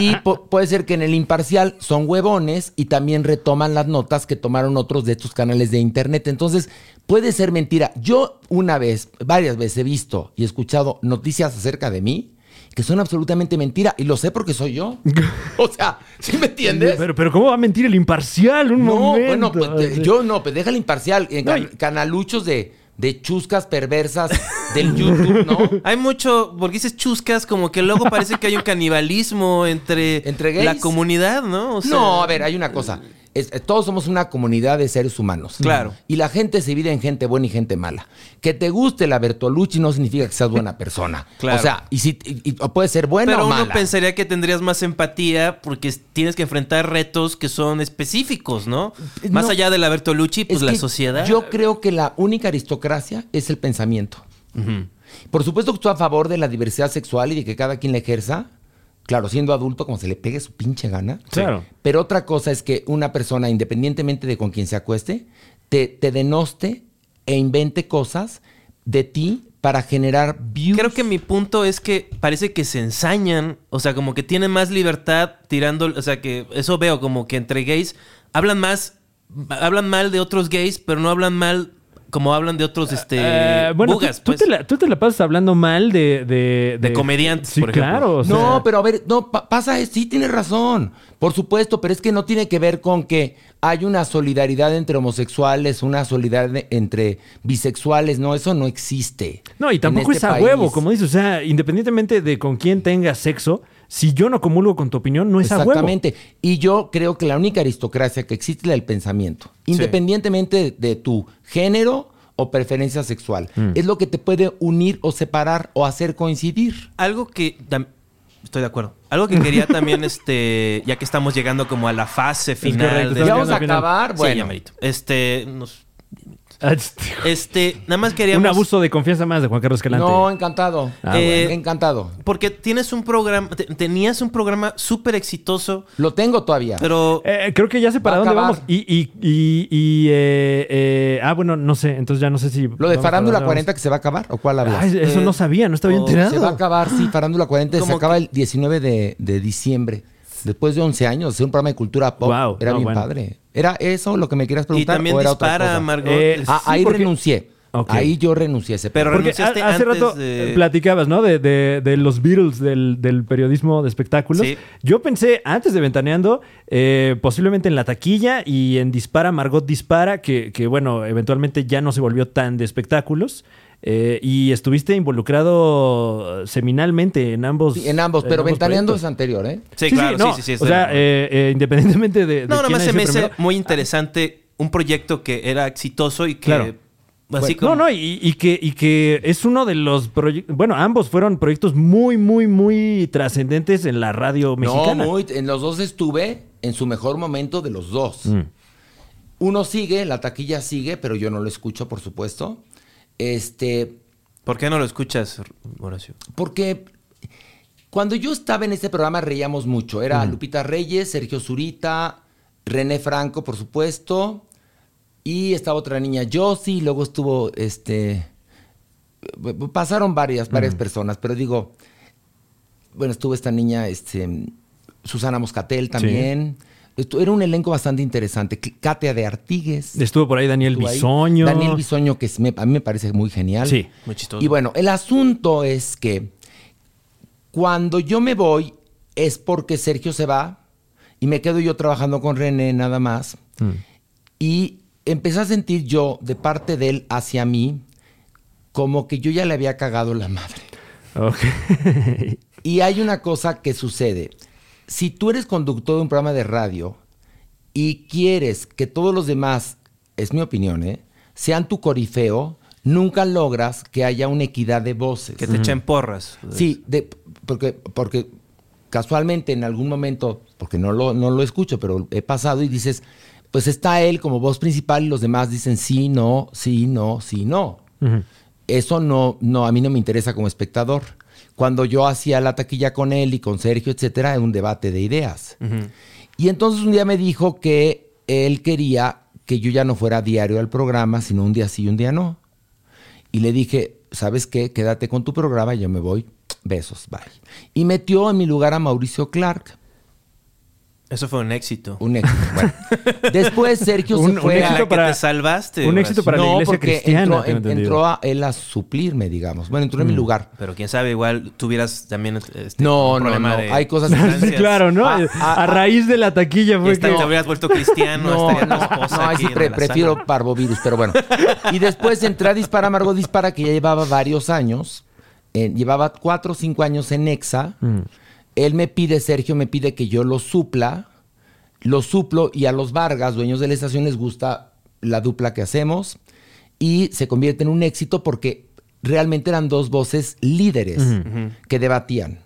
[SPEAKER 5] Y po- puede ser que en el imparcial son huevones y también retoman las notas que tomaron otros de estos canales de internet. Entonces, puede ser mentira. Yo una vez, varias veces he visto y escuchado noticias acerca de mí que son absolutamente mentira. Y lo sé porque soy yo. O sea, ¿sí me entiendes?
[SPEAKER 3] Pero, pero ¿cómo va a mentir el imparcial? Un
[SPEAKER 5] no,
[SPEAKER 3] momento.
[SPEAKER 5] bueno, pues, te- yo no, pues déjale imparcial. En can- canaluchos de, de chuscas perversas del YouTube, ¿no?
[SPEAKER 4] Hay mucho, porque dices chuscas, como que luego parece que hay un canibalismo entre,
[SPEAKER 5] ¿Entre gays?
[SPEAKER 4] la comunidad, ¿no? O sea,
[SPEAKER 5] no, a ver, hay una cosa. Es- eh, todos somos una comunidad de seres humanos.
[SPEAKER 4] Claro.
[SPEAKER 5] Y la gente se divide en gente buena y gente mala. Que te guste la Bertolucci no significa que seas buena persona.
[SPEAKER 4] Claro.
[SPEAKER 5] O sea, y si y- y- o puede ser buena
[SPEAKER 4] Pero
[SPEAKER 5] o
[SPEAKER 4] uno
[SPEAKER 5] mala.
[SPEAKER 4] pensaría que tendrías más empatía porque es- tienes que enfrentar retos que son específicos, ¿no?
[SPEAKER 5] Eh,
[SPEAKER 4] Más
[SPEAKER 5] no.
[SPEAKER 4] allá de la Bertolucci, pues
[SPEAKER 5] Es
[SPEAKER 4] la
[SPEAKER 5] que
[SPEAKER 4] sociedad.
[SPEAKER 5] Yo creo que la única aristocracia es el pensamiento. Por supuesto que estoy a favor de la diversidad sexual y de que cada quien la ejerza. Claro, siendo adulto, como se le pegue su pinche gana.
[SPEAKER 3] Claro.
[SPEAKER 5] Pero otra cosa es que una persona, independientemente de con quien se acueste, te, te denoste e invente cosas de ti para generar views.
[SPEAKER 4] Creo que mi punto es que parece que se ensañan, o sea, como que tienen más libertad tirando, o sea, que eso veo como que entre gays hablan más, hablan mal de otros gays, pero no hablan mal como hablan de otros, este,
[SPEAKER 3] Eh, bueno, tú-
[SPEAKER 4] bugas,
[SPEAKER 3] tú,
[SPEAKER 4] pues.
[SPEAKER 3] te la, tú te la pasas hablando mal de... De,
[SPEAKER 4] De comediantes,
[SPEAKER 3] sí,
[SPEAKER 4] por ejemplo.
[SPEAKER 3] claro. o sea,
[SPEAKER 5] No, pero a ver, no, pa- pasa, es- sí tienes razón, por supuesto, pero es que no tiene que ver con que hay una solidaridad entre homosexuales, una solidaridad entre bisexuales, no, eso no existe.
[SPEAKER 3] No, y
[SPEAKER 5] en
[SPEAKER 3] tampoco
[SPEAKER 5] este
[SPEAKER 3] es a
[SPEAKER 5] país.
[SPEAKER 3] huevo, como dices. O sea, independientemente de con quién tengas sexo, si yo no comulgo con tu opinión, no es a huevo.
[SPEAKER 5] Exactamente. Y yo creo que la única aristocracia que existe es la del pensamiento, independientemente de, de tu género o preferencia sexual.
[SPEAKER 3] Mm.
[SPEAKER 5] Es lo que te puede unir o separar o hacer coincidir.
[SPEAKER 4] Algo que tam- estoy de acuerdo. Algo que quería también, este, ya que estamos llegando como a la fase final.
[SPEAKER 3] correcto,
[SPEAKER 4] de-
[SPEAKER 3] Pero
[SPEAKER 5] Ya
[SPEAKER 3] no,
[SPEAKER 5] vamos a
[SPEAKER 3] al final-
[SPEAKER 5] acabar,
[SPEAKER 4] Sí,
[SPEAKER 5] bueno.
[SPEAKER 4] ya, Marito. Este, nos-
[SPEAKER 3] Ah, este,
[SPEAKER 4] este, nada más queríamos.
[SPEAKER 3] Un abuso de confianza más de Juan Carlos Calante.
[SPEAKER 5] no, encantado.
[SPEAKER 3] Ah,
[SPEAKER 5] Eh,
[SPEAKER 4] bueno.
[SPEAKER 5] Encantado.
[SPEAKER 4] Porque tienes un programa, te- tenías un programa súper exitoso,
[SPEAKER 5] Lo tengo todavía.
[SPEAKER 4] pero
[SPEAKER 3] Eh, creo que ya sé para
[SPEAKER 5] Va a
[SPEAKER 3] dónde
[SPEAKER 5] acabar.
[SPEAKER 3] vamos. Y, y, y, y, eh, eh, ah, bueno, no sé. Entonces ya no sé si.
[SPEAKER 5] Lo de Farándula 40
[SPEAKER 3] 40
[SPEAKER 5] que se va a acabar, ¿o cuál hablas?
[SPEAKER 3] eso no sabía, no estaba bien
[SPEAKER 4] o-
[SPEAKER 3] enterado.
[SPEAKER 5] se va a acabar, sí, Farándula 40 se
[SPEAKER 4] Como
[SPEAKER 5] acaba el 19 de, de diciembre. Después de 11 años, hacer un programa de cultura pop
[SPEAKER 3] Wow,
[SPEAKER 5] era
[SPEAKER 3] no,
[SPEAKER 5] bien
[SPEAKER 3] bueno.
[SPEAKER 5] padre. ¿Era eso lo que me querías
[SPEAKER 4] y
[SPEAKER 5] preguntar?
[SPEAKER 4] también
[SPEAKER 5] o era otra
[SPEAKER 4] dispara
[SPEAKER 5] cosa?
[SPEAKER 4] Margot.
[SPEAKER 3] Eh,
[SPEAKER 5] Ah,
[SPEAKER 3] Sí,
[SPEAKER 5] ahí
[SPEAKER 3] porque-
[SPEAKER 5] renuncié.
[SPEAKER 3] Ok.
[SPEAKER 5] Ahí yo renuncié a ese
[SPEAKER 4] Pero
[SPEAKER 5] programa.
[SPEAKER 3] Porque ha-
[SPEAKER 4] renunciaste
[SPEAKER 3] hace
[SPEAKER 4] antes
[SPEAKER 3] rato
[SPEAKER 4] de-
[SPEAKER 3] platicabas, ¿no? De, de- de los Beatles, del, del periodismo de espectáculos.
[SPEAKER 4] Sí.
[SPEAKER 3] Yo pensé, antes de Ventaneando, eh, posiblemente en La Taquilla y en Dispara, Margot Dispara, que, que, bueno, eventualmente ya no se volvió tan de espectáculos. Eh, y estuviste involucrado eh, seminalmente en ambos.
[SPEAKER 5] Sí, en ambos, pero Ventaneando
[SPEAKER 3] proyectos.
[SPEAKER 5] es anterior, ¿eh?
[SPEAKER 4] sí, claro, sí,
[SPEAKER 3] ah, no,
[SPEAKER 4] sí, sí,
[SPEAKER 3] O
[SPEAKER 4] estoy de
[SPEAKER 3] sea,
[SPEAKER 4] acuerdo.
[SPEAKER 3] eh, eh, independientemente de. de
[SPEAKER 4] no, nada
[SPEAKER 3] quién
[SPEAKER 4] más
[SPEAKER 3] haya
[SPEAKER 4] se me
[SPEAKER 3] sido
[SPEAKER 4] hace
[SPEAKER 3] primero.
[SPEAKER 4] muy interesante un proyecto que era exitoso y que
[SPEAKER 3] Claro.
[SPEAKER 4] así
[SPEAKER 3] Bueno,
[SPEAKER 4] como
[SPEAKER 3] Pues, No, no, y, y que, y que es uno de los proyectos. Bueno, ambos fueron proyectos muy, muy, muy trascendentes en la radio mexicana.
[SPEAKER 5] No, muy, en los dos estuve en su mejor momento de los dos.
[SPEAKER 3] Mm.
[SPEAKER 5] Uno sigue, la taquilla sigue, pero yo no lo escucho, por supuesto. Este,
[SPEAKER 4] ¿Por qué no lo escuchas, Horacio?
[SPEAKER 5] Porque cuando yo estaba en este programa reíamos mucho. Era Lupita Reyes, Sergio Zurita, René Franco, por supuesto. Y estaba otra niña, Josie. Luego estuvo, este... b- b- Pasaron varias, varias personas. Pero digo, bueno, estuvo esta niña, este... Susana Moscatel también. Estu- Era un elenco bastante interesante. Cl- Katia de Artigues.
[SPEAKER 3] Estuvo por ahí Daniel
[SPEAKER 5] Estuvo ahí.
[SPEAKER 3] Bisoño.
[SPEAKER 5] Daniel Bisoño, que es- me- a mí me parece muy genial.
[SPEAKER 3] Sí,
[SPEAKER 4] muy chistoso.
[SPEAKER 5] Y bueno, el asunto es que cuando yo me voy es porque Sergio se va y me quedo yo trabajando con René nada más.
[SPEAKER 3] Mm.
[SPEAKER 5] Y empecé a sentir yo, de parte de él hacia mí, como que yo ya le había cagado la madre.
[SPEAKER 3] Ok.
[SPEAKER 5] Y hay una cosa que sucede. Si tú eres conductor de un programa de radio y quieres que todos los demás, es mi opinión, ¿eh? sean tu corifeo, nunca logras que haya una equidad de voces.
[SPEAKER 4] Que te echen porras.
[SPEAKER 5] Sí, de- porque, porque casualmente en algún momento, porque no lo, no lo escucho, pero he pasado y dices, pues está él como voz principal y los demás dicen sí, no, sí, no, sí, no.
[SPEAKER 4] Pues,
[SPEAKER 5] Eso no, no, a mí no me interesa como espectador. Cuando yo hacía la taquilla con él y con Sergio, etcétera, era un debate de ideas. Y entonces un día me dijo que él quería que yo ya no fuera diario al programa, sino un día sí y un día no. Y le dije, ¿sabes qué? Quédate con tu programa, yo me voy. Besos, bye. Y metió en mi lugar a Mauricio Clark.
[SPEAKER 4] Eso fue un éxito.
[SPEAKER 5] Un éxito. Bueno. Después Sergio
[SPEAKER 3] Un-
[SPEAKER 5] se
[SPEAKER 3] un
[SPEAKER 5] fue
[SPEAKER 3] éxito
[SPEAKER 5] a-
[SPEAKER 4] Para que
[SPEAKER 3] para-
[SPEAKER 4] te salvaste.
[SPEAKER 3] un éxito
[SPEAKER 4] Horacio.
[SPEAKER 3] para la
[SPEAKER 5] no,
[SPEAKER 3] iglesia
[SPEAKER 5] porque
[SPEAKER 3] cristiana,
[SPEAKER 5] entró,
[SPEAKER 3] tengo entendido. Mm.
[SPEAKER 5] entró a- él a suplirme, digamos. Bueno, entró en mi lugar.
[SPEAKER 4] Pero quién sabe, igual tuvieras también este,
[SPEAKER 5] No,
[SPEAKER 4] un
[SPEAKER 5] no,
[SPEAKER 4] problema
[SPEAKER 5] no.
[SPEAKER 4] de
[SPEAKER 5] Hay cosas
[SPEAKER 3] Sí,
[SPEAKER 4] sustancias.
[SPEAKER 3] claro, ¿no?
[SPEAKER 5] Ah, ah,
[SPEAKER 3] a raíz de la taquilla
[SPEAKER 4] Y
[SPEAKER 3] fue
[SPEAKER 4] hasta
[SPEAKER 3] que...
[SPEAKER 4] te hubieras vuelto cristiano, estaría tu esposa
[SPEAKER 5] no, ahí
[SPEAKER 4] aquí
[SPEAKER 5] sí
[SPEAKER 4] en
[SPEAKER 5] pre-
[SPEAKER 4] la
[SPEAKER 5] prefiero
[SPEAKER 4] sala.
[SPEAKER 5] parvovirus, pero bueno. Y después entré a Dispara Margot Dispara, que ya llevaba varios años. eh, llevaba cuatro o cinco años en Exa.
[SPEAKER 3] Mm.
[SPEAKER 5] Él me pide, Sergio me pide que yo lo supla. Lo suplo y a los Vargas, dueños de la estación, les gusta la dupla que hacemos. Y se convierte en un éxito porque realmente eran dos voces líderes que debatían.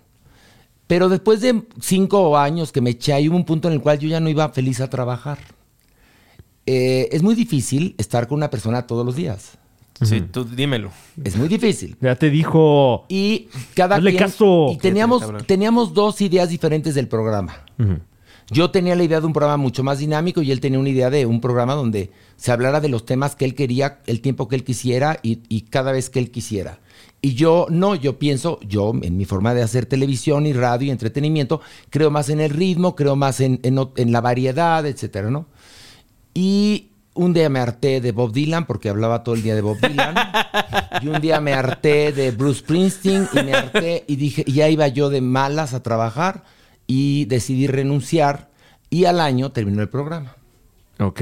[SPEAKER 5] Pero después de cinco años que me eché ahí, hubo un punto en el cual yo ya no iba feliz a trabajar. Eh, es muy difícil estar con una persona todos los días.
[SPEAKER 4] Sí, tú dímelo.
[SPEAKER 5] Es muy difícil.
[SPEAKER 3] Ya te dijo...
[SPEAKER 5] Y cada
[SPEAKER 3] Hazle
[SPEAKER 5] quien-
[SPEAKER 3] caso.
[SPEAKER 5] Y teníamos,
[SPEAKER 4] Cabrón.
[SPEAKER 5] teníamos dos ideas diferentes del programa.
[SPEAKER 3] Mm.
[SPEAKER 5] Yo tenía la idea de un programa mucho más dinámico y él tenía una idea de un programa donde se hablara de los temas que él quería, el tiempo que él quisiera y, y cada vez que él quisiera. Y yo no, yo pienso, yo en mi forma de hacer televisión y radio y entretenimiento, creo más en el ritmo, creo más en, en o- en la variedad, etcétera, ¿no? Y un día me harté de Bob Dylan porque hablaba todo el día de Bob Dylan. y un día me harté de Bruce Springsteen y me harté y dije, y ya iba yo de malas a trabajar y decidí renunciar y al año terminó el programa.
[SPEAKER 3] Ok.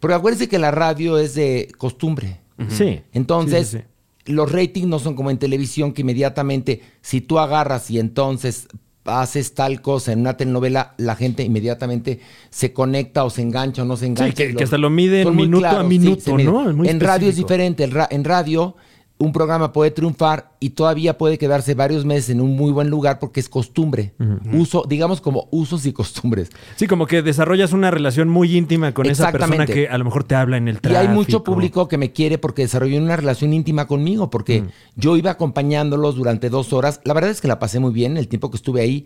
[SPEAKER 5] Pero acuérdense que la radio es de costumbre.
[SPEAKER 3] Sí.
[SPEAKER 5] Entonces,
[SPEAKER 3] Sí, sí,
[SPEAKER 5] los ratings no son como en televisión que inmediatamente, si tú agarras y entonces haces tal cosa en una telenovela, la gente inmediatamente se conecta o se engancha o no se engancha.
[SPEAKER 3] que-
[SPEAKER 5] y
[SPEAKER 3] que hasta lo miden
[SPEAKER 5] son muy
[SPEAKER 3] minuto a minuto,
[SPEAKER 5] se miden.
[SPEAKER 3] ¿no? Es muy
[SPEAKER 5] en radio es
[SPEAKER 3] específico.
[SPEAKER 5] diferente. el ra- en radio, un programa puede triunfar y todavía puede quedarse varios meses en un muy buen lugar porque es costumbre. Uso, digamos como usos y costumbres.
[SPEAKER 3] Sí, como que desarrollas una relación muy íntima con esa persona
[SPEAKER 5] Exactamente.
[SPEAKER 3] que a lo mejor te habla en el
[SPEAKER 5] Y
[SPEAKER 3] tráfico.
[SPEAKER 5] hay mucho público que me quiere porque desarrolló una relación íntima conmigo,
[SPEAKER 4] Mm.
[SPEAKER 5] porque yo iba acompañándolos durante dos horas. La verdad es que la pasé muy bien el tiempo que estuve ahí.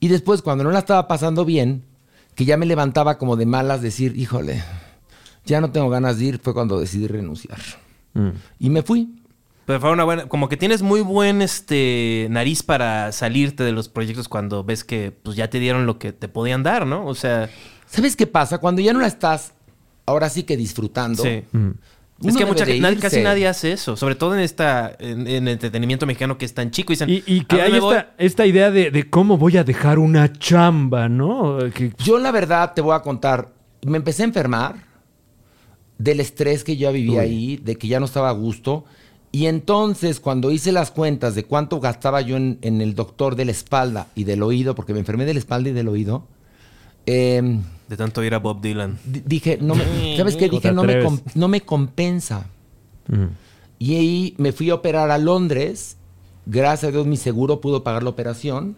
[SPEAKER 5] Y después, cuando no la estaba pasando bien, que ya me levantaba como de malas, decir, híjole, ya no tengo ganas de ir, fue cuando decidí renunciar.
[SPEAKER 3] Mm.
[SPEAKER 5] Y me fui.
[SPEAKER 4] Pero fue una buena. Como que tienes muy buen este nariz para salirte de los proyectos cuando ves que pues ya te dieron lo que te podían dar, ¿no? O sea,
[SPEAKER 5] ¿Sabes qué pasa? Cuando ya no la estás, ahora sí que disfrutando.
[SPEAKER 4] sí.
[SPEAKER 3] Mm.
[SPEAKER 5] uno
[SPEAKER 4] es que
[SPEAKER 5] debe
[SPEAKER 4] mucha,
[SPEAKER 5] de
[SPEAKER 4] nadie- casi
[SPEAKER 5] irse.
[SPEAKER 4] nadie hace eso, sobre todo en esta en, en el entretenimiento mexicano que es tan chico y, dicen,
[SPEAKER 3] Y, y
[SPEAKER 4] "¿A
[SPEAKER 3] que
[SPEAKER 4] dónde
[SPEAKER 3] hay
[SPEAKER 4] voy?".
[SPEAKER 3] esta, esta idea de, de cómo voy a dejar una chamba, ¿no? Que-
[SPEAKER 5] Yo la verdad te voy a contar, me empecé a enfermar del estrés que yo vivía ahí, de que ya no estaba a gusto. Y entonces cuando hice las cuentas de cuánto gastaba yo en, en el doctor de la espalda y del oído, porque me enfermé de la espalda y del oído, eh,
[SPEAKER 4] de tanto ir a Bob Dylan.
[SPEAKER 5] di- dije, no me- ¿sabes qué?
[SPEAKER 3] ¿Cómo
[SPEAKER 5] Dije,
[SPEAKER 3] te
[SPEAKER 5] no me,
[SPEAKER 3] atreves?
[SPEAKER 5] com- no me compensa. Mm. Y ahí me fui a operar a Londres. Gracias a Dios mi seguro pudo pagar la operación.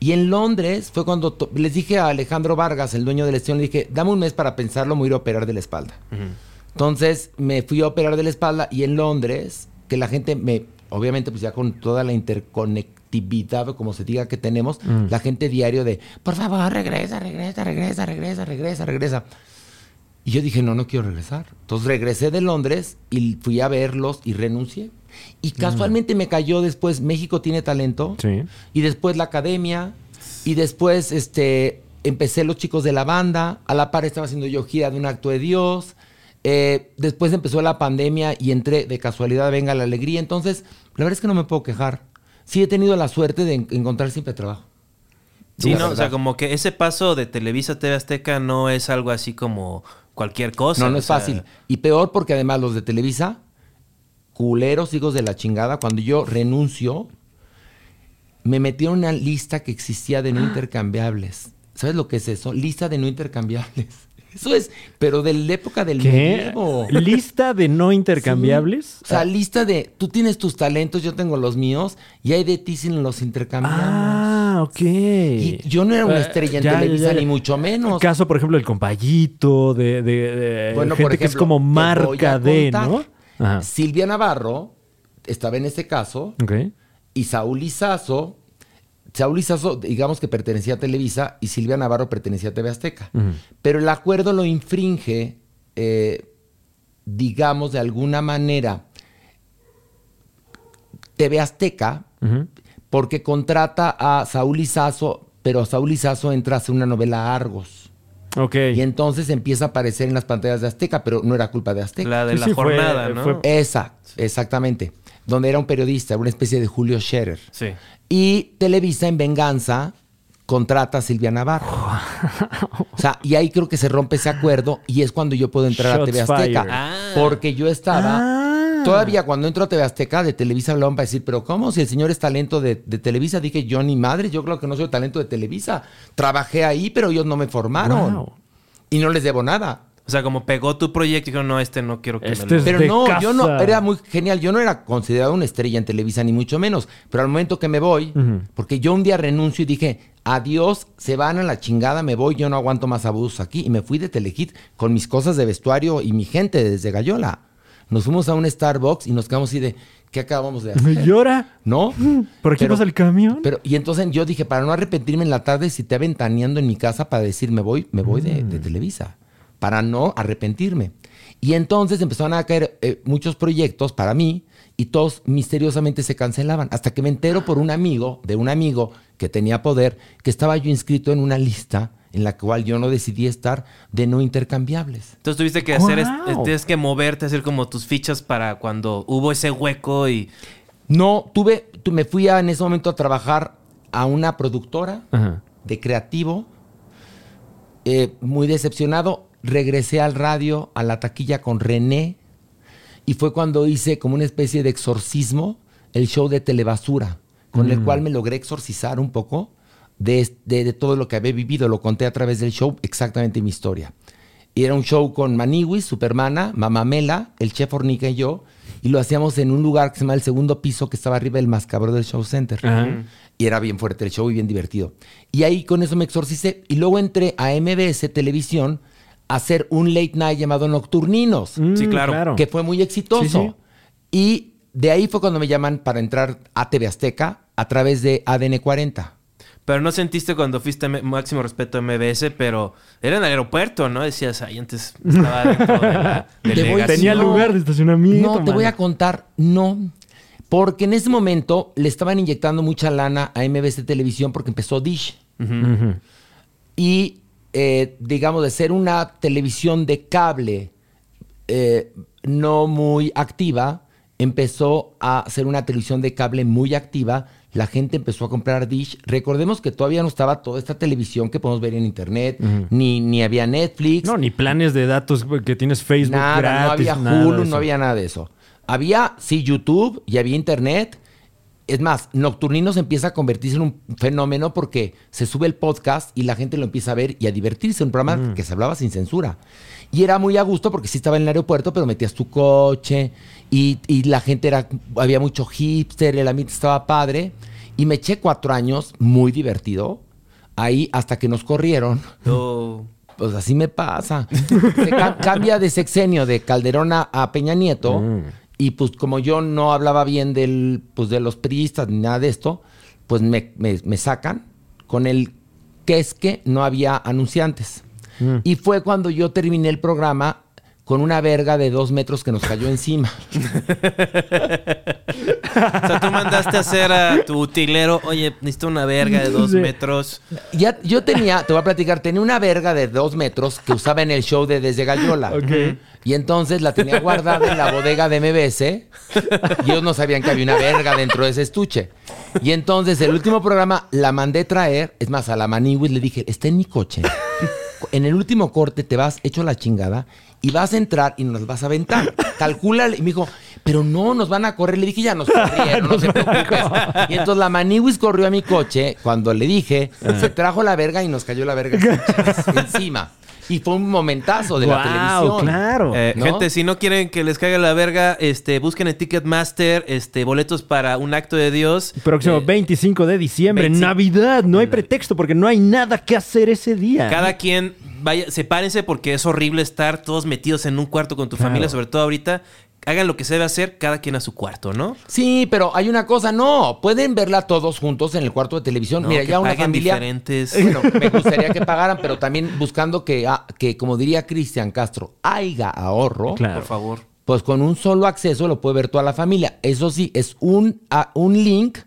[SPEAKER 5] Y en Londres fue cuando to- les dije a Alejandro Vargas, el dueño de la estación, le dije, dame un mes para pensarlo, me voy a ir a operar de la espalda. Entonces me fui a operar de la espalda y en Londres, que la gente me, obviamente pues ya con toda la interconectividad o como se diga que tenemos, la gente diario de, por favor, regresa, regresa, regresa, regresa, regresa, regresa. Y yo dije, no, no quiero regresar. Entonces regresé de Londres y fui a verlos y renuncié. Y casualmente me cayó después México tiene talento.
[SPEAKER 3] Sí.
[SPEAKER 5] Y después la academia. Y después este, empecé los chicos de la banda. A la par estaba haciendo yo gira de un acto de Dios. Eh, después empezó la pandemia y entré de casualidad, venga la alegría. Entonces, la verdad es que no me puedo quejar. Sí he tenido la suerte de en- encontrar siempre trabajo.
[SPEAKER 4] Sí,
[SPEAKER 5] La
[SPEAKER 4] no, o sea,
[SPEAKER 5] verdad.
[SPEAKER 4] como que ese paso de Televisa a TV Azteca no es algo así como cualquier cosa.
[SPEAKER 5] No, no
[SPEAKER 4] o
[SPEAKER 5] es
[SPEAKER 4] sea,
[SPEAKER 5] fácil. Y peor porque además los de Televisa, culeros, hijos de la chingada, cuando yo renuncio, me metieron una lista que existía de
[SPEAKER 3] Ah.
[SPEAKER 5] no intercambiables. ¿Sabes lo que es eso? Lista de no intercambiables. Eso es, pero de la época del
[SPEAKER 3] ¿Qué?
[SPEAKER 5] medievo.
[SPEAKER 3] ¿Lista de no intercambiables?
[SPEAKER 5] O sea, lista de tú tienes tus talentos, yo tengo los míos, y hay de ti sin los intercambiables.
[SPEAKER 3] Ah, ok.
[SPEAKER 5] Y yo no era una
[SPEAKER 3] Eh,
[SPEAKER 5] estrella en
[SPEAKER 3] ya,
[SPEAKER 5] Televisa,
[SPEAKER 3] ya, ya.
[SPEAKER 5] ni mucho menos.
[SPEAKER 3] Caso, por ejemplo, el compayito, de, de- de
[SPEAKER 5] Bueno,
[SPEAKER 3] Eh, gente
[SPEAKER 5] por
[SPEAKER 3] que es
[SPEAKER 5] ejemplo,
[SPEAKER 3] como
[SPEAKER 5] te voy
[SPEAKER 3] marca
[SPEAKER 5] a
[SPEAKER 3] de,
[SPEAKER 5] contar.
[SPEAKER 3] ¿no? Ajá.
[SPEAKER 5] Silvia Navarro estaba en este caso.
[SPEAKER 3] Ok.
[SPEAKER 5] y Saúl Izazo. Saúl Izazo, digamos que pertenecía a Televisa y Silvia Navarro pertenecía a TV Azteca. Pero el acuerdo lo infringe, eh, digamos, de alguna manera, TV Azteca, porque contrata a Saúl Izazo pero Saúl Izazo entra a hacer una novela Argos.
[SPEAKER 3] Ok.
[SPEAKER 5] Y entonces empieza a aparecer en las pantallas de Azteca, pero no era culpa de Azteca.
[SPEAKER 4] La de
[SPEAKER 3] Sí,
[SPEAKER 4] la
[SPEAKER 3] sí, fue- eh,
[SPEAKER 4] jornada, ¿no?
[SPEAKER 3] fue-
[SPEAKER 5] Exacto, exactamente. Donde era un periodista, una especie de Julio Scherer.
[SPEAKER 4] Sí.
[SPEAKER 5] Y Televisa, en venganza, contrata a Silvia Navarro. O sea, y ahí creo que se rompe ese acuerdo y es cuando yo puedo entrar
[SPEAKER 3] Shots
[SPEAKER 5] a TV Azteca.
[SPEAKER 3] fired.
[SPEAKER 4] Ah.
[SPEAKER 5] Porque yo estaba.
[SPEAKER 3] Ah.
[SPEAKER 5] Todavía cuando entro a TV Azteca, de Televisa hablaban para decir, pero ¿cómo? Si el señor es talento de, de Televisa, dije yo ni madre, yo creo que no soy talento de Televisa. Trabajé ahí, pero ellos no me formaron.
[SPEAKER 3] Wow.
[SPEAKER 5] Y no les debo nada.
[SPEAKER 4] O sea, como pegó tu proyecto y dijo, no, este no quiero que me
[SPEAKER 3] Este
[SPEAKER 4] lo-
[SPEAKER 3] es-
[SPEAKER 5] Pero
[SPEAKER 3] de
[SPEAKER 5] no, yo no,
[SPEAKER 3] casa.
[SPEAKER 5] era muy genial. Yo no era considerado una estrella en Televisa, ni mucho menos. Pero al momento que me voy,
[SPEAKER 3] Ujú.
[SPEAKER 5] porque yo un día renuncio y dije, adiós, se van a la chingada, me voy, yo no aguanto más abusos aquí. Y me fui de Telehit con mis cosas de vestuario y mi gente desde Gallola. Nos fuimos a un Starbucks y nos quedamos así de, ¿qué acabamos de hacer?
[SPEAKER 3] Me llora.
[SPEAKER 5] ¿No?
[SPEAKER 3] ¿Por aquí
[SPEAKER 5] Pero-
[SPEAKER 3] pasa el camión?
[SPEAKER 5] Pero, y entonces yo dije, para no arrepentirme en la tarde, si te aventaneando en mi casa para decir, me voy, me voy de,
[SPEAKER 3] Mm.
[SPEAKER 5] de Televisa, para no arrepentirme. Y entonces empezaron a caer eh, muchos proyectos para mí y todos misteriosamente se cancelaban, hasta que me entero por un amigo, de un amigo que tenía poder, que estaba yo inscrito en una lista en la cual yo no decidí estar de no intercambiables.
[SPEAKER 4] Entonces tuviste que hacer, es-
[SPEAKER 3] Guau.
[SPEAKER 4] es- tienes que moverte, hacer como tus fichas para cuando hubo ese hueco y...
[SPEAKER 5] No, tuve, tu- me fui a, en ese momento a trabajar a una productora
[SPEAKER 3] Ajá.
[SPEAKER 5] de creativo, eh, muy decepcionado. Regresé al radio, a la taquilla con René, y fue cuando hice como una especie de exorcismo el show de Telebasura, con el cual me logré exorcizar un poco de, es- de- de todo lo que había vivido. Lo conté a través del show, exactamente mi historia. Y era un show con Maniwis, Supermana, Mamamela, el chef Fornica y yo, y lo hacíamos en un lugar que se llama el segundo piso, que estaba arriba del mascabro del show center.
[SPEAKER 3] Ajá.
[SPEAKER 5] Y era bien fuerte el show y bien divertido. Y ahí con eso me exorcicé. Y luego entré a MBS Televisión a hacer un late night llamado Nocturninos,
[SPEAKER 3] Mm,
[SPEAKER 4] Sí, claro.
[SPEAKER 5] que fue muy exitoso.
[SPEAKER 3] Sí, sí.
[SPEAKER 5] Y de ahí fue cuando me llaman para entrar a TV Azteca a través de ADN 40.
[SPEAKER 4] Pero no sentiste cuando fuiste a M- máximo respeto a MBS, pero era en el aeropuerto, ¿no? Decías, ay, antes estaba dentro de la
[SPEAKER 5] Te voy-
[SPEAKER 4] delegación".
[SPEAKER 3] Tenía
[SPEAKER 5] No.
[SPEAKER 3] lugar de estacionamiento.
[SPEAKER 5] No, te voy a
[SPEAKER 3] mano.
[SPEAKER 5] contar, no. Porque en ese momento le estaban inyectando mucha lana a MBS Televisión porque empezó Dish.
[SPEAKER 3] Ujú.
[SPEAKER 5] y eh, digamos de ser una televisión de cable eh, no muy activa, empezó a ser una televisión de cable muy activa. La gente empezó a comprar Dish. Recordemos que todavía no estaba toda esta televisión que podemos ver en internet, ni, ni había Netflix,
[SPEAKER 3] No, ni planes de datos güey, que tienes Facebook
[SPEAKER 5] nada,
[SPEAKER 3] gratis.
[SPEAKER 5] no
[SPEAKER 3] nada
[SPEAKER 5] había
[SPEAKER 3] de
[SPEAKER 5] Hulu,
[SPEAKER 3] eso.
[SPEAKER 5] no había nada de eso. Había, sí, YouTube y había Internet. Es más, Nocturninos empieza a convertirse en un fenómeno porque se sube el podcast y la gente lo empieza a ver y a divertirse. Un programa
[SPEAKER 3] Mm.
[SPEAKER 5] que se hablaba sin censura. Y era muy a gusto porque sí estaba en el aeropuerto, pero metías tu coche y, y la gente era. Había mucho hipster, el ambiente estaba padre. Y me eché cuatro años muy divertido ahí hasta que nos corrieron.
[SPEAKER 4] No.
[SPEAKER 5] Pues así me pasa. Se ca- cambia de sexenio de Calderón a, a Peña Nieto. Y pues como yo no hablaba bien del, pues, de los priistas ni nada de esto, pues me, me- me sacan con el que es que no había anunciantes. Y fue cuando yo terminé el programa con una verga de dos metros que nos cayó encima.
[SPEAKER 4] O sea, tú mandaste a hacer a tu utilero, oye, necesito una verga de dos
[SPEAKER 3] Sí.
[SPEAKER 4] metros.
[SPEAKER 5] Ya, yo tenía, te voy a platicar, tenía una verga de dos metros que usaba en el show de Desde Gallola. Y entonces la tenía guardada en la bodega de MBS. Y ellos no sabían que había una verga dentro de ese estuche. Y entonces el último programa la mandé traer. Es más, a la Maniwis le dije, está en mi coche. En el último corte te vas hecho la chingada y vas a entrar y nos vas a aventar. Calcula. Y me dijo, pero no, nos van a correr. Le dije, ya nos corrieron, no se preocupes. Y entonces la Maniwis corrió a mi coche cuando le dije, se trajo la verga y nos cayó la verga encima. Y fue un momentazo de la
[SPEAKER 3] Guau,
[SPEAKER 5] televisión.
[SPEAKER 3] claro.
[SPEAKER 4] Eh,
[SPEAKER 5] ¿No?
[SPEAKER 4] Gente, si no quieren que les caiga la verga, este, busquen en Ticketmaster este, boletos para un acto de Dios.
[SPEAKER 3] Próximo
[SPEAKER 4] Eh,
[SPEAKER 3] 25 de diciembre,
[SPEAKER 4] 25.
[SPEAKER 3] Navidad. No hay pretexto porque no hay nada que hacer ese día.
[SPEAKER 4] Cada quien, vaya, sepárense porque es horrible estar todos metidos en un cuarto con tu
[SPEAKER 3] Claro.
[SPEAKER 4] familia, sobre todo ahorita. Hagan lo que se debe hacer, cada quien a su cuarto, ¿no?
[SPEAKER 5] Sí, pero hay una cosa, no. Pueden verla todos juntos en el cuarto de televisión.
[SPEAKER 4] No,
[SPEAKER 5] Mira,
[SPEAKER 4] que
[SPEAKER 5] ya una
[SPEAKER 4] paguen
[SPEAKER 5] familia.
[SPEAKER 4] diferentes.
[SPEAKER 5] Bueno, me gustaría que pagaran, pero también buscando que, ah, que como diría Cristian Castro, haya ahorro.
[SPEAKER 3] Claro.
[SPEAKER 4] Por favor.
[SPEAKER 5] Pues con un solo acceso lo puede ver toda la familia. Eso sí, es un, a- un link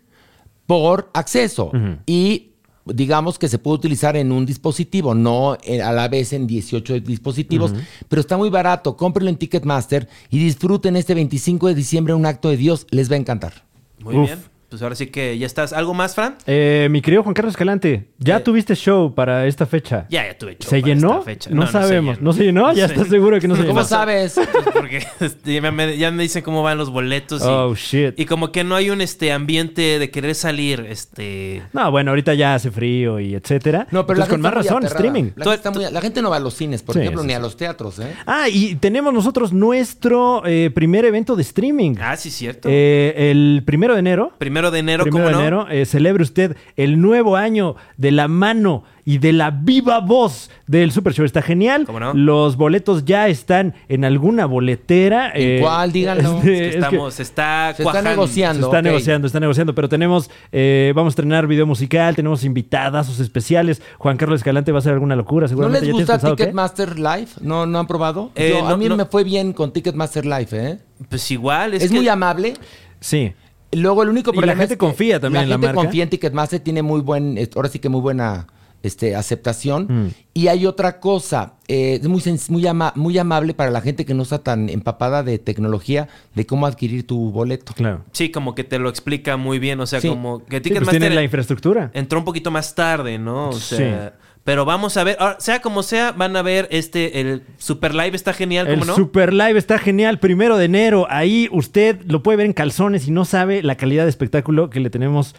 [SPEAKER 5] por acceso. Y digamos que se puede utilizar en un dispositivo, no eh, a la vez en 18 dispositivos, pero está muy barato. Cómprenlo en Ticketmaster y disfruten este 25 de diciembre un acto de Dios. Les va a encantar.
[SPEAKER 4] Muy
[SPEAKER 3] Uf.
[SPEAKER 4] bien. Pues ahora sí que ya estás. ¿Algo más, Fran?
[SPEAKER 3] Eh, mi querido Juan Carlos Escalante,
[SPEAKER 5] Eh,
[SPEAKER 3] ya tuviste show para esta fecha.
[SPEAKER 4] Ya, ya tuve show
[SPEAKER 3] ¿Se
[SPEAKER 4] para
[SPEAKER 3] llenó?
[SPEAKER 4] esta fecha.
[SPEAKER 3] No,
[SPEAKER 4] se
[SPEAKER 3] sabemos. ¿No se llenó? ¿Ya
[SPEAKER 4] Sí.
[SPEAKER 3] estás seguro que no se llenó?
[SPEAKER 5] ¿Cómo sabes?
[SPEAKER 4] Pues porque este, ya, me, ya me dicen cómo van los boletos y,
[SPEAKER 3] Oh, shit.
[SPEAKER 4] y como que no hay un este ambiente de querer salir este
[SPEAKER 3] No, bueno, ahorita ya hace frío y etcétera.
[SPEAKER 5] No, pero la
[SPEAKER 3] Entonces, con
[SPEAKER 5] gente
[SPEAKER 3] más
[SPEAKER 5] está muy
[SPEAKER 3] razón,
[SPEAKER 5] aterrada.
[SPEAKER 3] streaming.
[SPEAKER 5] La gente, está muy- la gente no va a los cines, por
[SPEAKER 3] Sí,
[SPEAKER 5] ejemplo,
[SPEAKER 3] sí,
[SPEAKER 5] ni a
[SPEAKER 3] sí.
[SPEAKER 5] los teatros, ¿eh?
[SPEAKER 3] Ah, y tenemos nosotros nuestro eh, primer evento de streaming.
[SPEAKER 4] ah sí cierto
[SPEAKER 3] Eh, el primero de enero.
[SPEAKER 4] primero de enero
[SPEAKER 3] primero
[SPEAKER 4] cómo
[SPEAKER 3] de
[SPEAKER 4] no
[SPEAKER 3] enero, eh, celebre usted el nuevo año de la mano y de la viva voz del Super Show. Está genial.
[SPEAKER 4] ¿Cómo no?
[SPEAKER 3] Los boletos ya están en alguna boletera.
[SPEAKER 5] ¿En cuál? Díganlo.
[SPEAKER 3] este,
[SPEAKER 4] Es que
[SPEAKER 3] es que
[SPEAKER 4] estamos se está
[SPEAKER 5] Se está
[SPEAKER 4] cuajando.
[SPEAKER 3] Se
[SPEAKER 5] negociando.
[SPEAKER 3] está
[SPEAKER 5] ok.
[SPEAKER 3] negociando, está negociando, pero tenemos, eh, vamos a estrenar video musical, tenemos invitadas, sus especiales. Juan Carlos Escalante va a hacer alguna locura,
[SPEAKER 5] ¿No
[SPEAKER 3] seguramente.
[SPEAKER 5] les
[SPEAKER 3] ¿Ya tienes
[SPEAKER 5] gusta
[SPEAKER 3] pensado qué?
[SPEAKER 5] Ticketmaster Live? ¿No, ¿No han probado?
[SPEAKER 4] Eh,
[SPEAKER 5] Yo-
[SPEAKER 4] no,
[SPEAKER 5] a mí
[SPEAKER 4] no.
[SPEAKER 5] me fue bien con Ticketmaster Live, ¿eh?
[SPEAKER 4] pues igual
[SPEAKER 5] Es,
[SPEAKER 4] es, que-
[SPEAKER 5] muy amable.
[SPEAKER 3] Sí.
[SPEAKER 5] Luego el único
[SPEAKER 3] Y la
[SPEAKER 5] problema
[SPEAKER 3] gente
[SPEAKER 5] es que
[SPEAKER 3] confía también en la
[SPEAKER 5] gente
[SPEAKER 3] marca.
[SPEAKER 5] confía en Ticketmaster, tiene muy buen, eh, ahora sí que muy buena este, aceptación.
[SPEAKER 3] Mm.
[SPEAKER 5] Y hay otra cosa, eh, es muy, sen- muy, ama- muy amable para la gente que no está tan empapada de tecnología, de cómo adquirir tu boleto.
[SPEAKER 3] Claro.
[SPEAKER 4] sí como que te lo explica muy bien o sea
[SPEAKER 5] Sí.
[SPEAKER 4] como que
[SPEAKER 3] Sí, pues
[SPEAKER 4] Ticketmaster
[SPEAKER 3] tienen la infraestructura.
[SPEAKER 4] entró un poquito más tarde no o
[SPEAKER 3] Sí.
[SPEAKER 4] sea pero vamos a ver ahora, sea como sea van a ver este el super live está genial
[SPEAKER 3] El
[SPEAKER 4] cómo no
[SPEAKER 3] Super Live está genial, primero de enero. Ahí usted lo puede ver en calzones y no sabe la calidad de espectáculo que le tenemos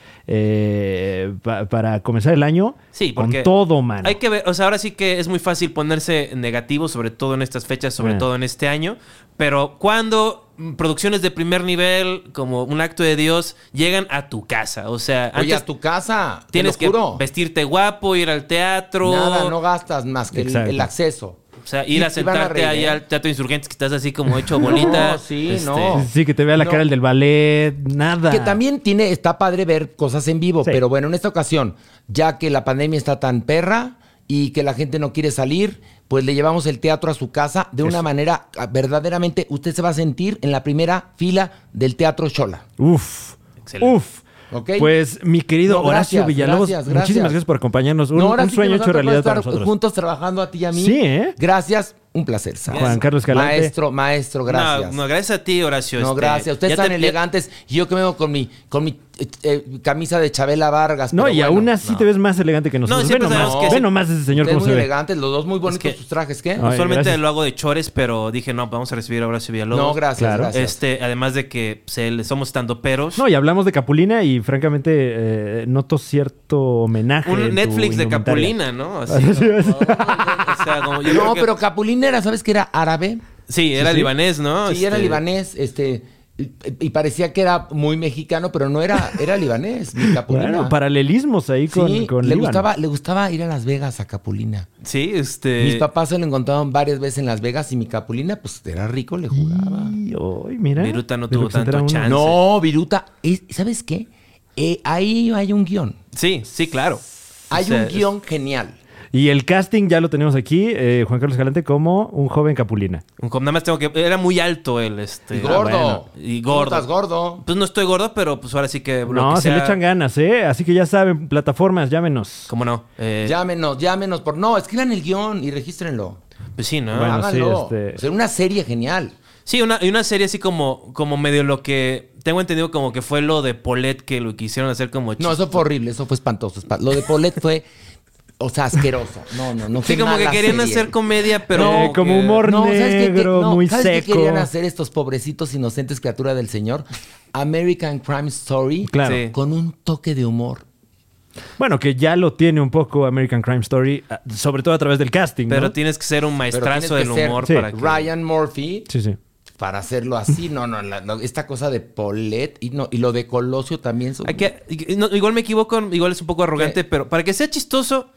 [SPEAKER 3] eh, pa- para comenzar el año.
[SPEAKER 4] Sí,
[SPEAKER 3] con
[SPEAKER 4] porque
[SPEAKER 3] todo, mano.
[SPEAKER 4] Hay que ver, o sea, ahora sí que es muy fácil ponerse negativo, sobre todo en estas fechas, sobre
[SPEAKER 3] Ah.
[SPEAKER 4] todo en este año. Pero cuando mm, producciones de primer nivel, como un acto de Dios, llegan a tu casa, o sea,
[SPEAKER 5] Oye,
[SPEAKER 4] antes
[SPEAKER 5] a tu casa, te
[SPEAKER 4] tienes
[SPEAKER 5] lo
[SPEAKER 4] que
[SPEAKER 5] juro.
[SPEAKER 4] vestirte guapo, ir al teatro,
[SPEAKER 5] Nada, no gastas más que el,
[SPEAKER 3] Exacto.
[SPEAKER 5] el acceso.
[SPEAKER 4] o sea, ir
[SPEAKER 5] Y-
[SPEAKER 4] a
[SPEAKER 5] y van
[SPEAKER 4] sentarte
[SPEAKER 5] reír,
[SPEAKER 4] ahí
[SPEAKER 5] ¿eh?
[SPEAKER 4] al teatro insurgentes que estás así como hecho bolita. Este,
[SPEAKER 5] No, sí, no.
[SPEAKER 3] Sí, que te vea la
[SPEAKER 5] No.
[SPEAKER 3] cara el del ballet, nada.
[SPEAKER 5] Que también tiene, está padre ver cosas en vivo,
[SPEAKER 3] Sí.
[SPEAKER 5] pero bueno, en esta ocasión, ya que la pandemia está tan perra y que la gente no quiere salir, pues le llevamos el teatro a su casa de una manera ah, verdaderamente, usted se va a sentir en la primera fila del teatro Chola.
[SPEAKER 3] Uf.
[SPEAKER 4] Excelente.
[SPEAKER 3] Uf.
[SPEAKER 5] Ok.
[SPEAKER 3] Pues, mi querido
[SPEAKER 5] No,
[SPEAKER 3] Horacio
[SPEAKER 5] gracias,
[SPEAKER 3] Villalobos,
[SPEAKER 5] gracias, gracias.
[SPEAKER 3] muchísimas gracias por acompañarnos. Un,
[SPEAKER 5] No, ahora
[SPEAKER 3] un
[SPEAKER 5] sí que
[SPEAKER 3] sueño
[SPEAKER 5] nos ha
[SPEAKER 3] hecho realidad
[SPEAKER 5] tocado
[SPEAKER 3] para
[SPEAKER 5] estar
[SPEAKER 3] nosotros.
[SPEAKER 5] juntos trabajando a ti y a mí.
[SPEAKER 3] Sí, ¿eh?
[SPEAKER 5] Gracias, un placer, Sam.
[SPEAKER 3] Juan Carlos Escalante.
[SPEAKER 5] Maestro, maestro, gracias.
[SPEAKER 4] No, no, gracias a ti, Horacio.
[SPEAKER 5] No,
[SPEAKER 4] este,
[SPEAKER 5] gracias. Ustedes
[SPEAKER 4] ya
[SPEAKER 5] están
[SPEAKER 4] te-
[SPEAKER 5] elegantes. Y yo que me vengo con mi, con mi eh, eh, camisa de Chabela Vargas.
[SPEAKER 3] No,
[SPEAKER 5] pero
[SPEAKER 3] y
[SPEAKER 5] bueno,
[SPEAKER 3] aún así
[SPEAKER 5] no.
[SPEAKER 3] te ves más elegante que nosotros. ve
[SPEAKER 4] siempre
[SPEAKER 3] nomás,
[SPEAKER 4] sabemos que
[SPEAKER 3] ve
[SPEAKER 4] sí.
[SPEAKER 3] nomás ese señor
[SPEAKER 5] Ustedes
[SPEAKER 3] cómo
[SPEAKER 5] muy
[SPEAKER 3] se ve.
[SPEAKER 5] elegantes, los dos muy bonitos
[SPEAKER 4] que-
[SPEAKER 5] sus trajes, ¿qué?
[SPEAKER 3] Ay,
[SPEAKER 4] Usualmente
[SPEAKER 3] gracias.
[SPEAKER 4] lo hago de chores, pero dije, no, vamos a recibir a Horacio Villalobos.
[SPEAKER 5] no, gracias,
[SPEAKER 3] claro.
[SPEAKER 5] gracias.
[SPEAKER 4] Este, además de que pues, él- somos tandoperos.
[SPEAKER 3] No, y hablamos de Capulina y francamente eh, noto cierto homenaje. en
[SPEAKER 4] Un
[SPEAKER 3] tu
[SPEAKER 4] Netflix de
[SPEAKER 3] indumentaria.
[SPEAKER 4] Capulina, ¿no? Así, como- o sea, como yo creo
[SPEAKER 5] no,
[SPEAKER 4] que-
[SPEAKER 5] pero Capulina era, ¿sabes qué era árabe?
[SPEAKER 4] Sí, era
[SPEAKER 3] sí.
[SPEAKER 4] libanés, ¿no?
[SPEAKER 5] Sí, era
[SPEAKER 4] Este,
[SPEAKER 5] libanés, este y, y parecía que era muy mexicano, pero no era, era libanés, mi Capulina.
[SPEAKER 3] Bueno, paralelismos ahí
[SPEAKER 5] Sí,
[SPEAKER 3] con, con
[SPEAKER 5] le
[SPEAKER 3] Líbano.
[SPEAKER 5] gustaba, le gustaba ir a Las Vegas a Capulina.
[SPEAKER 4] Sí, este.
[SPEAKER 5] Mis papás se lo encontraban varias veces en Las Vegas y mi Capulina, pues era rico, le jugaba.
[SPEAKER 4] Mm.
[SPEAKER 3] Y hoy, mira.
[SPEAKER 4] Viruta no
[SPEAKER 3] de lo
[SPEAKER 4] tuvo
[SPEAKER 3] que se entera
[SPEAKER 4] tanto
[SPEAKER 3] uno.
[SPEAKER 4] chance.
[SPEAKER 5] No, Viruta, es- ¿sabes qué? Eh, ahí hay un guión.
[SPEAKER 4] Sí, sí, claro.
[SPEAKER 5] Hay
[SPEAKER 4] O sea,
[SPEAKER 5] un
[SPEAKER 4] es-
[SPEAKER 5] guión genial.
[SPEAKER 3] Y el casting ya lo tenemos aquí, eh, Juan Carlos Galante como un joven Capulina.
[SPEAKER 4] un com- Nada más tengo que. Era muy alto él, este.
[SPEAKER 5] Y gordo.
[SPEAKER 3] Ah, bueno.
[SPEAKER 4] Y
[SPEAKER 5] Tú
[SPEAKER 4] gordo.
[SPEAKER 5] estás gordo.
[SPEAKER 4] Pues no estoy gordo, pero pues ahora sí que. lo
[SPEAKER 3] No,
[SPEAKER 4] que
[SPEAKER 3] se le
[SPEAKER 4] sea-
[SPEAKER 3] echan ganas, ¿eh? Así que ya saben, plataformas, llámenos.
[SPEAKER 4] ¿Cómo no? Eh,
[SPEAKER 5] Llámenos, llámenos por. No, escriban el guión y regístrenlo.
[SPEAKER 4] Pues sí, ¿no?
[SPEAKER 3] Bueno, sí,
[SPEAKER 5] Háganlo.
[SPEAKER 3] este-
[SPEAKER 5] O sea, una serie genial.
[SPEAKER 4] Sí, una, y una serie así como, como medio lo que. Tengo entendido como que fue lo de Polet que lo quisieron hacer como
[SPEAKER 5] No, eso fue horrible, eso fue espantoso. espa- Lo de Paulette fue, o sea, asqueroso. No, no, no.
[SPEAKER 4] Sí,
[SPEAKER 5] qué
[SPEAKER 4] como que
[SPEAKER 5] mala
[SPEAKER 4] querían
[SPEAKER 5] serie.
[SPEAKER 4] hacer comedia, pero.
[SPEAKER 3] Eh, como
[SPEAKER 4] que-
[SPEAKER 3] humor
[SPEAKER 5] qué? qué-
[SPEAKER 3] negro, muy
[SPEAKER 5] ¿sabes qué
[SPEAKER 3] seco.
[SPEAKER 5] querían hacer estos pobrecitos inocentes criaturas del señor? American Crime Story
[SPEAKER 3] Claro.
[SPEAKER 4] Sí.
[SPEAKER 5] con un toque de humor.
[SPEAKER 3] Bueno, que ya lo tiene un poco American Crime Story, ah, sobre todo a través del casting.
[SPEAKER 4] Pero
[SPEAKER 3] ¿no?
[SPEAKER 4] tienes que ser un
[SPEAKER 5] Pero
[SPEAKER 4] maestrazo
[SPEAKER 5] tienes
[SPEAKER 4] del
[SPEAKER 5] que ser
[SPEAKER 4] humor
[SPEAKER 3] Sí.
[SPEAKER 4] para que...
[SPEAKER 5] Ryan Murphy
[SPEAKER 3] Sí, sí.
[SPEAKER 5] para hacerlo así. No, no, la- no, esta cosa de Paulette y no y lo de Colosio también. son-
[SPEAKER 4] Hay que- no, igual me equivoco, igual es un poco arrogante, pero para que sea chistoso,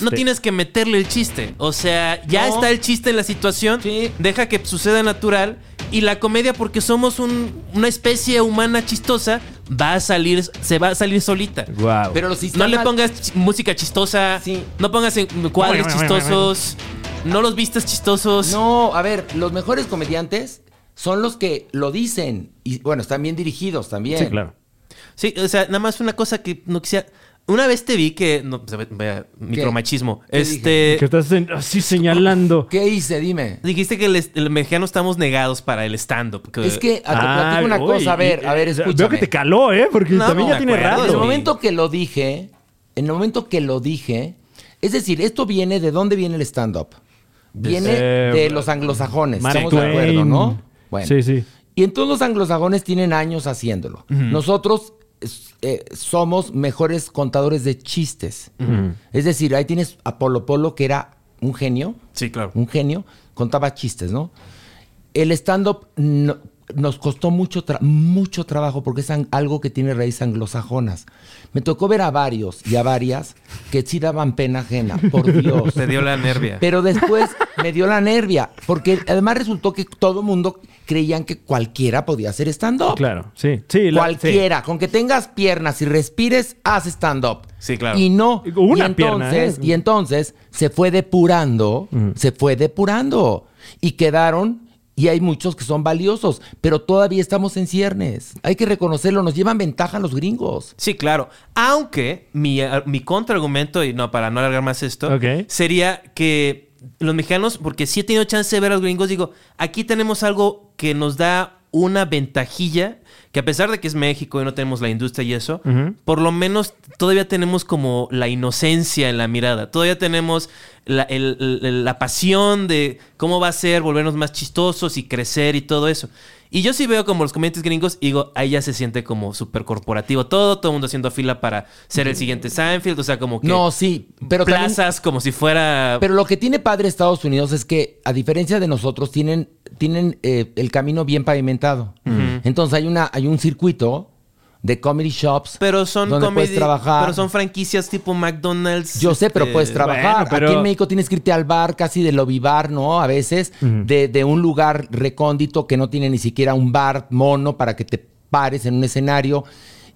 [SPEAKER 4] no
[SPEAKER 3] Sí.
[SPEAKER 4] tienes que meterle el chiste. O sea, ya
[SPEAKER 5] No.
[SPEAKER 4] está el chiste en la situación.
[SPEAKER 5] Sí.
[SPEAKER 4] Deja que suceda natural. Y la comedia, porque somos un- una especie humana chistosa, va a salir, se va a salir solita.
[SPEAKER 3] Wow.
[SPEAKER 5] Pero si
[SPEAKER 4] No
[SPEAKER 5] están
[SPEAKER 4] le
[SPEAKER 5] mal-
[SPEAKER 4] pongas chi- música chistosa.
[SPEAKER 5] Sí.
[SPEAKER 4] No pongas en- cuadros chistosos. No los vistas chistosos.
[SPEAKER 5] No, a ver, los mejores comediantes son los que lo dicen. Y bueno, están bien dirigidos también.
[SPEAKER 3] Sí, claro.
[SPEAKER 4] Sí, o sea, nada más una cosa que no quisiera. Una vez te vi que. No, pues, vaya, micromachismo.
[SPEAKER 5] ¿Qué
[SPEAKER 4] Este.
[SPEAKER 3] Que estás en- así señalando.
[SPEAKER 5] ¿Qué hice? Dime.
[SPEAKER 4] Dijiste que el, est- el mexicano estamos negados para el stand-up.
[SPEAKER 5] Es que, a- te
[SPEAKER 3] Ah,
[SPEAKER 5] platico una
[SPEAKER 3] uy,
[SPEAKER 5] cosa, a ver,
[SPEAKER 3] y-
[SPEAKER 5] a ver,
[SPEAKER 3] eh,
[SPEAKER 5] escúchame.
[SPEAKER 3] Veo que te caló, ¿eh? Porque
[SPEAKER 4] No,
[SPEAKER 3] también
[SPEAKER 4] no,
[SPEAKER 3] ya
[SPEAKER 4] me
[SPEAKER 3] tiene
[SPEAKER 4] acuerdo,
[SPEAKER 5] En el
[SPEAKER 4] güey.
[SPEAKER 3] rato.
[SPEAKER 5] momento que lo dije, en el momento que lo dije, es decir, esto viene de dónde viene el stand-up. Viene
[SPEAKER 3] Eh,
[SPEAKER 5] de los anglosajones,
[SPEAKER 3] Mark
[SPEAKER 5] estamos de acuerdo,
[SPEAKER 3] Twain.
[SPEAKER 5] ¿no? Bueno.
[SPEAKER 3] Sí, sí.
[SPEAKER 5] Y entonces los anglosajones tienen años haciéndolo. Nosotros es- eh, somos mejores contadores de chistes. Es decir, ahí tienes a Polo Polo, que era un genio,
[SPEAKER 4] Sí, claro.
[SPEAKER 5] un genio, contaba chistes, ¿no? El stand-up no- nos costó mucho, tra- mucho trabajo porque es an- algo que tiene raíz anglosajonas. Me tocó ver a varios y a varias que sí daban pena ajena, por Dios.
[SPEAKER 4] Te dio la nervia.
[SPEAKER 5] Pero después me dio la nervia, porque además resultó que todo el mundo creían que cualquiera podía hacer stand-up.
[SPEAKER 3] Claro, sí. sí la-
[SPEAKER 5] Cualquiera, con que tengas piernas y respires, haz stand-up.
[SPEAKER 4] Sí, claro.
[SPEAKER 5] Y no.
[SPEAKER 3] Una
[SPEAKER 5] y entonces,
[SPEAKER 3] pierna, ¿eh?
[SPEAKER 5] Y entonces se fue depurando,
[SPEAKER 4] Mm.
[SPEAKER 5] se fue depurando. Y quedaron, y hay muchos que son valiosos, pero todavía estamos en ciernes. Hay que reconocerlo, nos llevan ventaja los gringos.
[SPEAKER 4] Sí, claro. Aunque mi, a- mi contraargumento, y no, para no alargar más esto,
[SPEAKER 3] Ok.
[SPEAKER 4] sería que los mexicanos, porque sí he tenido chance de ver a los gringos, digo, aquí tenemos algo que nos da una ventajilla, que a pesar de que es México y no tenemos la industria y eso, por lo menos todavía tenemos como la inocencia en la mirada, todavía tenemos la, el- el- la pasión de cómo va a ser volvernos más chistosos y crecer y todo eso. Y yo sí veo como los comediantes gringos, y digo, ahí ya se siente como súper corporativo todo, todo el mundo haciendo fila para ser el siguiente Seinfeld, o sea, como que
[SPEAKER 5] No, sí, pero también-
[SPEAKER 4] plazas como si fuera...
[SPEAKER 5] Pero lo que tiene padre Estados Unidos es que, a diferencia de nosotros, tienen, tienen eh, el camino bien pavimentado. Entonces hay, una, hay un circuito de comedy shops.
[SPEAKER 4] Pero son
[SPEAKER 5] donde
[SPEAKER 4] comedy-
[SPEAKER 5] puedes trabajar.
[SPEAKER 4] Pero son franquicias tipo McDonald's.
[SPEAKER 5] Yo sé, pero
[SPEAKER 4] este,
[SPEAKER 5] puedes trabajar.
[SPEAKER 3] bueno, pero-
[SPEAKER 5] Aquí en México tienes que irte al bar, casi de lobby bar, ¿no? A veces, de, de un lugar recóndito que no tiene ni siquiera un bar mono para que te pares en un escenario.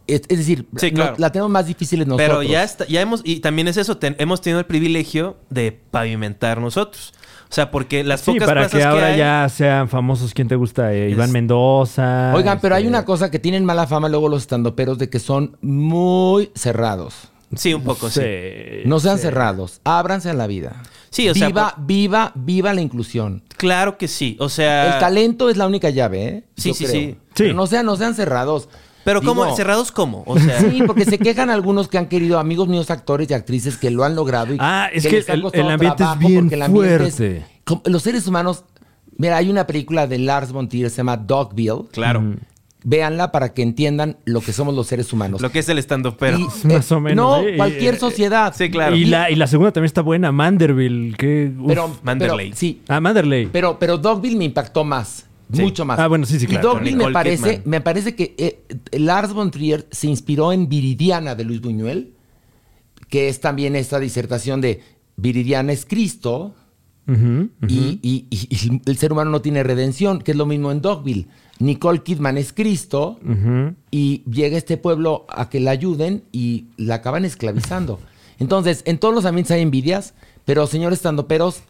[SPEAKER 5] Es, es decir,
[SPEAKER 4] Sí,
[SPEAKER 5] no-
[SPEAKER 4] claro.
[SPEAKER 5] la tenemos más difícil nosotros.
[SPEAKER 4] Pero ya está, ya hemos, y también es eso, ten- hemos tenido el privilegio de pavimentar nosotros. O sea, porque las
[SPEAKER 3] Sí,
[SPEAKER 4] pocas
[SPEAKER 3] para
[SPEAKER 4] plazas
[SPEAKER 3] que ahora
[SPEAKER 4] hay-
[SPEAKER 3] ya sean famosos. ¿Quién te gusta? Eh, Iván
[SPEAKER 4] Es-
[SPEAKER 3] Mendoza.
[SPEAKER 5] Oigan, pero hay
[SPEAKER 3] este,
[SPEAKER 5] una cosa que tienen mala fama luego los estandoperos de que son muy cerrados.
[SPEAKER 4] Sí, un poco, sí.
[SPEAKER 3] sí.
[SPEAKER 5] No sean cerrados, ábranse a la vida.
[SPEAKER 4] Sí, o sea,
[SPEAKER 5] viva, viva, viva la inclusión.
[SPEAKER 4] Claro que sí. O sea.
[SPEAKER 5] El talento es la única llave, ¿eh?
[SPEAKER 4] Ah. Sí, sí, sí.
[SPEAKER 3] Sí.
[SPEAKER 5] Pero no sean, no sean cerrados.
[SPEAKER 4] Pero ¿cómo?
[SPEAKER 5] Digo,
[SPEAKER 4] ¿Cerrados cómo? O sea.
[SPEAKER 5] Sí, porque se quejan algunos que han querido, amigos míos, actores y actrices que lo han logrado. Y
[SPEAKER 3] Ah, es que
[SPEAKER 5] les ha
[SPEAKER 3] el-
[SPEAKER 5] costado
[SPEAKER 3] el ambiente es
[SPEAKER 5] trabajo
[SPEAKER 3] bien
[SPEAKER 5] porque el ambiente es-
[SPEAKER 3] fuerte.
[SPEAKER 5] como- los seres humanos. Mira, hay una película de Lars von Trier, se llama Dogville.
[SPEAKER 4] Claro.
[SPEAKER 3] Mm,
[SPEAKER 5] Véanla para que entiendan lo que somos los seres humanos.
[SPEAKER 4] Lo que es el stand-up, pero.
[SPEAKER 5] Y,
[SPEAKER 3] Más o menos,
[SPEAKER 5] No,
[SPEAKER 3] ¿eh?
[SPEAKER 5] cualquier
[SPEAKER 3] Y-
[SPEAKER 5] sociedad.
[SPEAKER 4] Sí, claro.
[SPEAKER 3] Y la, y la segunda también está buena, Manderville. Que, uf.
[SPEAKER 5] Pero,
[SPEAKER 4] Manderley.
[SPEAKER 5] pero- sí,
[SPEAKER 3] ah, Manderley.
[SPEAKER 5] pero, pero Dogville me impactó más.
[SPEAKER 4] Sí.
[SPEAKER 5] Mucho más.
[SPEAKER 3] Ah, bueno, sí, sí, claro.
[SPEAKER 5] Y Dogville me
[SPEAKER 4] Nicole
[SPEAKER 5] parece,
[SPEAKER 4] Kidman.
[SPEAKER 5] me parece que eh, eh, Lars von Trier se inspiró en Viridiana de Luis Buñuel, que es también esta disertación de Viridiana es Cristo
[SPEAKER 3] Ujú.
[SPEAKER 5] y, y- y- y el ser humano no tiene redención, que es lo mismo en Dogville. Nicole Kidman es Cristo y llega a este pueblo a que la ayuden y la acaban esclavizando. Entonces, en todos los ambientes hay envidias, pero señores tandoperos,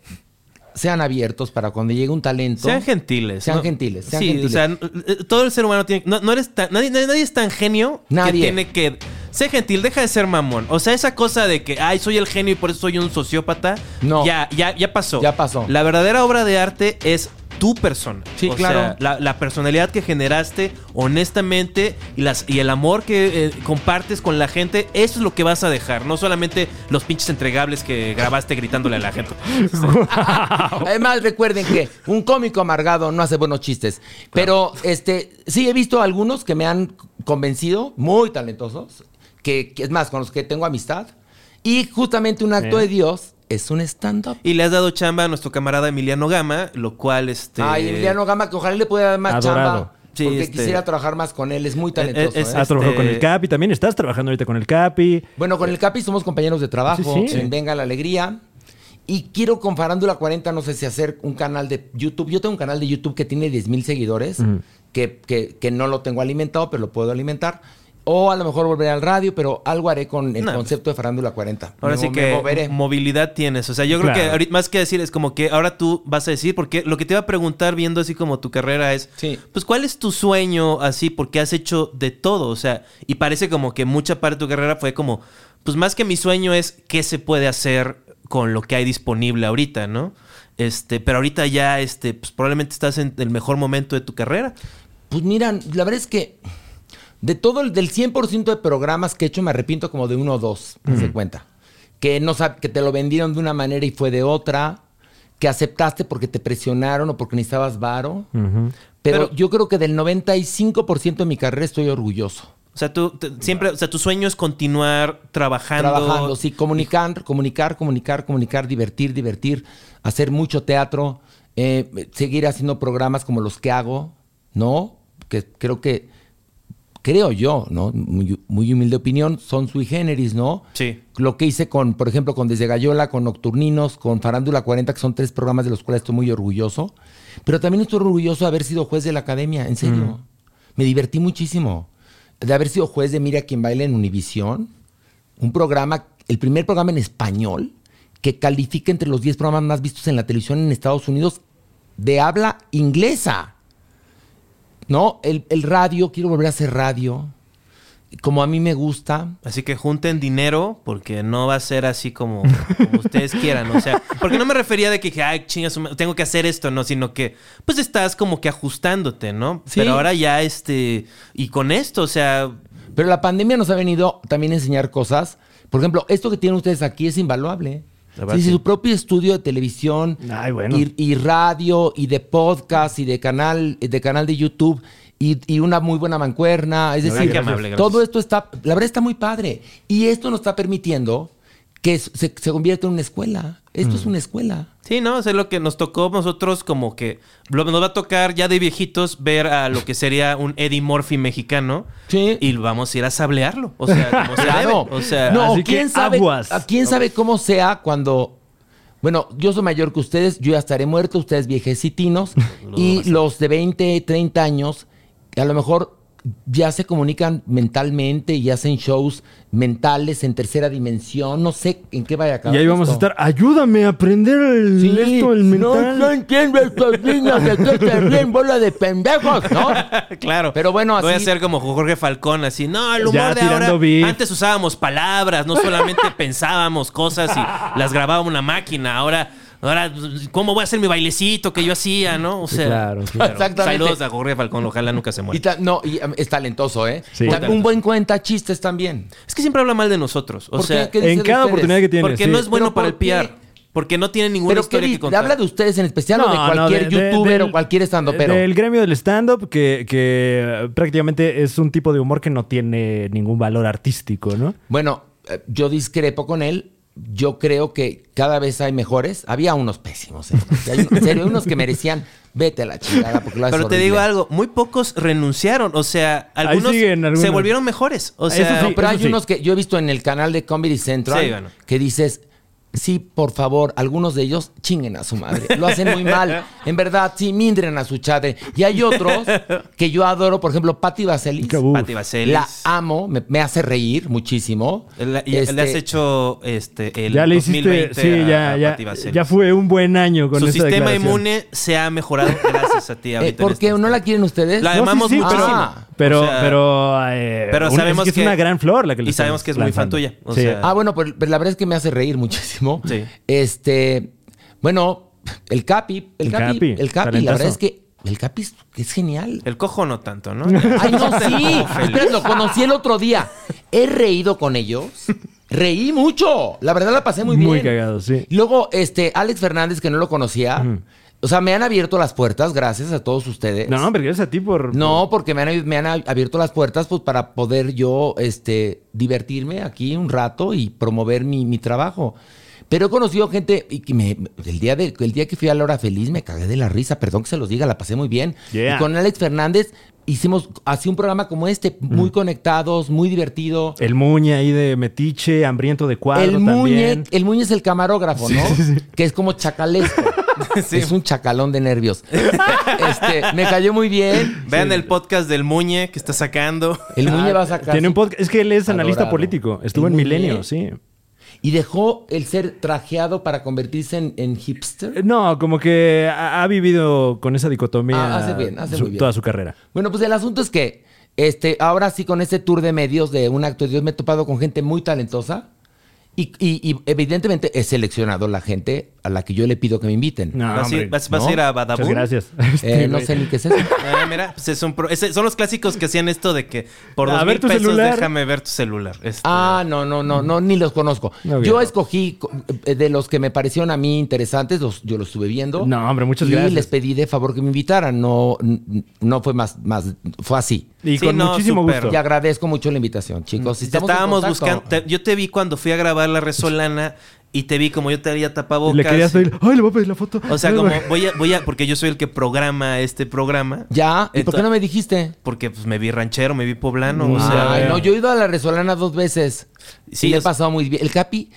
[SPEAKER 5] sean abiertos para cuando llegue un talento.
[SPEAKER 4] Sean gentiles.
[SPEAKER 5] Sean gentiles, sean
[SPEAKER 4] sí,
[SPEAKER 5] gentiles.
[SPEAKER 4] o sea, n- eh, todo el ser humano tiene. No, no eres tan- nadie, nadie- nadie es tan genio que
[SPEAKER 5] Nadie.
[SPEAKER 4] tiene que. Sé gentil, deja de ser mamón. O sea, esa cosa de que, ay, soy el genio y por eso soy un sociópata.
[SPEAKER 5] No.
[SPEAKER 4] Ya, ya, ya pasó.
[SPEAKER 5] Ya pasó.
[SPEAKER 4] La verdadera obra de arte es tu persona.
[SPEAKER 5] Sí,
[SPEAKER 4] O
[SPEAKER 5] claro.
[SPEAKER 4] sea, la, la personalidad que generaste honestamente y, las, y el amor que eh, compartes con la gente, eso es lo que vas a dejar. No solamente los pinches entregables que grabaste gritándole a la gente.
[SPEAKER 5] Además, recuerden que un cómico amargado no hace buenos chistes. Pero este, sí, he visto algunos que me han convencido, muy talentosos, que, que es más, con los que tengo amistad. Y justamente un acto
[SPEAKER 3] Mira.
[SPEAKER 5] de Dios es un stand-up.
[SPEAKER 4] Y le has dado chamba a nuestro camarada Emiliano Gama, lo cual este.
[SPEAKER 5] Ay, Emiliano Gama, que ojalá le pueda dar más
[SPEAKER 3] Adorado.
[SPEAKER 5] chamba.
[SPEAKER 4] Sí,
[SPEAKER 5] porque
[SPEAKER 4] este-
[SPEAKER 5] quisiera trabajar más con él, es muy talentoso.
[SPEAKER 4] es-
[SPEAKER 5] ¿eh?
[SPEAKER 3] Has
[SPEAKER 4] este-
[SPEAKER 3] trabajado con el Capi, también estás trabajando ahorita con el Capi.
[SPEAKER 5] Bueno, con el Capi somos compañeros de trabajo
[SPEAKER 3] Sí, sí.
[SPEAKER 5] en Venga la Alegría. Y quiero con Farándula 40, no sé si hacer un canal de YouTube. Yo tengo un canal de YouTube que tiene 10 mil seguidores, que, que- que no lo tengo alimentado, pero lo puedo alimentar. O a lo mejor volveré al radio, pero algo haré con el
[SPEAKER 4] No,
[SPEAKER 5] concepto de Farándula 40.
[SPEAKER 4] Ahora
[SPEAKER 5] Me-
[SPEAKER 4] sí
[SPEAKER 5] me
[SPEAKER 4] que
[SPEAKER 5] moveré.
[SPEAKER 4] movilidad tienes. O sea, yo creo que
[SPEAKER 3] Claro.
[SPEAKER 4] ahorita más que decir es como que ahora tú vas a decir, porque lo que te iba a preguntar viendo así como tu carrera es,
[SPEAKER 5] Sí.
[SPEAKER 4] pues, ¿cuál es tu sueño así? Porque has hecho de todo, o sea, y parece como que mucha parte de tu carrera fue como pues más que mi sueño es qué se puede hacer con lo que hay disponible ahorita, ¿no? Este, pero ahorita ya, este, pues probablemente estás en el mejor momento de tu carrera.
[SPEAKER 5] Pues miran, la verdad es que de todo el del 100% de programas que he hecho me arrepiento como de uno o dos, se cuenta. Que no sab- que te lo vendieron de una manera y fue de otra, que aceptaste porque te presionaron o porque necesitabas varo. Pero,
[SPEAKER 4] Pero-
[SPEAKER 5] yo creo que del 95% de mi carrera estoy orgulloso.
[SPEAKER 4] O sea, tú te- siempre, o sea, tu sueño es continuar trabajando.
[SPEAKER 5] Trabajando, sí, comunicar, comunicar, comunicar, comunicar, divertir, divertir, hacer mucho teatro, eh, seguir haciendo programas como los que hago, ¿no? Que creo que, creo yo, ¿no? Muy, muy humilde opinión, son sui generis, ¿no?
[SPEAKER 4] Sí.
[SPEAKER 5] Lo que hice con, por ejemplo, con Desde Gallola, con Nocturninos, con Farándula 40, que son tres programas de los cuales estoy muy orgulloso. Pero también estoy orgulloso de haber sido juez de la academia, en serio. Me divertí muchísimo. De haber sido juez de Mira quien baila en Univisión. Un programa, el primer programa en español que califica entre los 10 programas más vistos en la televisión en Estados Unidos de habla inglesa. ¿No? El, el radio, quiero volver a hacer radio. Como a mí me gusta.
[SPEAKER 4] Así que junten dinero porque no va a ser así como, como ustedes quieran. O sea, porque no me refería de que, dije, ay, chingas, tengo que hacer esto, no, sino que pues estás como que ajustándote, ¿no?
[SPEAKER 5] Sí.
[SPEAKER 4] Pero ahora ya este, y con esto, o sea,
[SPEAKER 5] Pero la pandemia nos ha venido también a enseñar cosas. Por ejemplo, esto que tienen ustedes aquí es invaluable.
[SPEAKER 4] La verdad,
[SPEAKER 5] Sí, sí,
[SPEAKER 4] sí.
[SPEAKER 5] su propio estudio de televisión
[SPEAKER 3] Ay, bueno.
[SPEAKER 5] y, y radio y de podcast y de canal, de canal de YouTube y, y una muy buena mancuerna. Es
[SPEAKER 4] verdad,
[SPEAKER 5] decir,
[SPEAKER 4] qué amable, gracias.
[SPEAKER 5] todo esto está, la verdad está muy padre. Y esto nos está permitiendo que se, se convierta en una escuela.
[SPEAKER 4] Mm.
[SPEAKER 5] Esto es una escuela.
[SPEAKER 4] Sí, ¿no? O sea, lo que nos tocó nosotros como que lo- nos va a tocar ya de viejitos ver a lo que sería un Eddie Murphy mexicano.
[SPEAKER 5] Sí.
[SPEAKER 4] Y vamos a ir a sablearlo. O sea, como se
[SPEAKER 5] Claro.
[SPEAKER 4] debe. O sea,
[SPEAKER 5] no,
[SPEAKER 3] así que
[SPEAKER 5] quién sabe,
[SPEAKER 3] aguas.
[SPEAKER 5] a quién sabe cómo sea cuando. Bueno, yo soy mayor que ustedes, yo ya estaré muerto, ustedes viejecitinos y los de 20, 30 años, que a lo mejor ya se comunican mentalmente y hacen shows mentales en tercera dimensión, no sé en qué vaya a acabar.
[SPEAKER 3] Y ahí vamos a
[SPEAKER 5] esto.
[SPEAKER 3] estar. Ayúdame a aprender el,
[SPEAKER 5] Sí,
[SPEAKER 3] esto, el
[SPEAKER 5] no,
[SPEAKER 3] mental.
[SPEAKER 5] no entiendo estos niños de que se ríen, bola de pendejos, ¿no?
[SPEAKER 4] claro.
[SPEAKER 5] Pero bueno,
[SPEAKER 4] Voy a
[SPEAKER 5] así-
[SPEAKER 4] ser como Jorge Falcón, así. No, el humor
[SPEAKER 3] Ya
[SPEAKER 4] de
[SPEAKER 3] tirando
[SPEAKER 4] ahora.
[SPEAKER 3] beef.
[SPEAKER 4] Antes usábamos palabras, no solamente pensábamos cosas y las grababa una máquina. Ahora, ahora, ¿cómo voy a hacer mi bailecito que yo hacía, no? O sea.
[SPEAKER 3] Claro, sí.
[SPEAKER 5] Exactamente.
[SPEAKER 4] Saludos a Jorge Falcón, ojalá nunca se muera.
[SPEAKER 5] Y ta- no, y, um, es talentoso, ¿eh?
[SPEAKER 3] Sí.
[SPEAKER 5] Ta- Un buen cuenta chistes también.
[SPEAKER 4] Es que siempre habla mal de nosotros. O
[SPEAKER 5] ¿Por qué?
[SPEAKER 4] sea,
[SPEAKER 5] ¿Qué dice
[SPEAKER 3] En
[SPEAKER 5] de
[SPEAKER 3] cada
[SPEAKER 5] ustedes?
[SPEAKER 3] oportunidad que tienes.
[SPEAKER 4] Porque
[SPEAKER 3] sí.
[SPEAKER 4] no es bueno
[SPEAKER 5] ¿Pero por
[SPEAKER 4] para el PR. Porque no tiene ninguna
[SPEAKER 5] Pero
[SPEAKER 4] historia
[SPEAKER 5] ¿qué
[SPEAKER 4] que
[SPEAKER 5] di-
[SPEAKER 4] contar.
[SPEAKER 5] habla de ustedes en especial o de
[SPEAKER 3] No, no,
[SPEAKER 5] cualquier
[SPEAKER 3] de- de-
[SPEAKER 5] youtuber
[SPEAKER 3] del-
[SPEAKER 5] o cualquier estandopero.
[SPEAKER 3] Del gremio del stand-up, que, que prácticamente es un tipo de humor que no tiene ningún valor artístico, ¿no?
[SPEAKER 5] Bueno, eh, yo discrepo con él. Yo creo que cada vez hay mejores. Había unos pésimos. ¿eh? Hay un- en serio, hay unos que merecían vete a la chingada porque lo haces
[SPEAKER 4] Pero te
[SPEAKER 5] horrible.
[SPEAKER 4] digo algo, muy pocos renunciaron. O sea, algunos,
[SPEAKER 3] siguen, algunos.
[SPEAKER 4] se volvieron mejores. O sea,
[SPEAKER 3] Eso sí.
[SPEAKER 5] Pero hay
[SPEAKER 3] sí.
[SPEAKER 5] unos que yo he visto en el canal de Comedy Central
[SPEAKER 4] Sí, bueno.
[SPEAKER 5] que dices, sí, por favor, algunos de ellos chinguen a su madre. Lo hacen muy mal. En verdad, sí, mindren a su chadre. Y hay otros que yo adoro, por ejemplo, Patti Vaselis.
[SPEAKER 3] Que, uf,
[SPEAKER 4] Pati Vaselis.
[SPEAKER 5] La amo, me, me hace reír muchísimo.
[SPEAKER 4] La- y
[SPEAKER 5] Este,
[SPEAKER 4] le has hecho este, el
[SPEAKER 3] ya le hiciste.
[SPEAKER 4] 2020
[SPEAKER 3] Sí,
[SPEAKER 4] a-
[SPEAKER 3] ya,
[SPEAKER 4] a
[SPEAKER 3] ya.
[SPEAKER 4] Pati Vaselis.
[SPEAKER 3] Ya fue un buen año con
[SPEAKER 4] Su
[SPEAKER 3] esa
[SPEAKER 4] sistema
[SPEAKER 3] declaración.
[SPEAKER 4] inmune se ha mejorado gracias a ti.
[SPEAKER 5] eh,
[SPEAKER 4] ahorita en
[SPEAKER 5] ¿Por
[SPEAKER 4] este
[SPEAKER 5] qué no Ah. la
[SPEAKER 4] instante.
[SPEAKER 5] quieren ustedes?
[SPEAKER 4] La
[SPEAKER 3] No, sí,
[SPEAKER 4] amamos
[SPEAKER 3] sí,
[SPEAKER 4] muchísimo.
[SPEAKER 5] pero-
[SPEAKER 3] Pero,
[SPEAKER 4] O sea,
[SPEAKER 3] pero, eh,
[SPEAKER 4] pero
[SPEAKER 3] una- es
[SPEAKER 4] sabemos
[SPEAKER 3] que es
[SPEAKER 4] que-
[SPEAKER 3] una gran flor la que le
[SPEAKER 4] y
[SPEAKER 3] estás
[SPEAKER 4] sabemos que es muy fan
[SPEAKER 3] lanzando.
[SPEAKER 4] tuya, o
[SPEAKER 3] Sí.
[SPEAKER 4] sea-
[SPEAKER 5] Ah, bueno, pues pero la verdad es que me hace reír muchísimo.
[SPEAKER 4] Sí.
[SPEAKER 5] Este, bueno, el Capi, el,
[SPEAKER 3] El
[SPEAKER 5] Capi,
[SPEAKER 3] Capi,
[SPEAKER 5] el Capi, la verdad
[SPEAKER 3] talentazo.
[SPEAKER 5] es que el Capi es, es genial.
[SPEAKER 4] El cojo no tanto, ¿no?
[SPEAKER 5] Ay, no, sí.
[SPEAKER 4] Como Félix.
[SPEAKER 5] Ustedes lo conocí el otro día. He reído con ellos. Reí mucho. La verdad la pasé muy bien.
[SPEAKER 3] Muy cagado, sí.
[SPEAKER 5] Luego, este, Alex Fernández, que no lo conocía. O sea, me han abierto las puertas, gracias a todos ustedes.
[SPEAKER 3] No, pero gracias a ti por.
[SPEAKER 5] No, porque me han, me han abierto las puertas pues, para poder yo este, divertirme aquí un rato y promover mi, mi trabajo. Pero he conocido gente y que me- el, día de- el día que fui a la hora feliz me cagué de la risa, perdón que se los diga, la pasé muy bien.
[SPEAKER 3] Yeah.
[SPEAKER 5] Y con Alex Fernández hicimos así un programa como este, muy conectados, muy divertido.
[SPEAKER 3] Mm. El Muñe ahí de Metiche, hambriento de cuadro.
[SPEAKER 5] El Muñe, eh,
[SPEAKER 3] también.
[SPEAKER 5] el Muñe es el camarógrafo, ¿no? Que es como chacalesco.
[SPEAKER 4] Sí.
[SPEAKER 5] Es un chacalón de nervios. Este, me cayó muy bien.
[SPEAKER 4] Vean el podcast del Muñe que está sacando.
[SPEAKER 5] El Muñe va a sacar.
[SPEAKER 3] Ah, Tiene
[SPEAKER 5] su-
[SPEAKER 3] un podcast. Es que él es analista
[SPEAKER 5] Adorado.
[SPEAKER 3] político. Estuvo
[SPEAKER 5] El
[SPEAKER 3] en
[SPEAKER 5] Muñe.
[SPEAKER 3] Milenio, sí.
[SPEAKER 5] Y dejó el ser trajeado para convertirse en, en hipster.
[SPEAKER 3] No, como que ha, ha vivido con esa dicotomía
[SPEAKER 5] Ah, hace bien, hace
[SPEAKER 3] su-
[SPEAKER 5] muy bien.
[SPEAKER 3] toda su carrera.
[SPEAKER 5] Bueno, pues el asunto es que Este, ahora sí, con este tour de medios de un acto de Dios, me he topado con gente muy talentosa. Y, y- y evidentemente he seleccionado la gente a la que yo le pido que me inviten.
[SPEAKER 3] No,
[SPEAKER 4] ¿Vas, a ir-
[SPEAKER 3] hombre.
[SPEAKER 4] vas- vas a
[SPEAKER 5] ¿No?
[SPEAKER 4] ir a
[SPEAKER 3] Muchas
[SPEAKER 4] Badabun?
[SPEAKER 3] gracias.
[SPEAKER 5] Eh,
[SPEAKER 3] Este,
[SPEAKER 5] no
[SPEAKER 3] güey.
[SPEAKER 5] sé ni qué es eso.
[SPEAKER 4] Ah, mira, pues es un pro- ese- son los clásicos que hacían esto de que por
[SPEAKER 3] A
[SPEAKER 4] dos
[SPEAKER 3] ver
[SPEAKER 4] mil
[SPEAKER 3] tu
[SPEAKER 4] pesos
[SPEAKER 3] celular.
[SPEAKER 4] déjame ver tu celular. Este,
[SPEAKER 5] Ah, no, no, no, no, ni los conozco.
[SPEAKER 3] No,
[SPEAKER 5] yo
[SPEAKER 3] bien.
[SPEAKER 5] escogí co- eh, de los que me parecieron a mí interesantes, los, yo los estuve viendo.
[SPEAKER 3] No, hombre, muchas
[SPEAKER 5] y
[SPEAKER 3] gracias.
[SPEAKER 5] les pedí de favor que me invitaran. No, n- no fue más, más, fue así.
[SPEAKER 3] Y
[SPEAKER 4] Sí,
[SPEAKER 3] con
[SPEAKER 4] no,
[SPEAKER 3] muchísimo
[SPEAKER 4] súper.
[SPEAKER 3] gusto.
[SPEAKER 5] Y agradezco mucho la invitación, chicos.
[SPEAKER 4] te
[SPEAKER 5] Si estamos en
[SPEAKER 4] estábamos
[SPEAKER 5] contacto-
[SPEAKER 4] buscando. te- yo te vi cuando fui a grabar la resolana y te vi como yo te había tapabocas.
[SPEAKER 3] Le querías pedir, ay, le voy a pedir la foto.
[SPEAKER 4] O sea,
[SPEAKER 3] Ay,
[SPEAKER 4] como
[SPEAKER 3] güey.
[SPEAKER 4] voy a, voy a, porque yo soy el que programa este programa.
[SPEAKER 5] Ya, ¿y por
[SPEAKER 4] Entonces-
[SPEAKER 5] qué no me dijiste?
[SPEAKER 4] Porque pues, me vi ranchero, me vi poblano. o sea,
[SPEAKER 5] Ay,
[SPEAKER 3] ya.
[SPEAKER 5] no, yo he ido a la Resolana dos veces.
[SPEAKER 4] Sí,
[SPEAKER 5] Sí. le he
[SPEAKER 4] es-
[SPEAKER 5] pasado muy bien. El Capi,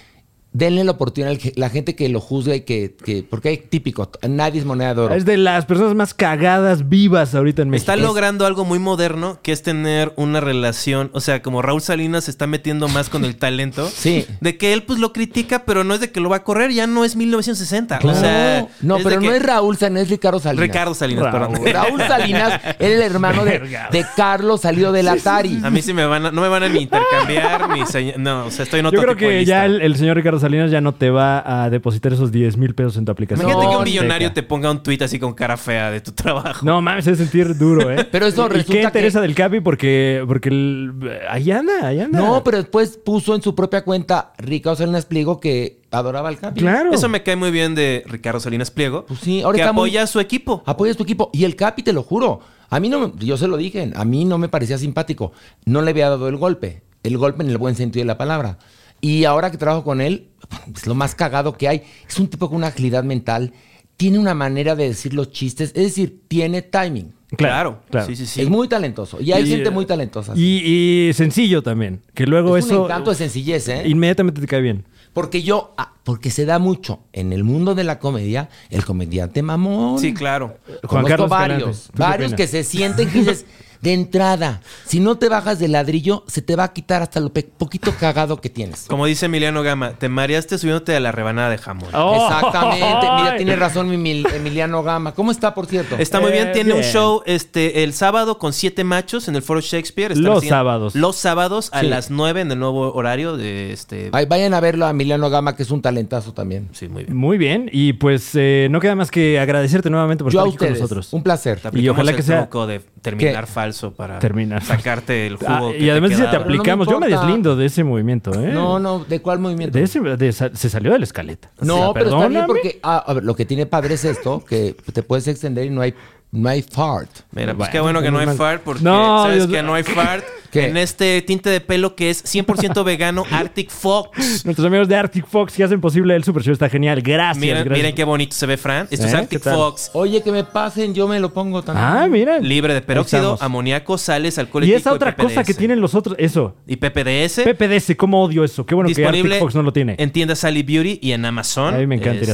[SPEAKER 5] denle la oportunidad a la gente que lo juzga y que, que- Porque hay típico, nadie es moneda de oro.
[SPEAKER 3] Es de las personas más cagadas vivas ahorita en México.
[SPEAKER 4] Está logrando algo muy moderno que es tener una relación. O sea, como Raúl Salinas se está metiendo más con el talento.
[SPEAKER 5] Sí.
[SPEAKER 4] De que él pues lo critica, pero no es de que lo va a correr, ya no es 1960. O
[SPEAKER 5] Claro.
[SPEAKER 4] sea,
[SPEAKER 5] no,
[SPEAKER 4] de
[SPEAKER 5] pero no
[SPEAKER 4] que-
[SPEAKER 5] es Raúl Salinas, es Ricardo Salinas.
[SPEAKER 4] Ricardo Salinas,
[SPEAKER 3] Raúl.
[SPEAKER 4] perdón.
[SPEAKER 5] Raúl Salinas era el hermano de, de Carlos salido del Atari.
[SPEAKER 4] A mí sí me van a, no me van a ni intercambiar ni señ- no, o sea, estoy en otro
[SPEAKER 3] Yo creo
[SPEAKER 4] tipo de
[SPEAKER 3] que
[SPEAKER 4] lista.
[SPEAKER 3] ya el, el señor Ricardo Salinas ya no te va a depositar esos 10 mil pesos en tu aplicación.
[SPEAKER 4] Imagínate que
[SPEAKER 5] No,
[SPEAKER 4] un billonario
[SPEAKER 3] Azteca.
[SPEAKER 4] te ponga un tweet así con cara fea de tu trabajo.
[SPEAKER 3] No mames, es sentir duro, ¿eh?
[SPEAKER 5] Pero eso
[SPEAKER 3] ¿Y
[SPEAKER 5] resulta
[SPEAKER 3] qué
[SPEAKER 5] que-
[SPEAKER 3] interesa del Capi? Porque, porque el- ahí anda, ahí anda.
[SPEAKER 5] No, pero después puso en su propia cuenta Ricardo Salinas Pliego que adoraba al Capi.
[SPEAKER 3] Claro.
[SPEAKER 4] Eso me cae muy bien de Ricardo Salinas Pliego.
[SPEAKER 5] Pues sí, ahora
[SPEAKER 4] que
[SPEAKER 5] está muy-
[SPEAKER 4] apoya a su equipo.
[SPEAKER 3] Ah,
[SPEAKER 5] Apoyas tu equipo. Y el Capi, te lo juro. A mí no, me- yo se lo dije, a mí no me parecía simpático. No le había dado el golpe. El golpe en el buen sentido de la palabra. Y ahora que trabajo con él, es lo más cagado que hay. Es un tipo con una agilidad mental. Tiene una manera de decir los chistes. Es decir, tiene timing.
[SPEAKER 4] Claro.
[SPEAKER 3] claro.
[SPEAKER 4] Sí, sí, sí.
[SPEAKER 5] Es muy talentoso. Y hay
[SPEAKER 3] Y,
[SPEAKER 5] gente
[SPEAKER 3] eh,
[SPEAKER 5] muy talentosa.
[SPEAKER 3] Y, y sencillo también. Que luego
[SPEAKER 5] es un
[SPEAKER 3] eso.
[SPEAKER 5] encanto de sencillez, ¿eh?
[SPEAKER 3] Inmediatamente te cae bien.
[SPEAKER 5] Porque yo, ah, porque se da mucho en el mundo de la comedia, el comediante mamón.
[SPEAKER 4] Sí, claro.
[SPEAKER 3] Juan
[SPEAKER 5] Conozco
[SPEAKER 3] Carlos Escalante,
[SPEAKER 5] varios,
[SPEAKER 3] ¿tú qué
[SPEAKER 5] varios
[SPEAKER 3] opinas?
[SPEAKER 5] que se sienten que dices, de entrada, si no te bajas del ladrillo, se te va a quitar hasta lo pe- poquito cagado que tienes.
[SPEAKER 4] Como dice Emiliano Gama, te mareaste subiéndote a la rebanada de jamón.
[SPEAKER 3] Ah,
[SPEAKER 5] Exactamente. Mira,
[SPEAKER 3] ¡Ay!
[SPEAKER 5] tiene razón mi Emil- Emiliano Gama. ¿Cómo está, por cierto?
[SPEAKER 4] Está muy bien,
[SPEAKER 3] Eh,
[SPEAKER 4] tiene un
[SPEAKER 3] bien.
[SPEAKER 4] show este el sábado con siete machos en el Foro Shakespeare. Están
[SPEAKER 3] Los
[SPEAKER 4] haciendo-
[SPEAKER 3] sábados.
[SPEAKER 4] Los sábados a
[SPEAKER 5] Sí.
[SPEAKER 4] las nueve en el nuevo horario de este.
[SPEAKER 5] Ay, vayan a verlo a Emiliano Gama, que es un talentazo también.
[SPEAKER 4] Sí, muy bien.
[SPEAKER 3] Muy bien. Y pues eh, no queda más que agradecerte nuevamente por
[SPEAKER 5] Yo a
[SPEAKER 3] estar aquí con
[SPEAKER 5] ustedes.
[SPEAKER 3] nosotros.
[SPEAKER 5] Un placer.
[SPEAKER 4] Te aplicamos
[SPEAKER 3] ojalá
[SPEAKER 4] el
[SPEAKER 3] que sea-
[SPEAKER 4] truco de terminar falso para
[SPEAKER 3] Terminar.
[SPEAKER 4] sacarte el
[SPEAKER 3] Ah,
[SPEAKER 4] jugo. que
[SPEAKER 3] y además
[SPEAKER 4] te
[SPEAKER 3] dice, te
[SPEAKER 4] quedaba.
[SPEAKER 5] apli-
[SPEAKER 3] aplicamos. Yo me
[SPEAKER 5] importa.
[SPEAKER 3] deslindo de ese movimiento, ¿eh?
[SPEAKER 5] No, no, ¿de cuál movimiento?
[SPEAKER 3] De ese, de esa- se salió de la escaleta.
[SPEAKER 5] No,
[SPEAKER 3] O sea,
[SPEAKER 5] pero está bien
[SPEAKER 3] perdóname.
[SPEAKER 5] porque ah, a ver, lo que tiene padre es esto, que te puedes extender y no hay, no hay fart.
[SPEAKER 4] Mira, pues qué bueno que no hay
[SPEAKER 3] menos mal.
[SPEAKER 4] fart porque
[SPEAKER 3] No,
[SPEAKER 4] sabes
[SPEAKER 3] Dios-
[SPEAKER 4] que no hay fart
[SPEAKER 5] ¿Qué?
[SPEAKER 4] en este tinte de pelo que es 100% vegano Arctic Fox.
[SPEAKER 3] Nuestros amigos de Arctic Fox que hacen posible el Super Show está genial. Gracias,
[SPEAKER 4] Miren,
[SPEAKER 3] gracias.
[SPEAKER 4] miren qué bonito se ve Fran. Esto es
[SPEAKER 3] ¿Eh?
[SPEAKER 4] Arctic
[SPEAKER 3] ¿Qué tal?
[SPEAKER 4] Fox.
[SPEAKER 5] Oye, que me pasen, yo me lo pongo también.
[SPEAKER 3] Ah, mira.
[SPEAKER 4] Libre de
[SPEAKER 3] Ahí
[SPEAKER 4] peróxido,
[SPEAKER 3] estamos.
[SPEAKER 4] amoníaco, sales, alcohol
[SPEAKER 3] Y
[SPEAKER 4] etílico
[SPEAKER 3] esa otra cosa que
[SPEAKER 4] PPDS.
[SPEAKER 3] tienen los otros, eso.
[SPEAKER 4] Y PPDS.
[SPEAKER 3] PPDS, cómo odio eso. Qué bueno que
[SPEAKER 4] Este disponible
[SPEAKER 3] Arctic Fox no lo tiene.
[SPEAKER 4] en tiendas Sally Beauty y en Amazon.
[SPEAKER 3] A mí me encanta ir a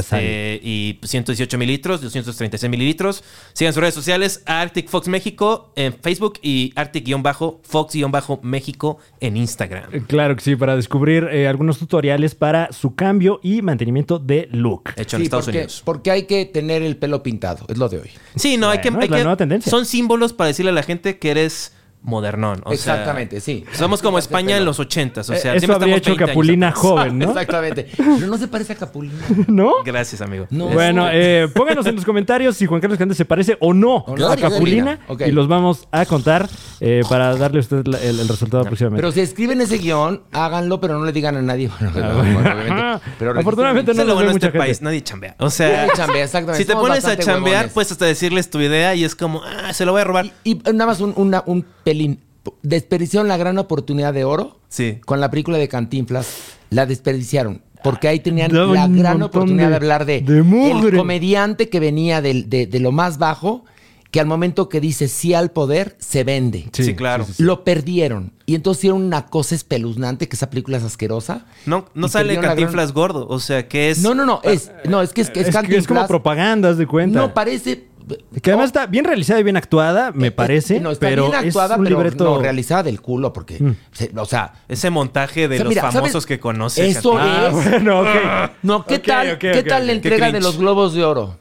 [SPEAKER 3] Sally.
[SPEAKER 4] Este, Y 118 mililitros, 236 mililitros. Sigan sus redes sociales, Arctic Fox México en Facebook y Arctic-Fox-México en Instagram.
[SPEAKER 3] Eh, Claro que sí, para descubrir eh, algunos tutoriales para su cambio y mantenimiento de look.
[SPEAKER 4] Hecho en
[SPEAKER 5] Sí,
[SPEAKER 4] Estados
[SPEAKER 5] porque,
[SPEAKER 4] Unidos.
[SPEAKER 5] porque hay que tener el pelo pintado, es lo de hoy.
[SPEAKER 4] Sí, no, hay que...
[SPEAKER 3] Bueno,
[SPEAKER 4] hay
[SPEAKER 3] es la
[SPEAKER 4] que-
[SPEAKER 3] nueva tendencia.
[SPEAKER 4] Son símbolos para decirle a la gente que eres modernón. o sea,
[SPEAKER 5] Exactamente, sí.
[SPEAKER 4] somos como España en los 80s, o sea,
[SPEAKER 3] Eh, eso
[SPEAKER 4] siempre
[SPEAKER 3] habría
[SPEAKER 4] estamos
[SPEAKER 3] hecho
[SPEAKER 4] 20 años
[SPEAKER 3] Capulina
[SPEAKER 4] atrás.
[SPEAKER 3] joven, ¿no?
[SPEAKER 5] Exactamente. Pero no se parece a Capulina.
[SPEAKER 3] ¿No?
[SPEAKER 4] Gracias, amigo.
[SPEAKER 5] No.
[SPEAKER 3] Bueno, eh, pónganos en los comentarios si Juan Carlos Cante se parece o no
[SPEAKER 5] no,
[SPEAKER 3] a
[SPEAKER 5] ni
[SPEAKER 3] Capulina
[SPEAKER 5] idea. Ok.
[SPEAKER 3] y los vamos a contar eh, para darle a usted la- el, el resultado próximamente.
[SPEAKER 5] Pero si escriben ese guión, háganlo, pero no le digan a nadie. Bueno,
[SPEAKER 4] Ah,
[SPEAKER 5] bueno, obviamente. Pero
[SPEAKER 3] Afortunadamente
[SPEAKER 4] Eso
[SPEAKER 3] no
[SPEAKER 4] es
[SPEAKER 3] lo
[SPEAKER 4] lo
[SPEAKER 3] ve
[SPEAKER 4] bueno de
[SPEAKER 3] mucha
[SPEAKER 4] este
[SPEAKER 3] gente.
[SPEAKER 4] país, nadie chambea. O sea,
[SPEAKER 5] Nadie chambea, exactamente.
[SPEAKER 4] si te
[SPEAKER 5] Somos
[SPEAKER 4] pones a
[SPEAKER 5] bastante
[SPEAKER 4] chambear, pues
[SPEAKER 5] huevones.
[SPEAKER 4] puedes hasta decirles tu idea y es como, ah, se lo voy a robar.
[SPEAKER 5] Y, y nada más un, una- un pelín. Desperdiciaron la gran oportunidad de oro
[SPEAKER 4] Sí.
[SPEAKER 5] con la película de Cantinflas. La desperdiciaron. Porque ahí tenían
[SPEAKER 3] Daba
[SPEAKER 5] la
[SPEAKER 3] un
[SPEAKER 5] gran
[SPEAKER 3] montón
[SPEAKER 5] oportunidad de,
[SPEAKER 3] de-
[SPEAKER 5] hablar de,
[SPEAKER 3] de mugre.
[SPEAKER 5] el comediante que venía del- de, de lo más bajo, que al momento que dice sí al poder, se vende.
[SPEAKER 4] Sí, claro.
[SPEAKER 5] Lo perdieron. Y entonces hicieron una cosa espeluznante, que esa película es asquerosa.
[SPEAKER 4] No, no
[SPEAKER 5] Y
[SPEAKER 4] sale
[SPEAKER 5] perdieron la
[SPEAKER 4] Cantinflas gordo, o sea, que es...
[SPEAKER 5] gran- No, no, no. Es, no, es que es, es
[SPEAKER 3] Es, que es
[SPEAKER 5] Cantinflas.
[SPEAKER 3] como propagandas de cuenta.
[SPEAKER 5] No, parece...
[SPEAKER 3] que además
[SPEAKER 5] no, Eh,
[SPEAKER 3] está bien realizada y bien actuada, me parece.
[SPEAKER 5] No, está
[SPEAKER 3] pero
[SPEAKER 5] bien actuada,
[SPEAKER 3] es un
[SPEAKER 5] pero
[SPEAKER 3] libreto. Mm.
[SPEAKER 5] no, realizada del culo, porque... se- o sea...
[SPEAKER 4] Ese montaje de
[SPEAKER 5] o sea,
[SPEAKER 4] los
[SPEAKER 5] mira, ¿sabes?
[SPEAKER 4] famosos que conoces.
[SPEAKER 5] Eso
[SPEAKER 4] Cantinflas.
[SPEAKER 3] Ah,
[SPEAKER 5] es...
[SPEAKER 3] bueno, ok.
[SPEAKER 5] No, ¿qué
[SPEAKER 3] Ok,
[SPEAKER 5] tal,
[SPEAKER 3] ok,
[SPEAKER 5] ¿qué
[SPEAKER 3] ok,
[SPEAKER 5] tal
[SPEAKER 3] ok.
[SPEAKER 5] la
[SPEAKER 4] Qué
[SPEAKER 5] entrega de
[SPEAKER 4] cringe.
[SPEAKER 5] los globos de oro?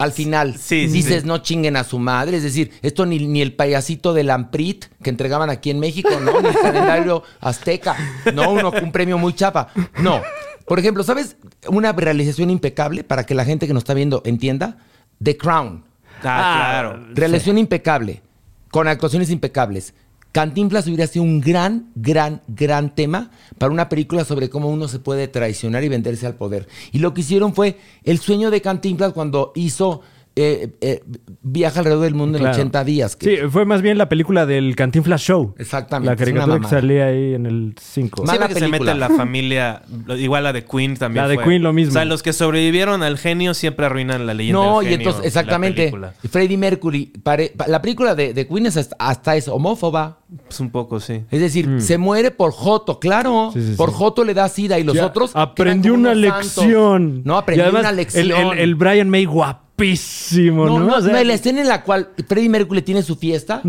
[SPEAKER 5] Al final,
[SPEAKER 4] Sí, sí,
[SPEAKER 5] dices,
[SPEAKER 4] sí.
[SPEAKER 5] no chinguen a su madre. Es decir, esto ni, ni el payasito del Amprit que entregaban aquí en México, ¿no? Ni el calendario azteca, ¿no? Uno, un premio muy chapa. No. Por ejemplo, ¿sabes? Una realización impecable para que la gente que nos está viendo entienda. The Crown.
[SPEAKER 4] Ah, claro.
[SPEAKER 5] Realización impecable, con actuaciones impecables. Cantinflas hubiera sido un gran, gran, gran tema para una película sobre cómo uno se puede traicionar y venderse al poder. Y lo que hicieron fue el sueño de Cantinflas cuando hizo eh, eh, Viaja alrededor del mundo en
[SPEAKER 3] Claro.
[SPEAKER 5] 80 días. que-
[SPEAKER 3] Sí, fue más bien la película del Cantinflas Show.
[SPEAKER 5] Exactamente,
[SPEAKER 3] La
[SPEAKER 5] es una
[SPEAKER 3] caricatura que
[SPEAKER 5] mamada.
[SPEAKER 3] salía ahí en el 5.
[SPEAKER 5] Ma-
[SPEAKER 4] Siempre
[SPEAKER 5] Mala
[SPEAKER 4] que se
[SPEAKER 5] película.
[SPEAKER 4] mete la familia, lo- igual la de Queen también.
[SPEAKER 3] La de
[SPEAKER 4] fue.
[SPEAKER 3] Queen lo mismo.
[SPEAKER 4] O sea, los que sobrevivieron al genio siempre arruinan la leyenda.
[SPEAKER 5] No,
[SPEAKER 4] del
[SPEAKER 5] y
[SPEAKER 4] genio
[SPEAKER 5] entonces,
[SPEAKER 4] la
[SPEAKER 5] exactamente.
[SPEAKER 4] película.
[SPEAKER 5] Freddie Mercury, pare- pa- la película de, de Queen es hasta, hasta es homófoba.
[SPEAKER 4] Pues un poco, sí.
[SPEAKER 5] Es decir, se muere por Joto, claro.
[SPEAKER 3] Mm. Sí, sí, sí.
[SPEAKER 5] por Joto le da sida y los
[SPEAKER 3] Ya
[SPEAKER 5] otros. quedan
[SPEAKER 3] Aprendí
[SPEAKER 5] como
[SPEAKER 3] una
[SPEAKER 5] unos santos.
[SPEAKER 3] lección.
[SPEAKER 5] No, aprendí
[SPEAKER 3] Y además,
[SPEAKER 5] una lección.
[SPEAKER 3] El, el- el Brian May guapísimo,
[SPEAKER 5] No,
[SPEAKER 3] ¿no?
[SPEAKER 5] no,
[SPEAKER 3] O sea, Mm.
[SPEAKER 5] no, la escena en la cual Freddie Mercury tiene su fiesta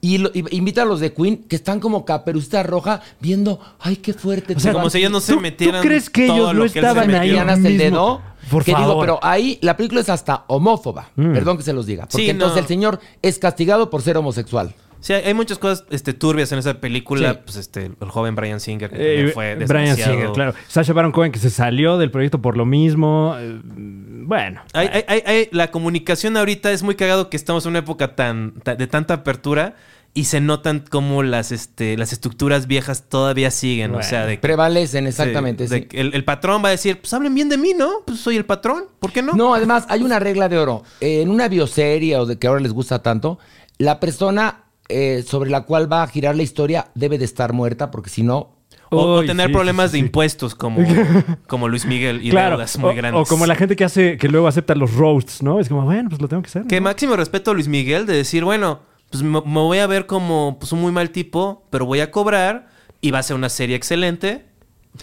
[SPEAKER 5] y, lo- y invita a los de Queen que están como caperucita roja viendo, ay, qué fuerte.
[SPEAKER 3] o sea,
[SPEAKER 4] como si ellos no se
[SPEAKER 3] ¿tú-
[SPEAKER 4] metieran
[SPEAKER 3] ¿Tú crees que
[SPEAKER 4] todo
[SPEAKER 3] ellos
[SPEAKER 4] lo
[SPEAKER 3] no
[SPEAKER 4] que él se
[SPEAKER 3] estaban
[SPEAKER 4] metió?
[SPEAKER 3] ahí?
[SPEAKER 5] Diana el dedo.
[SPEAKER 3] Por
[SPEAKER 5] que
[SPEAKER 3] favor. Mm.
[SPEAKER 5] digo, pero ahí la película es hasta homófoba. Perdón que se los diga. Porque
[SPEAKER 4] Sí, no.
[SPEAKER 5] entonces el señor es castigado por ser homosexual.
[SPEAKER 4] Sí, hay hay muchas cosas este, turbias en esa película.
[SPEAKER 5] Sí.
[SPEAKER 4] Pues este, el joven Brian Singer que
[SPEAKER 3] Eh,
[SPEAKER 4] también fue
[SPEAKER 3] Brian
[SPEAKER 4] desgraciado.
[SPEAKER 3] Singer, claro. Sasha Baron Cohen que se salió del proyecto por lo mismo. eh, Bueno.
[SPEAKER 4] Hay- hay- hay- hay- la comunicación ahorita es muy cagado que estamos en una época tan, ta- de tanta apertura y se notan como las, este, las estructuras viejas todavía siguen.
[SPEAKER 3] Bueno.
[SPEAKER 4] o sea, de que-
[SPEAKER 5] Prevalecen, exactamente.
[SPEAKER 4] de-
[SPEAKER 5] sí.
[SPEAKER 4] de que el, el patrón va a decir, pues hablen bien de mí, ¿no? Pues soy el patrón, ¿por qué no?
[SPEAKER 5] No, además hay una regla de oro. Eh, en una bioserie o de que ahora les gusta tanto, la persona eh, sobre la cual va a girar la historia debe de estar muerta porque si no...
[SPEAKER 4] O, o
[SPEAKER 3] Uy,
[SPEAKER 4] tener
[SPEAKER 3] sí,
[SPEAKER 4] problemas
[SPEAKER 3] sí,
[SPEAKER 4] de
[SPEAKER 3] sí.
[SPEAKER 4] impuestos como, como Luis Miguel y
[SPEAKER 3] claro.
[SPEAKER 4] deudas muy
[SPEAKER 3] o,
[SPEAKER 4] grandes.
[SPEAKER 3] o como la gente que hace, que luego acepta los roasts, ¿no? Es como, bueno, pues lo tengo que hacer. ¿no?
[SPEAKER 4] Que máximo respeto a Luis Miguel de decir, bueno, pues me, me voy a ver como pues, un muy mal tipo, pero voy a cobrar y va a ser una serie excelente.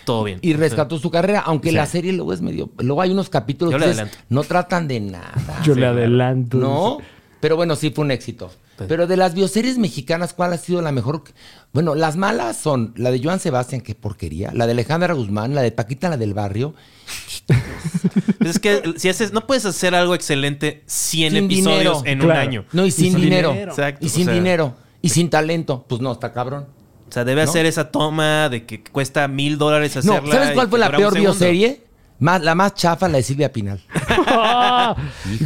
[SPEAKER 4] Todo bien.
[SPEAKER 5] Y
[SPEAKER 4] O sea,
[SPEAKER 5] rescató su carrera, aunque la serie luego es medio... Luego hay unos capítulos
[SPEAKER 4] Yo le
[SPEAKER 5] que es-
[SPEAKER 4] adelanto.
[SPEAKER 5] no tratan de nada.
[SPEAKER 3] Yo le adelanto.
[SPEAKER 5] ¿No? Pero bueno, sí fue un éxito. Pero de las bioseries mexicanas, ¿cuál ha sido la mejor? Bueno, las malas son la de Joan Sebastián, qué porquería, la de Alejandra Guzmán, la de Paquita, la del barrio,
[SPEAKER 4] pues es que si haces, no puedes hacer algo excelente 100
[SPEAKER 5] Sin
[SPEAKER 4] episodios
[SPEAKER 5] dinero.
[SPEAKER 4] en un
[SPEAKER 3] Claro.
[SPEAKER 4] año.
[SPEAKER 5] no, y sin,
[SPEAKER 3] sin
[SPEAKER 5] dinero,
[SPEAKER 3] dinero.
[SPEAKER 4] Exacto,
[SPEAKER 5] y
[SPEAKER 4] o
[SPEAKER 5] sin
[SPEAKER 4] sea.
[SPEAKER 5] dinero, y sin talento. Pues no, está cabrón.
[SPEAKER 4] O sea, debe hacer esa toma de que cuesta mil dólares
[SPEAKER 5] No,
[SPEAKER 4] hacerla.
[SPEAKER 5] ¿sabes
[SPEAKER 4] y
[SPEAKER 5] cuál
[SPEAKER 4] que
[SPEAKER 5] fue la
[SPEAKER 4] dura un
[SPEAKER 5] peor
[SPEAKER 4] segundo.
[SPEAKER 5] bioserie? Más, la más chafa, la de Silvia Pinal.
[SPEAKER 3] Ah,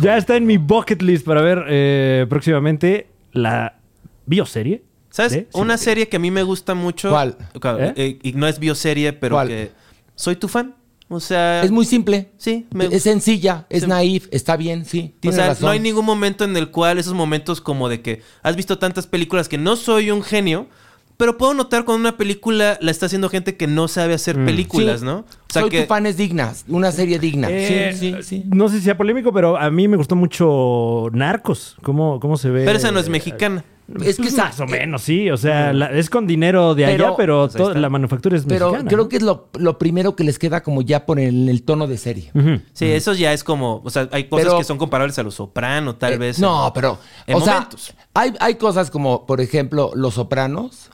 [SPEAKER 3] ya está en mi bucket list para ver eh, próximamente la bioserie.
[SPEAKER 4] ¿Sabes?
[SPEAKER 3] de-
[SPEAKER 4] Una serie que a mí me gusta mucho.
[SPEAKER 5] ¿Cuál?
[SPEAKER 4] Claro,
[SPEAKER 3] ¿Eh?
[SPEAKER 4] eh, y no es bioserie, pero
[SPEAKER 5] ¿Cuál?
[SPEAKER 4] que. Soy tu fan. O sea.
[SPEAKER 5] Es muy simple.
[SPEAKER 4] Sí, me-
[SPEAKER 5] Es sencilla, es
[SPEAKER 4] Sí.
[SPEAKER 5] naif, está bien, sí.
[SPEAKER 4] O
[SPEAKER 5] Tienes
[SPEAKER 4] sea,
[SPEAKER 5] razón.
[SPEAKER 4] no hay ningún momento en el cual esos momentos como de que has visto tantas películas que no soy un genio, pero puedo notar cuando una película la está haciendo gente que no sabe hacer películas,
[SPEAKER 5] Mm. Sí.
[SPEAKER 4] ¿no? O sea,
[SPEAKER 5] Soy
[SPEAKER 4] que
[SPEAKER 5] tu fan es digna, una serie digna.
[SPEAKER 3] Eh,
[SPEAKER 5] sí, sí, sí.
[SPEAKER 3] No sé si sea polémico, pero a mí me gustó mucho Narcos. ¿Cómo, cómo se ve?
[SPEAKER 4] pero esa no es
[SPEAKER 3] eh,
[SPEAKER 4] mexicana.
[SPEAKER 5] Es que
[SPEAKER 3] Pues
[SPEAKER 5] esa-
[SPEAKER 3] más o menos, sí. O sea, la- es con dinero de
[SPEAKER 5] Pero-
[SPEAKER 3] allá, pero
[SPEAKER 4] eh, Mm. Pues ahí
[SPEAKER 3] toda
[SPEAKER 4] está.
[SPEAKER 3] la manufactura es
[SPEAKER 5] Pero
[SPEAKER 3] mexicana.
[SPEAKER 5] creo que es lo, lo primero que les queda como ya por el, el tono de serie.
[SPEAKER 3] Ujú.
[SPEAKER 4] Sí, eso ya es como, o sea, hay cosas
[SPEAKER 5] mm. Pero-
[SPEAKER 4] que son comparables a Los Soprano, tal
[SPEAKER 5] Eh,
[SPEAKER 4] vez.
[SPEAKER 5] No, pero.
[SPEAKER 4] en
[SPEAKER 5] o sea,
[SPEAKER 4] momentos.
[SPEAKER 5] hay, hay cosas como, por ejemplo, Los Sopranos,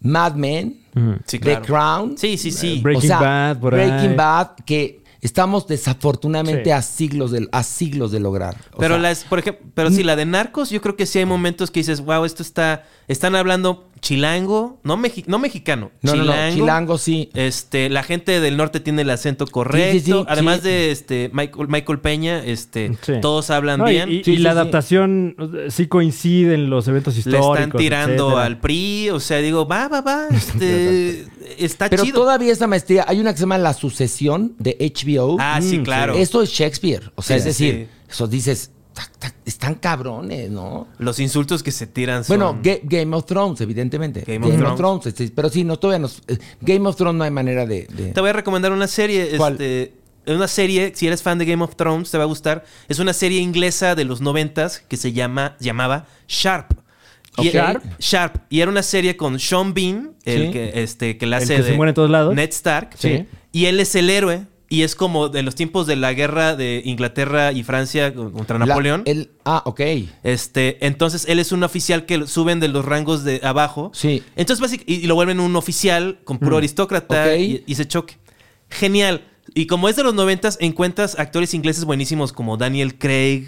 [SPEAKER 5] Mad Men,
[SPEAKER 4] Mm. Sí,
[SPEAKER 5] The
[SPEAKER 4] claro.
[SPEAKER 5] Crown.
[SPEAKER 4] Sí, sí, sí.
[SPEAKER 3] Mm. Eh, Breaking Bad, por
[SPEAKER 5] Breaking
[SPEAKER 3] ahí.
[SPEAKER 5] Bad, que estamos desafortunadamente
[SPEAKER 3] Sí.
[SPEAKER 5] a, siglos de, a siglos de lograr. O
[SPEAKER 4] Pero
[SPEAKER 5] sea,
[SPEAKER 4] las, por ejemplo, pero sí, la de narcos, yo creo que sí hay momentos que dices, wow, esto está, están hablando chilango, no, mexi- no mexicano,
[SPEAKER 5] No, no, no, chilango sí.
[SPEAKER 4] Este, la gente del norte tiene el acento correcto.
[SPEAKER 5] Sí, sí, sí,
[SPEAKER 4] Además
[SPEAKER 5] sí.
[SPEAKER 4] de este Michael, Michael Peña, este,
[SPEAKER 3] Sí.
[SPEAKER 4] todos hablan
[SPEAKER 3] No, y-
[SPEAKER 4] bien.
[SPEAKER 3] Y, y
[SPEAKER 5] Sí, sí,
[SPEAKER 3] la
[SPEAKER 5] sí.
[SPEAKER 3] adaptación eh, sí coincide en los eventos
[SPEAKER 4] le
[SPEAKER 3] históricos.
[SPEAKER 4] están tirando
[SPEAKER 3] etcétera.
[SPEAKER 4] al PRI, o sea, digo, va, va, va, este, está
[SPEAKER 5] pero
[SPEAKER 4] chido.
[SPEAKER 5] todavía esa maestría, hay una que se llama La Sucesión de HBO.
[SPEAKER 4] Ah, sí, claro.
[SPEAKER 5] Eso es Shakespeare. O sea,
[SPEAKER 4] Sí,
[SPEAKER 5] es decir,
[SPEAKER 4] sí.
[SPEAKER 5] eso dices, tac, tac, están cabrones, ¿no?
[SPEAKER 4] Los insultos que se tiran son...
[SPEAKER 5] Bueno, Ga- Game of Thrones, evidentemente.
[SPEAKER 4] Game of Thrones.
[SPEAKER 5] este, pero sí, no, todavía nos. eh, Game of Thrones no hay manera de. de-
[SPEAKER 4] Te voy a recomendar una serie.
[SPEAKER 5] ¿Cuál?
[SPEAKER 4] Este, una serie, si eres fan de Game of Thrones, te va a gustar. Es una serie inglesa de los noventas que se llama, llamaba Sharp. Y-
[SPEAKER 5] Ok. Sharp.
[SPEAKER 4] Sharp. Y era una serie con Sean Bean, el
[SPEAKER 5] Sí.
[SPEAKER 4] que, este, que la
[SPEAKER 3] El
[SPEAKER 4] hace
[SPEAKER 3] que se
[SPEAKER 4] de
[SPEAKER 3] muere en todos lados.
[SPEAKER 4] Ned Stark.
[SPEAKER 3] Sí.
[SPEAKER 4] Y él es el héroe. Y es como de los tiempos de la guerra de Inglaterra y Francia contra
[SPEAKER 5] la-
[SPEAKER 4] Napoleón.
[SPEAKER 5] el- ah, ok.
[SPEAKER 4] Este, entonces él es un oficial que lo suben de los rangos de abajo.
[SPEAKER 5] Sí.
[SPEAKER 4] Entonces básicamente y, y lo vuelven un oficial con puro aristócrata
[SPEAKER 5] Mm. Ok.
[SPEAKER 4] y, y se choque. Genial. Y como es de los noventas, encuentras actores ingleses buenísimos como Daniel Craig,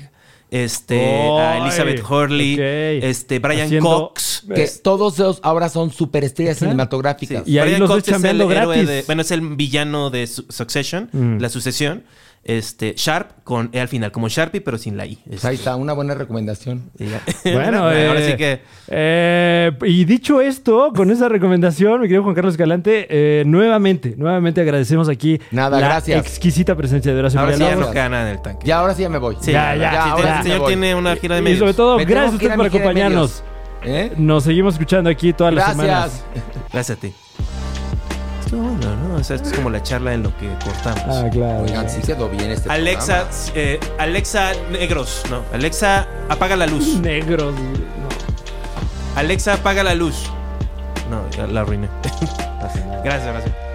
[SPEAKER 4] este, a
[SPEAKER 3] Ay,
[SPEAKER 4] Elizabeth Hurley,
[SPEAKER 3] ok.
[SPEAKER 4] este, Brian
[SPEAKER 3] Haciendo-
[SPEAKER 4] Cox.
[SPEAKER 5] Que todos ellos ahora son superestrellas cinematográficas.
[SPEAKER 3] Y ahí los ves chambeando gratis.
[SPEAKER 4] de- bueno, es el villano de Su- Succession,
[SPEAKER 3] Mm.
[SPEAKER 4] la sucesión. Este, Sharp con E al final, como Sharpie, pero sin la I.
[SPEAKER 5] Pues ahí está, una buena recomendación.
[SPEAKER 4] Este, ya.
[SPEAKER 3] Bueno,
[SPEAKER 4] ahora
[SPEAKER 3] eh,
[SPEAKER 4] sí que.
[SPEAKER 3] eh, y dicho esto, con esa recomendación, mi querido Juan Carlos Galante, nuevamente, nuevamente agradecemos aquí
[SPEAKER 5] Nada,
[SPEAKER 3] la
[SPEAKER 5] gracias.
[SPEAKER 3] exquisita presencia de Horacio
[SPEAKER 4] Ahora sí
[SPEAKER 3] Villalobos.
[SPEAKER 4] ya no queda nada en el tanque.
[SPEAKER 5] Ya ahora sí ya me voy.
[SPEAKER 4] Sí, ya, ya. sí, el
[SPEAKER 5] ahora sí me
[SPEAKER 4] señor
[SPEAKER 5] voy.
[SPEAKER 4] tiene una gira de medios.
[SPEAKER 3] Y sobre todo,
[SPEAKER 5] Me tengo
[SPEAKER 3] gracias a
[SPEAKER 5] que ir
[SPEAKER 3] ustedes
[SPEAKER 5] a
[SPEAKER 3] por
[SPEAKER 5] mi gira de
[SPEAKER 3] acompañarnos.
[SPEAKER 5] medios. ¿Eh?
[SPEAKER 3] Nos seguimos escuchando aquí todas las semanas.
[SPEAKER 5] Gracias.
[SPEAKER 4] Gracias a ti. Estuvo bueno, ¿no? O sea, esto es como la charla en lo que cortamos.
[SPEAKER 3] Ah, claro.
[SPEAKER 5] Oigan, sí quedó bien este
[SPEAKER 4] Alexa,
[SPEAKER 5] programa.
[SPEAKER 4] eh, Alexa negros, no. Alexa apaga la luz.
[SPEAKER 3] Negros. güey, no.
[SPEAKER 4] Alexa apaga la luz. No, ya la arruiné. gracias, gracias.